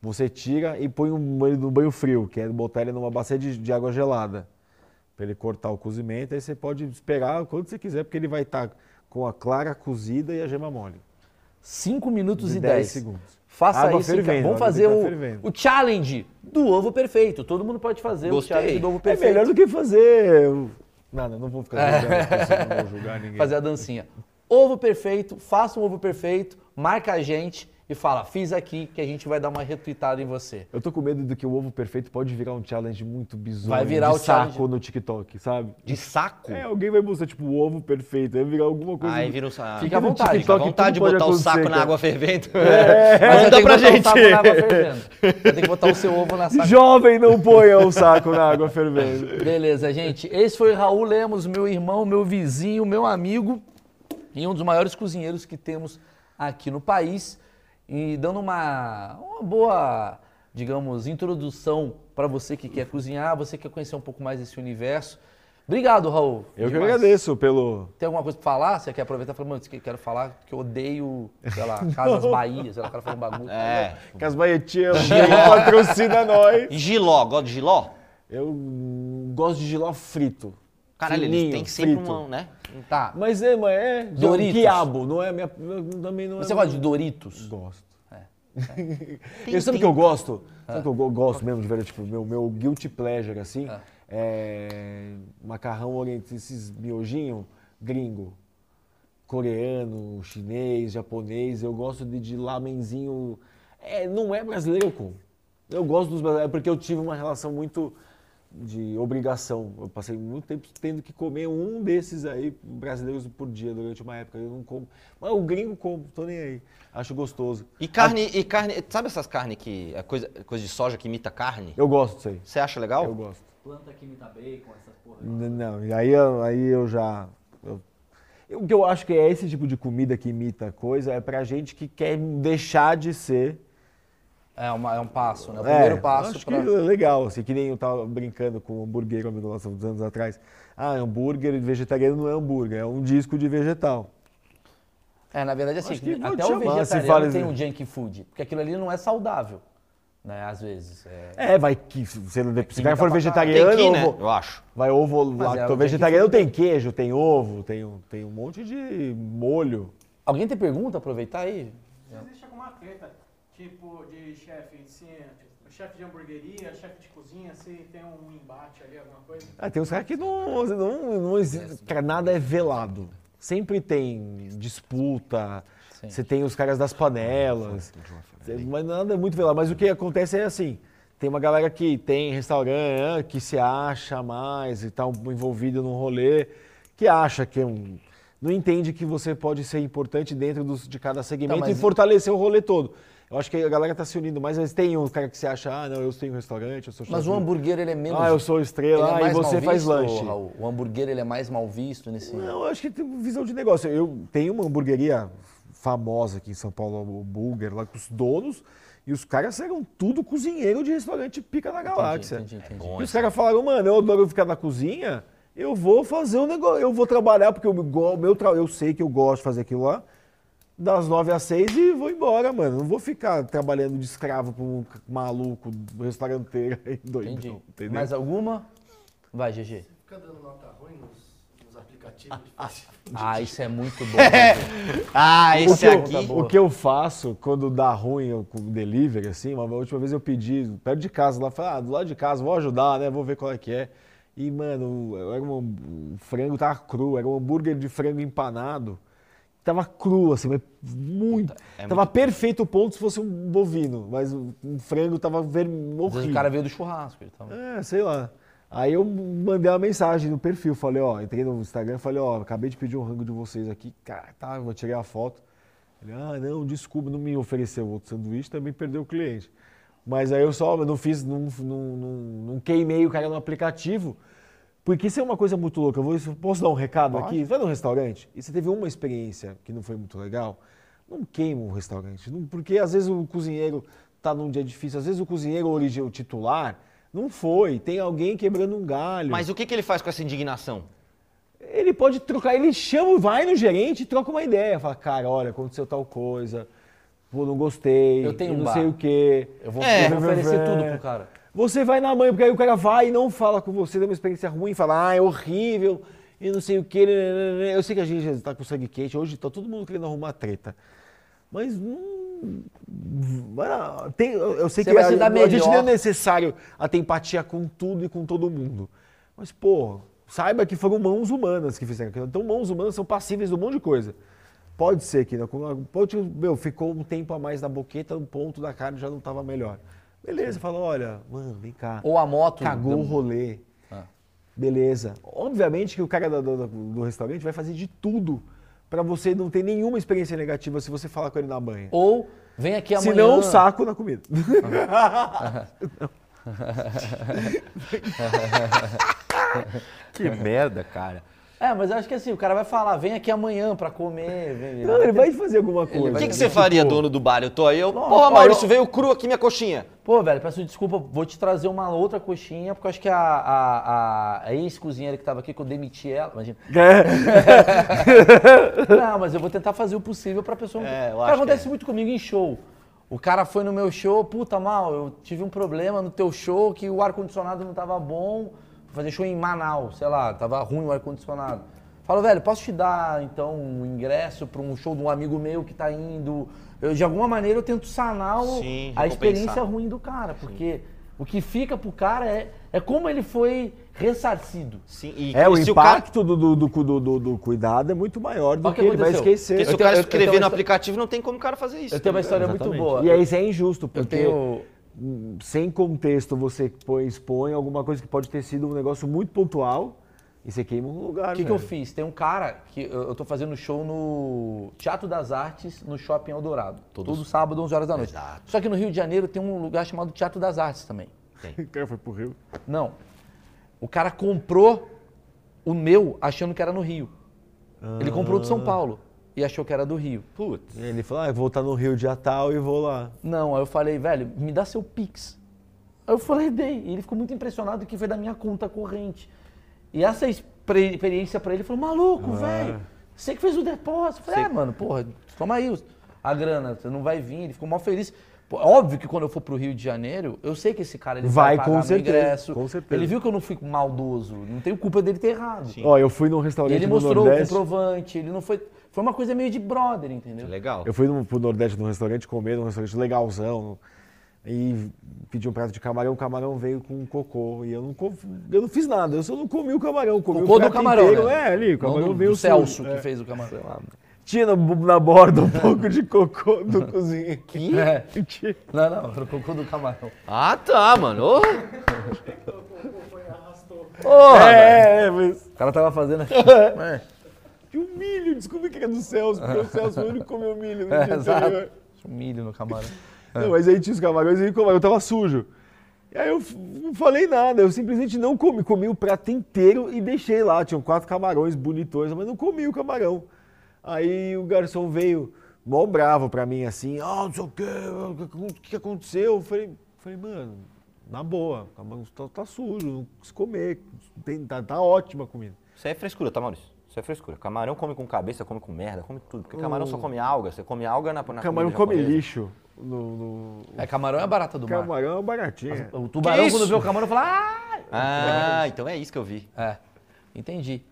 Speaker 2: Você tira e põe um- ele no banho frio, que é botar ele numa bacia de, de água gelada, para ele cortar o cozimento. Aí você pode esperar quando você quiser, porque ele vai estar com a clara cozida e a gema mole.
Speaker 1: 5 minutos
Speaker 2: De
Speaker 1: e 10
Speaker 2: 10 segundos.
Speaker 1: Faça
Speaker 2: Água
Speaker 1: isso, cara.
Speaker 2: fervendo,
Speaker 1: Vamos
Speaker 2: água
Speaker 1: fazer
Speaker 2: tem que
Speaker 1: o,
Speaker 2: tá fervendo.
Speaker 1: o challenge do ovo perfeito. Todo mundo pode fazer
Speaker 3: Gostei.
Speaker 1: o challenge do ovo
Speaker 2: É
Speaker 1: perfeito. É.
Speaker 2: melhor do que fazer. o- Nada, não vou ficar julgando, as pessoas, não vou
Speaker 3: Ah,
Speaker 2: julgar ninguém.
Speaker 1: fazer a dancinha. Ovo perfeito, faça um ovo perfeito, marca a gente e fala, fiz aqui que a gente vai dar uma retweetada em você.
Speaker 2: Eu tô com medo do que o ovo perfeito pode virar um challenge muito bizonho.
Speaker 1: Vai virar
Speaker 2: de
Speaker 1: o
Speaker 2: saco
Speaker 1: challenge-
Speaker 2: no TikTok, sabe?
Speaker 3: De saco?
Speaker 2: É, alguém vai mostrar, tipo, o ovo perfeito, aí virar alguma coisa.
Speaker 3: Aí vira um saco.
Speaker 1: Fica à vontade,
Speaker 3: Fica à
Speaker 2: TikTok,
Speaker 3: vontade de
Speaker 2: tudo pode
Speaker 3: botar o
Speaker 2: acontecer, né?
Speaker 3: saco na
Speaker 2: cara.
Speaker 3: água fervendo.
Speaker 2: É.
Speaker 1: Mas
Speaker 3: Manda
Speaker 1: É, tem
Speaker 3: pra
Speaker 1: que botar
Speaker 3: gente.
Speaker 1: O saco na água fervendo. Vai ter que botar o seu ovo na saco.
Speaker 2: Jovem, não ponha o saco na água fervendo.
Speaker 1: Beleza, gente. Esse foi Raul Lemos, meu irmão, meu vizinho, meu amigo. e um dos maiores cozinheiros que temos aqui no país. E dando uma, uma boa, digamos, introdução para você que quer cozinhar, você quer conhecer um pouco mais desse universo. Obrigado, Raul.
Speaker 2: Eu que
Speaker 1: Demais.
Speaker 2: agradeço pelo.
Speaker 1: Tem alguma coisa pra falar? Você quer aproveitar e falar, mano, eu quero falar que eu odeio, sei lá, Casas Bahia, sei lá, o cara falando bagulho.
Speaker 3: É.
Speaker 2: Que as baietinhas patrocina nós.
Speaker 3: E giló, gosta de giló?
Speaker 2: Eu gosto de giló frito.
Speaker 3: Caralho,
Speaker 2: Fininho,
Speaker 3: eles têm sempre
Speaker 2: frito.
Speaker 3: uma, né?
Speaker 1: Tá.
Speaker 2: Mas é, mas é.
Speaker 1: Doritos.
Speaker 2: Quiabo, não é minha. eu Também não é.
Speaker 1: Você gosta de Doritos?
Speaker 2: Gosto.
Speaker 3: Tem-
Speaker 2: eu, sabe o
Speaker 3: tem-
Speaker 2: que eu gosto? Sabe o que eu go- gosto mesmo de ver? Tipo, meu, meu guilty pleasure, assim,
Speaker 1: Ah.
Speaker 2: é macarrão oriental, esses miojinho gringo. Coreano, chinês, japonês. Eu gosto de, de lamenzinho. É, não é brasileiro, com. Eu gosto dos brasileiros, é porque eu tive uma relação muito de obrigação. Eu passei muito tempo tendo que comer um desses aí brasileiros por dia durante uma época. Eu não como. Mas o gringo como, tô nem aí. Acho gostoso.
Speaker 3: E carne, e carne, sabe essas carnes que é coisa, coisa de soja que imita carne?
Speaker 2: Eu gosto disso aí.
Speaker 3: Você acha legal?
Speaker 2: Eu gosto.
Speaker 1: Planta que imita bacon, essas porra.
Speaker 2: N- Não, e aí eu, aí eu já. eu- eu- o que eu acho que é esse tipo de comida que imita coisa é pra gente que quer deixar de ser.
Speaker 1: É, uma- é um passo, né? O primeiro passo
Speaker 2: acho
Speaker 1: pra...
Speaker 2: que é legal, assim, que nem eu tava brincando com o hambúrguer amigo nosso uns anos atrás. Ah, hambúrguer vegetariano não é hambúrguer, é um disco de vegetal.
Speaker 1: É, na verdade, assim,
Speaker 2: Acho que vão
Speaker 1: até
Speaker 2: te
Speaker 1: o
Speaker 2: chamar, se
Speaker 1: vegetariano
Speaker 2: fala-
Speaker 1: tem um junk food, porque aquilo ali não é saudável, né? Às vezes. É...
Speaker 2: É, vai que se, se o cara for
Speaker 1: pra caralho.
Speaker 2: vegetariano,
Speaker 3: que, né?
Speaker 2: ovo-
Speaker 3: Eu acho.
Speaker 2: vai ovo
Speaker 1: Mas é,
Speaker 2: lacto
Speaker 1: tem que-
Speaker 2: vegetariano, tem queijo, tem ovo, tem, um- tem um monte de molho.
Speaker 1: Alguém tem pergunta? Aproveitar aí.
Speaker 4: Existe alguma treta, tipo, de chefe, se o chefe de hamburgueria, chefe de cozinha, se tem um embate ali, alguma coisa?
Speaker 2: Ah, tem uns caras que não, não, não existe, cara, nada é velado. Sempre tem disputa,
Speaker 1: Sim.
Speaker 2: você tem os caras das panelas, cê- mas nada é muito velado. Mas o que acontece é assim, tem uma galera que tem restaurante, né, que se acha mais e tá envolvido num rolê, que acha que é um- não entende que você pode ser importante dentro dos- de cada segmento e
Speaker 1: Tá, mas-
Speaker 2: fortalecer o rolê todo. Eu acho que a galera tá se unindo mais, mas tem um cara que se acha, ah, não, eu tenho restaurante, eu sou
Speaker 1: Mas o
Speaker 2: chefe
Speaker 1: hambúrguer, ele é menos...
Speaker 2: ah, eu sou
Speaker 1: ele é
Speaker 2: estrela e
Speaker 1: mais
Speaker 2: você
Speaker 1: mal
Speaker 2: faz
Speaker 1: visto,
Speaker 2: lanche.
Speaker 1: Raul? O hambúrguer, ele é mais mal visto nesse...
Speaker 2: Não, eu acho que tem visão de negócio. Eu tenho uma hamburgueria famosa aqui em São Paulo, o Burger, lá com os donos, e os caras eram tudo cozinheiro de restaurante pica na galáxia.
Speaker 1: entendi, entendi.
Speaker 3: bom
Speaker 2: E os caras falaram, mano, eu adoro ficar na cozinha, eu vou fazer um negócio, eu vou trabalhar, porque eu, go- meu tra- eu sei que eu gosto de fazer aquilo lá, das nove às seis e vou embora, mano. Não vou ficar trabalhando de escravo pra um maluco, restauranteiro aí, doido.
Speaker 1: Entendi.
Speaker 2: então, Entendeu?
Speaker 1: Mais alguma? Vai, GG.
Speaker 5: Fica dando nota ruim nos, nos aplicativos de fast food.
Speaker 1: Ah, isso é muito bom. GG.
Speaker 3: Ah,
Speaker 2: O
Speaker 3: esse
Speaker 1: é
Speaker 2: que, eu,
Speaker 3: aqui.
Speaker 2: o que eu faço quando dá ruim eu, com o delivery, assim, uma última vez eu pedi, perto de casa lá, falei, ah, do lado de casa, vou ajudar, né? Vou ver qual é que é. E, mano, era um, o frango tava cru, era um hambúrguer de frango empanado. Tava cru, assim, mas muito.
Speaker 3: é
Speaker 2: tava perfeito o ponto se fosse um bovino, mas o um frango tava ver,
Speaker 1: Às vezes
Speaker 2: horrível.
Speaker 1: o cara veio do churrasco. ele tava-
Speaker 2: É, sei lá. Aí eu mandei uma mensagem no perfil, falei, ó, entrei no Instagram, falei, ó, acabei de pedir um rango de vocês aqui, cara, tá, eu tirei a foto. Ele, ah, não, desculpa, não me ofereceu outro sanduíche, também perdeu o cliente. Mas aí eu só eu não fiz, não, não, não, não queimei o cara no aplicativo, porque isso é uma coisa muito louca. Eu vou, eu posso dar um recado aqui? Vai num restaurante e você teve uma experiência que não foi muito legal, não queima o restaurante. não- porque às vezes o cozinheiro tá num dia difícil, às vezes o cozinheiro origi- o titular não foi, tem alguém quebrando um galho.
Speaker 3: Mas o que, que ele faz com essa indignação?
Speaker 2: Ele pode trocar, ele chama, vai no gerente e troca uma ideia. Fala, cara, olha, aconteceu tal coisa, pô, não gostei,
Speaker 1: Eu tenho um
Speaker 2: não
Speaker 1: bar.
Speaker 2: sei o quê.
Speaker 1: Eu vou,
Speaker 3: É.
Speaker 1: eu vou oferecer
Speaker 2: É.
Speaker 1: tudo pro cara.
Speaker 2: Você vai na mãe, porque aí o cara vai e não fala com você, dá uma experiência ruim, fala, ah, é horrível, e não sei o quê. né, né, né, né." Eu sei que a gente já tá com sangue quente, hoje tá todo mundo querendo arrumar treta. Mas hum, ah, tem- eu eu sei
Speaker 1: Você
Speaker 2: que
Speaker 1: vai
Speaker 2: a,
Speaker 1: se dar
Speaker 2: a gente
Speaker 1: melhor.
Speaker 2: não é necessário a ter empatia com tudo e com todo mundo. Mas, pô, saiba que foram mãos humanas que fizeram aquilo. Então, mãos humanas são passíveis de um monte de coisa. Pode ser que, né? como- Pode, meu, ficou um tempo a mais na boqueta, um ponto da carne já não estava melhor. Beleza, fala, olha, mano, vem cá.
Speaker 1: Ou a moto.
Speaker 2: Cagou o rolê.
Speaker 1: um- Ah.
Speaker 2: Beleza. Obviamente que o cara da- da- da- do, restaurante vai fazer de tudo pra você não ter nenhuma experiência negativa se você falar com ele na banha.
Speaker 1: Ou vem aqui amanhã.
Speaker 2: Se não, saco na comida.
Speaker 3: Que merda, cara.
Speaker 1: É, mas eu acho que assim, o cara vai falar, vem aqui amanhã pra comer, vem.
Speaker 2: Não, ele vai fazer alguma coisa.
Speaker 3: O que, que
Speaker 2: né?
Speaker 3: você faria, dono do bar? Eu tô aí, eu.
Speaker 1: é tipo- Não,
Speaker 3: Porra,
Speaker 1: ó,
Speaker 3: Maurício,
Speaker 1: eu-
Speaker 3: veio cru aqui minha coxinha.
Speaker 1: Pô, velho, peço desculpa, vou te trazer uma outra coxinha, porque eu acho que a, a- a- a ex-cozinheira que tava aqui, que eu demiti ela, imagina. É, Não, mas eu vou tentar fazer o possível pra pessoa.
Speaker 3: É, eu
Speaker 1: cara,
Speaker 3: acho que
Speaker 1: acontece
Speaker 3: é.
Speaker 1: muito comigo em show. O cara foi no meu show, puta mal, eu tive um problema no teu show que o ar-condicionado não tava bom. Vou fazer show em Manaus, sei lá, tava ruim o ar-condicionado. Falo, velho, posso te dar então um ingresso pra um show de um amigo meu que tá indo? Eu, de alguma maneira eu tento sanar o-
Speaker 3: Sim,
Speaker 1: a
Speaker 3: recompensar.
Speaker 1: experiência ruim do cara, porque o que fica pro cara é, é como ele foi ressarcido.
Speaker 3: Sim, e,
Speaker 2: É, o
Speaker 3: e se o cara.
Speaker 2: impacto do, do, do, do- do- do cuidado é muito maior do
Speaker 1: Olha o
Speaker 2: que,
Speaker 1: que
Speaker 2: ele vai
Speaker 1: aconteceu.
Speaker 3: Porque
Speaker 2: esquecer.
Speaker 3: se
Speaker 1: Eu
Speaker 3: o cara
Speaker 1: tenho- eu tenho
Speaker 3: escrever
Speaker 1: uma
Speaker 3: no
Speaker 1: histó-
Speaker 3: aplicativo, não tem como o cara fazer isso. tá
Speaker 1: Eu tenho uma
Speaker 3: entendeu?
Speaker 1: história muito
Speaker 3: Exatamente.
Speaker 1: boa.
Speaker 2: E aí isso é injusto,
Speaker 1: Eu
Speaker 2: porque
Speaker 1: tenho.
Speaker 2: hum, sem contexto você põe, expõe alguma coisa que pode ter sido um negócio muito pontual e você queima um lugar.
Speaker 1: O que, que eu
Speaker 2: velho.
Speaker 1: fiz? Tem um cara que eu eu tô fazendo show no Teatro das Artes, no Shopping Eldorado. Todo, sábado, 11 horas da noite.
Speaker 3: Exato.
Speaker 1: Só que no Rio de Janeiro tem um lugar chamado Teatro das Artes também.
Speaker 2: O cara foi pro Rio.
Speaker 1: Não. O cara comprou o meu achando que era no Rio. Ele comprou de São Paulo e achou que era do Rio.
Speaker 3: Ah. Putz.
Speaker 2: E ele falou: ah, eu vou estar no Rio dia tal e vou lá.
Speaker 1: Não, aí eu falei, velho, me dá seu Pix. Aí eu falei, dei. E ele ficou muito impressionado que foi da minha conta corrente. E essa expre- experiência pra ele, ele falou, maluco,
Speaker 2: Ah.
Speaker 1: velho, você que fez o depósito. Eu falei, é, mano, porra, toma aí os- a grana, você não vai vir. Ele ficou mal feliz. Pô, é óbvio que quando eu for pro Rio de Janeiro, eu sei que esse cara ele
Speaker 2: Vai,
Speaker 1: vai,
Speaker 2: com
Speaker 1: pagar
Speaker 2: certeza,
Speaker 1: meu ingresso.
Speaker 2: com certeza.
Speaker 1: Ele viu que eu não fui maldoso, não tenho culpa dele ter errado.
Speaker 2: Ó, eu fui num
Speaker 1: E
Speaker 2: restaurante
Speaker 1: ele
Speaker 2: no
Speaker 1: mostrou o
Speaker 2: Nordeste.
Speaker 1: comprovante, ele não foi... Foi uma coisa meio de brother, entendeu?
Speaker 3: Legal.
Speaker 2: Eu fui no, pro Nordeste num restaurante comer, num restaurante legalzão. E pedi um prato de camarão, o camarão veio com cocô. E eu não, co- eu não fiz nada, eu só não comi o camarão. Comi
Speaker 1: Cocô
Speaker 2: o
Speaker 1: do
Speaker 2: prato
Speaker 1: camarão,
Speaker 2: inteiro.
Speaker 1: né?
Speaker 2: É, ali, o
Speaker 1: Não
Speaker 2: camarão
Speaker 1: do-
Speaker 2: veio
Speaker 1: do Celso
Speaker 2: sujo.
Speaker 1: que
Speaker 2: É.
Speaker 1: fez o camarão.
Speaker 2: Tinha na, na borda um pouco de cocô do cozinha. Que?
Speaker 1: É.
Speaker 2: Tinha.
Speaker 1: Não, não, era o cocô do camarão.
Speaker 3: Ah, tá, mano. Ô,
Speaker 1: Ah,
Speaker 2: É, é, mas.
Speaker 1: O cara tava fazendo aqui. É,
Speaker 2: E o milho, descobri que era do Celso, porque o Celso foi o único que comeu milho no
Speaker 1: É,
Speaker 2: dia
Speaker 1: exato.
Speaker 2: anterior.
Speaker 1: Tinha um milho no camarão.
Speaker 2: Não, mas aí tinha os camarões e o camarão tava sujo. E aí eu f- não falei nada, eu simplesmente não comi. Comi o prato inteiro e deixei lá. Tinham quatro camarões bonitões, mas não comi o camarão. Aí o garçom veio mó bravo pra mim, assim, ah, não sei o quê, o que, que aconteceu? Eu falei, falei, mano, na boa, o camarão tá, tá sujo, não quis comer, tem- tá, tá ótima a comida.
Speaker 3: Isso aí é frescura, tá, Maurício? Isso é frescura. Camarão come com cabeça, come com merda, come tudo. Porque camarão só come alga. Você come alga na, na
Speaker 2: O camarão
Speaker 3: comida
Speaker 2: come
Speaker 3: japonesa.
Speaker 2: lixo. No, no-
Speaker 1: É, camarão é a barata do
Speaker 2: O
Speaker 1: mar.
Speaker 2: camarão é baratinho.
Speaker 1: O tubarão,
Speaker 3: Que
Speaker 1: quando
Speaker 3: isso?
Speaker 1: vê o camarão, fala.
Speaker 3: Ah, então é isso que eu vi.
Speaker 1: Ah! É. Entendi.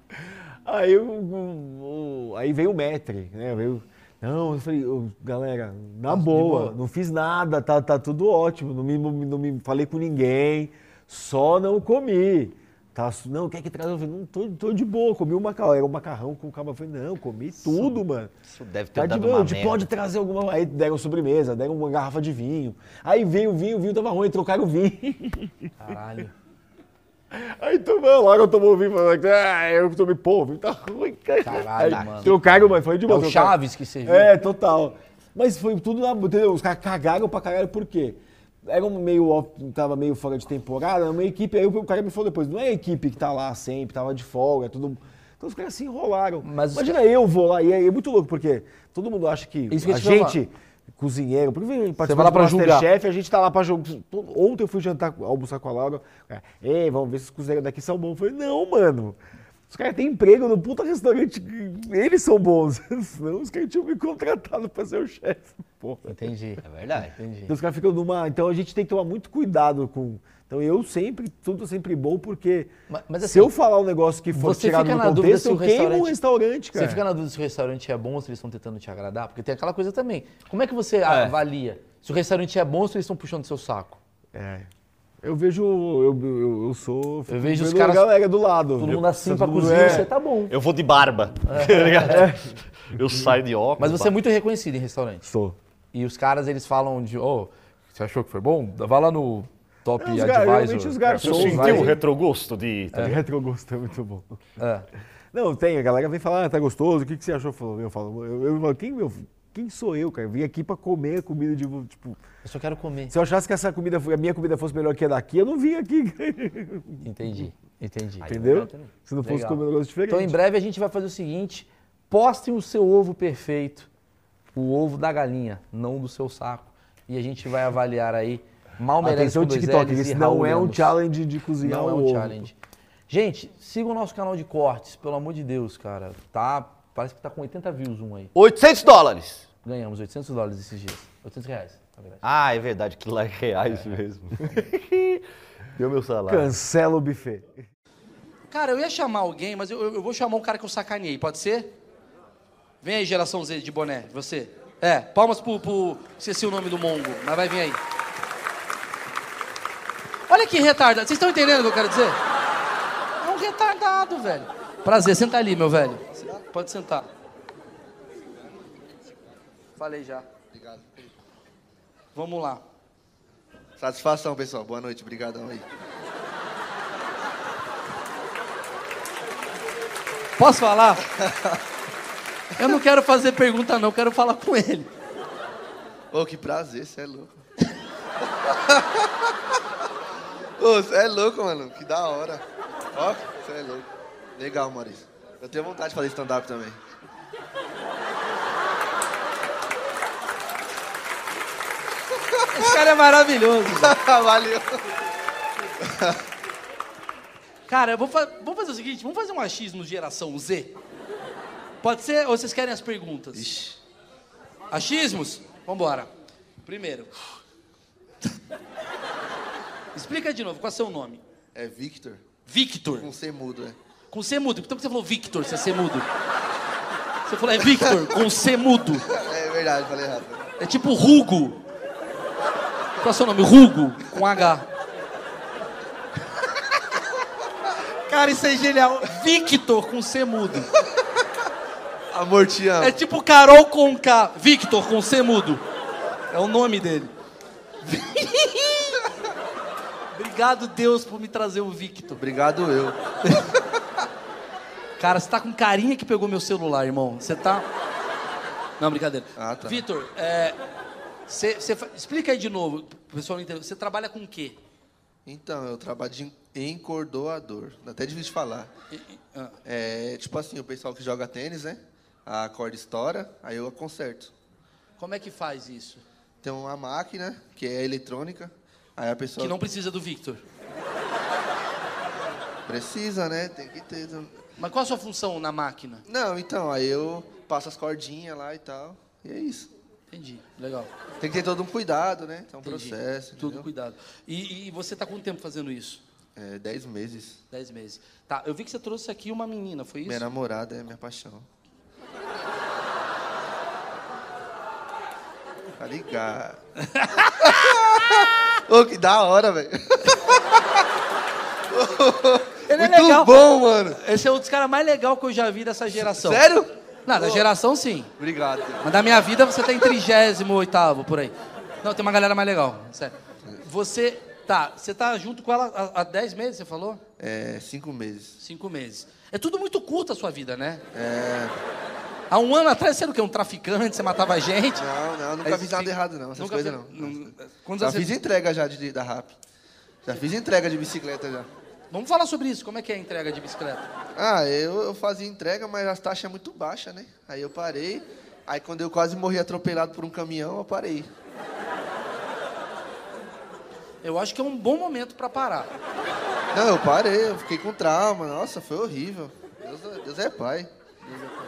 Speaker 2: Aí, o- o- o- aí veio o Metri, né? Veio, não, eu falei, ô, galera, na boa, não fiz nada, tá, tá tudo ótimo, não me, não me falei com ninguém, só não comi. Tá, su- não, quer que traz? Eu falei, não, tô, tô de boa, comi um macarrão, era um macarrão com calma. Eu falei, não, comi tudo, mano.
Speaker 3: Isso deve ter
Speaker 2: Tá de
Speaker 3: dado
Speaker 2: boa,
Speaker 3: uma
Speaker 2: de-
Speaker 3: merda.
Speaker 2: pode trazer alguma. Aí deram sobremesa, deram uma garrafa de vinho. Aí veio o vinho, o vinho tava ruim, trocaram o vinho.
Speaker 1: Caralho.
Speaker 2: Aí tomou, logo eu tomou o vinho falando, ah, eu tomei, pô, o vinho tá ruim, cara.
Speaker 1: Caralho,
Speaker 2: Aí, um
Speaker 1: mano.
Speaker 2: Trocaram, mas foi de
Speaker 1: É
Speaker 2: boa.
Speaker 1: o né?
Speaker 2: trocaram.
Speaker 1: Chaves que serviu.
Speaker 2: É, total. Mas foi tudo na. Entendeu? Os caras cagaram pra caralho, por quê? Era um meio. off- Tava meio fora de temporada, era uma equipe. Aí o cara me falou depois: não é a equipe que tá lá sempre, tava de folga, tudo. Então os caras se enrolaram.
Speaker 1: Mas os
Speaker 2: Imagina eu vou lá, e é, é muito louco, porque todo mundo acha que,
Speaker 1: Isso que eu
Speaker 2: a
Speaker 1: ia te falar.
Speaker 2: gente. Cozinheiro, porque vem
Speaker 1: vai lá pra
Speaker 2: chefe, a gente tá lá pra jogar. Ontem eu fui jantar, almoçar com a Laura. cara, Ei, vamos ver se os cozinheiros daqui são bons. Eu falei, não, mano. Os caras têm emprego no puta restaurante. Eles são bons. Senão os caras tinham me contratado pra ser o chefe. Porra.
Speaker 1: Entendi.
Speaker 3: É verdade.
Speaker 1: Entendi.
Speaker 2: Então os caras ficam numa. Então a gente tem que tomar muito cuidado com. Então eu sempre, tudo sempre bom, porque
Speaker 1: Ma- mas
Speaker 2: se
Speaker 1: assim,
Speaker 2: eu falar um negócio que for
Speaker 1: você
Speaker 2: tirado
Speaker 1: fica
Speaker 2: do
Speaker 1: na dúvida
Speaker 2: contexto,
Speaker 1: se o
Speaker 2: eu queimo um
Speaker 1: restaurante-
Speaker 2: restaurante, cara.
Speaker 1: Você fica na dúvida se o restaurante é bom ou se eles estão tentando te agradar? Porque tem aquela coisa também. Como é que você avalia se o restaurante é bom ou se eles estão puxando seu saco?
Speaker 2: É. Eu vejo. Eu, eu, eu sou. fico
Speaker 1: vejo os
Speaker 2: vendo
Speaker 1: caras-
Speaker 2: A galera do lado.
Speaker 1: Todo
Speaker 2: Eu-
Speaker 1: mundo assim pra
Speaker 2: todo mundo-
Speaker 1: cozinha,
Speaker 2: é.
Speaker 1: você tá bom.
Speaker 3: Eu vou de barba. tá ligado? Eu saio de óculos.
Speaker 1: Mas você é muito reconhecido em restaurante.
Speaker 2: Sou.
Speaker 1: E os caras, eles falam de, ô, você achou que foi bom? Vai lá no Top
Speaker 2: É, os caras- realmente
Speaker 1: Advisor.
Speaker 2: os caras
Speaker 1: Eu
Speaker 2: são-
Speaker 1: senti
Speaker 2: vai-
Speaker 1: um re-
Speaker 3: retrogosto de.
Speaker 2: É. Retrogosto é muito bom.
Speaker 1: É.
Speaker 2: Não, tem, a galera vem falar, ah, tá gostoso, o que, que você achou? Falou, Eu falo, eu, eu, falo, quem, meu, quem sou eu, cara? Eu Vim aqui pra comer a comida de. vo- Tipo,
Speaker 1: Eu só quero comer.
Speaker 2: se eu achasse que essa comida, fo- a minha comida fosse melhor que a daqui, eu não vim aqui.
Speaker 1: Entendi. Entendi.
Speaker 3: Aí
Speaker 2: Entendeu?
Speaker 3: eu também.
Speaker 2: Se não fosse
Speaker 1: Legal.
Speaker 2: comer um negócio diferente.
Speaker 1: Então em breve a gente vai fazer o seguinte: postem o seu ovo perfeito, o ovo da galinha, não do seu saco. E a gente vai avaliar aí mal merece
Speaker 2: Atenção,
Speaker 1: com dois
Speaker 2: TikTok,
Speaker 1: Ls e
Speaker 2: esse
Speaker 1: Raul
Speaker 2: não é um
Speaker 1: Lemos.
Speaker 2: challenge de cozinhar
Speaker 1: Não é
Speaker 2: o
Speaker 1: um
Speaker 2: ovo.
Speaker 1: challenge. Gente, sigam o nosso canal de cortes, pelo amor de Deus, cara. Tá, parece que tá com 80 views um aí.
Speaker 3: 800 dólares!
Speaker 1: Ganhamos 800 dólares esses dias. 800 reais, na verdade.
Speaker 3: Ah, é verdade, aquilo lá é reais mesmo. Deu meu salário.
Speaker 2: Cancela o buffet.
Speaker 1: Cara, eu ia chamar alguém, mas eu, eu- eu vou chamar um cara que eu sacaneei, pode ser? Vem aí, geração Z de boné, você. É, palmas pro. pro esqueci o nome do Mongo, mas vai vir aí. Olha que retardado. Vocês estão entendendo o que eu quero dizer? É um retardado, velho. Prazer, senta ali, meu velho. Pode sentar. Falei já.
Speaker 6: Obrigado.
Speaker 1: Vamos lá.
Speaker 6: Satisfação, pessoal. Boa noite. Obrigadão aí.
Speaker 1: Posso falar? Eu não quero fazer pergunta, não, eu quero falar com ele.
Speaker 6: Ô, que prazer. Você é louco. Ô, você é louco, mano. Que da hora. Ó, você é louco. Legal, Maurício. Eu tenho vontade de fazer stand-up também.
Speaker 1: Esse cara é maravilhoso.
Speaker 6: Valeu.
Speaker 1: Cara, eu vou fa- vamos fazer o seguinte, vamos fazer um achismo geração Z? Pode ser? Ou vocês querem as perguntas?
Speaker 6: Ixi.
Speaker 1: Achismos? Vambora. Primeiro. Explica de novo, qual é o seu nome?
Speaker 6: É Victor?
Speaker 1: Victor.
Speaker 6: Com C mudo, é.
Speaker 1: Com C mudo. Então por que você falou Victor, você é C mudo? Você falou é Victor, com C mudo.
Speaker 6: É verdade, falei errado.
Speaker 1: É tipo Rugo. Qual é o seu nome? Rugo, com H. Cara, isso é genial. Victor com C mudo.
Speaker 6: Amor, te amo.
Speaker 1: É tipo Carol com K. Victor com C mudo. É o nome dele. Obrigado, Deus, por me trazer o Victor.
Speaker 6: Obrigado eu.
Speaker 1: Cara, você tá com carinha que pegou meu celular, irmão. Você tá. Não, brincadeira.
Speaker 6: Ah, tá.
Speaker 1: Vitor, é, você- você fa- explica aí de novo, pro pessoal não entender. Você trabalha com o quê?
Speaker 6: Então, eu trabalho de encordoador. Até difícil de falar.
Speaker 1: E- e- ah,
Speaker 6: É tipo assim, o pessoal que joga tênis, né? A corda estoura, aí eu a conserto.
Speaker 1: Como é que faz isso?
Speaker 6: Tem uma máquina que é eletrônica, aí a pessoa
Speaker 1: Que não precisa do Victor.
Speaker 6: precisa, né? Tem que ter.
Speaker 1: Mas qual a sua função na máquina?
Speaker 6: Não, então, aí eu passo as cordinhas lá e tal. E é isso.
Speaker 1: Entendi, legal.
Speaker 6: Tem que ter todo um cuidado, né? É um
Speaker 1: Entendi.
Speaker 6: processo.
Speaker 1: Tudo
Speaker 6: entendeu?
Speaker 1: cuidado. E, e você tá quanto tempo fazendo isso?
Speaker 6: É, dez meses.
Speaker 1: Dez meses. Tá, eu vi que você trouxe aqui uma menina, foi isso?
Speaker 6: Minha namorada é minha paixão. Tá ligado. Ô, que da hora, velho.
Speaker 1: Ele é
Speaker 6: Muito
Speaker 1: legal.
Speaker 6: bom, mano.
Speaker 1: Esse é um dos caras mais legais que eu já vi dessa geração.
Speaker 6: Sério?
Speaker 1: Não, da geração sim.
Speaker 6: Obrigado.
Speaker 1: Mas da minha vida você tá em 38 por aí. Não, tem uma galera mais legal, sério. Você. Tá, você tá junto com ela há- há dez meses, você falou?
Speaker 6: É, cinco meses.
Speaker 1: Cinco meses. É tudo muito curto a sua vida, né?
Speaker 6: É.
Speaker 1: Há um ano atrás você era o quê? Um traficante? Você matava gente?
Speaker 6: Não, não, nunca
Speaker 1: Aí
Speaker 6: fiz nada
Speaker 1: fica-
Speaker 6: errado, não. Essas
Speaker 1: nunca
Speaker 6: coisas
Speaker 1: fez-
Speaker 6: não.
Speaker 1: Quantos
Speaker 6: Já
Speaker 1: anos
Speaker 6: fiz
Speaker 1: você...
Speaker 6: entrega já de, da RAP. Já fiz entrega de bicicleta já.
Speaker 1: Vamos falar sobre isso. Como é que é a entrega de bicicleta?
Speaker 6: Ah, eu, eu fazia entrega, mas as taxas é muito baixa, né? Aí eu parei. Aí quando eu quase morri atropelado por um caminhão, eu parei.
Speaker 1: Eu acho que é um bom momento pra parar.
Speaker 6: Não, eu parei, eu fiquei com trauma. Nossa, foi horrível. Deus, é- Deus é pai. Deus é pai.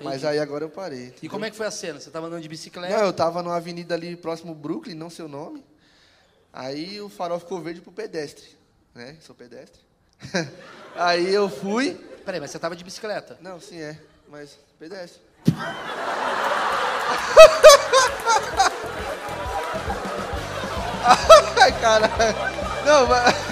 Speaker 6: Mas aí agora eu parei.
Speaker 1: E como é que foi a cena? Você tava andando de bicicleta?
Speaker 6: Não, eu tava numa avenida ali próximo ao Brooklyn, não sei o nome. Aí o farol ficou verde pro pedestre, né? Sou pedestre. aí eu fui.
Speaker 1: Peraí, mas você tava de bicicleta?
Speaker 6: Não, sim é, mas pedestre. Ai, cara. Não, mas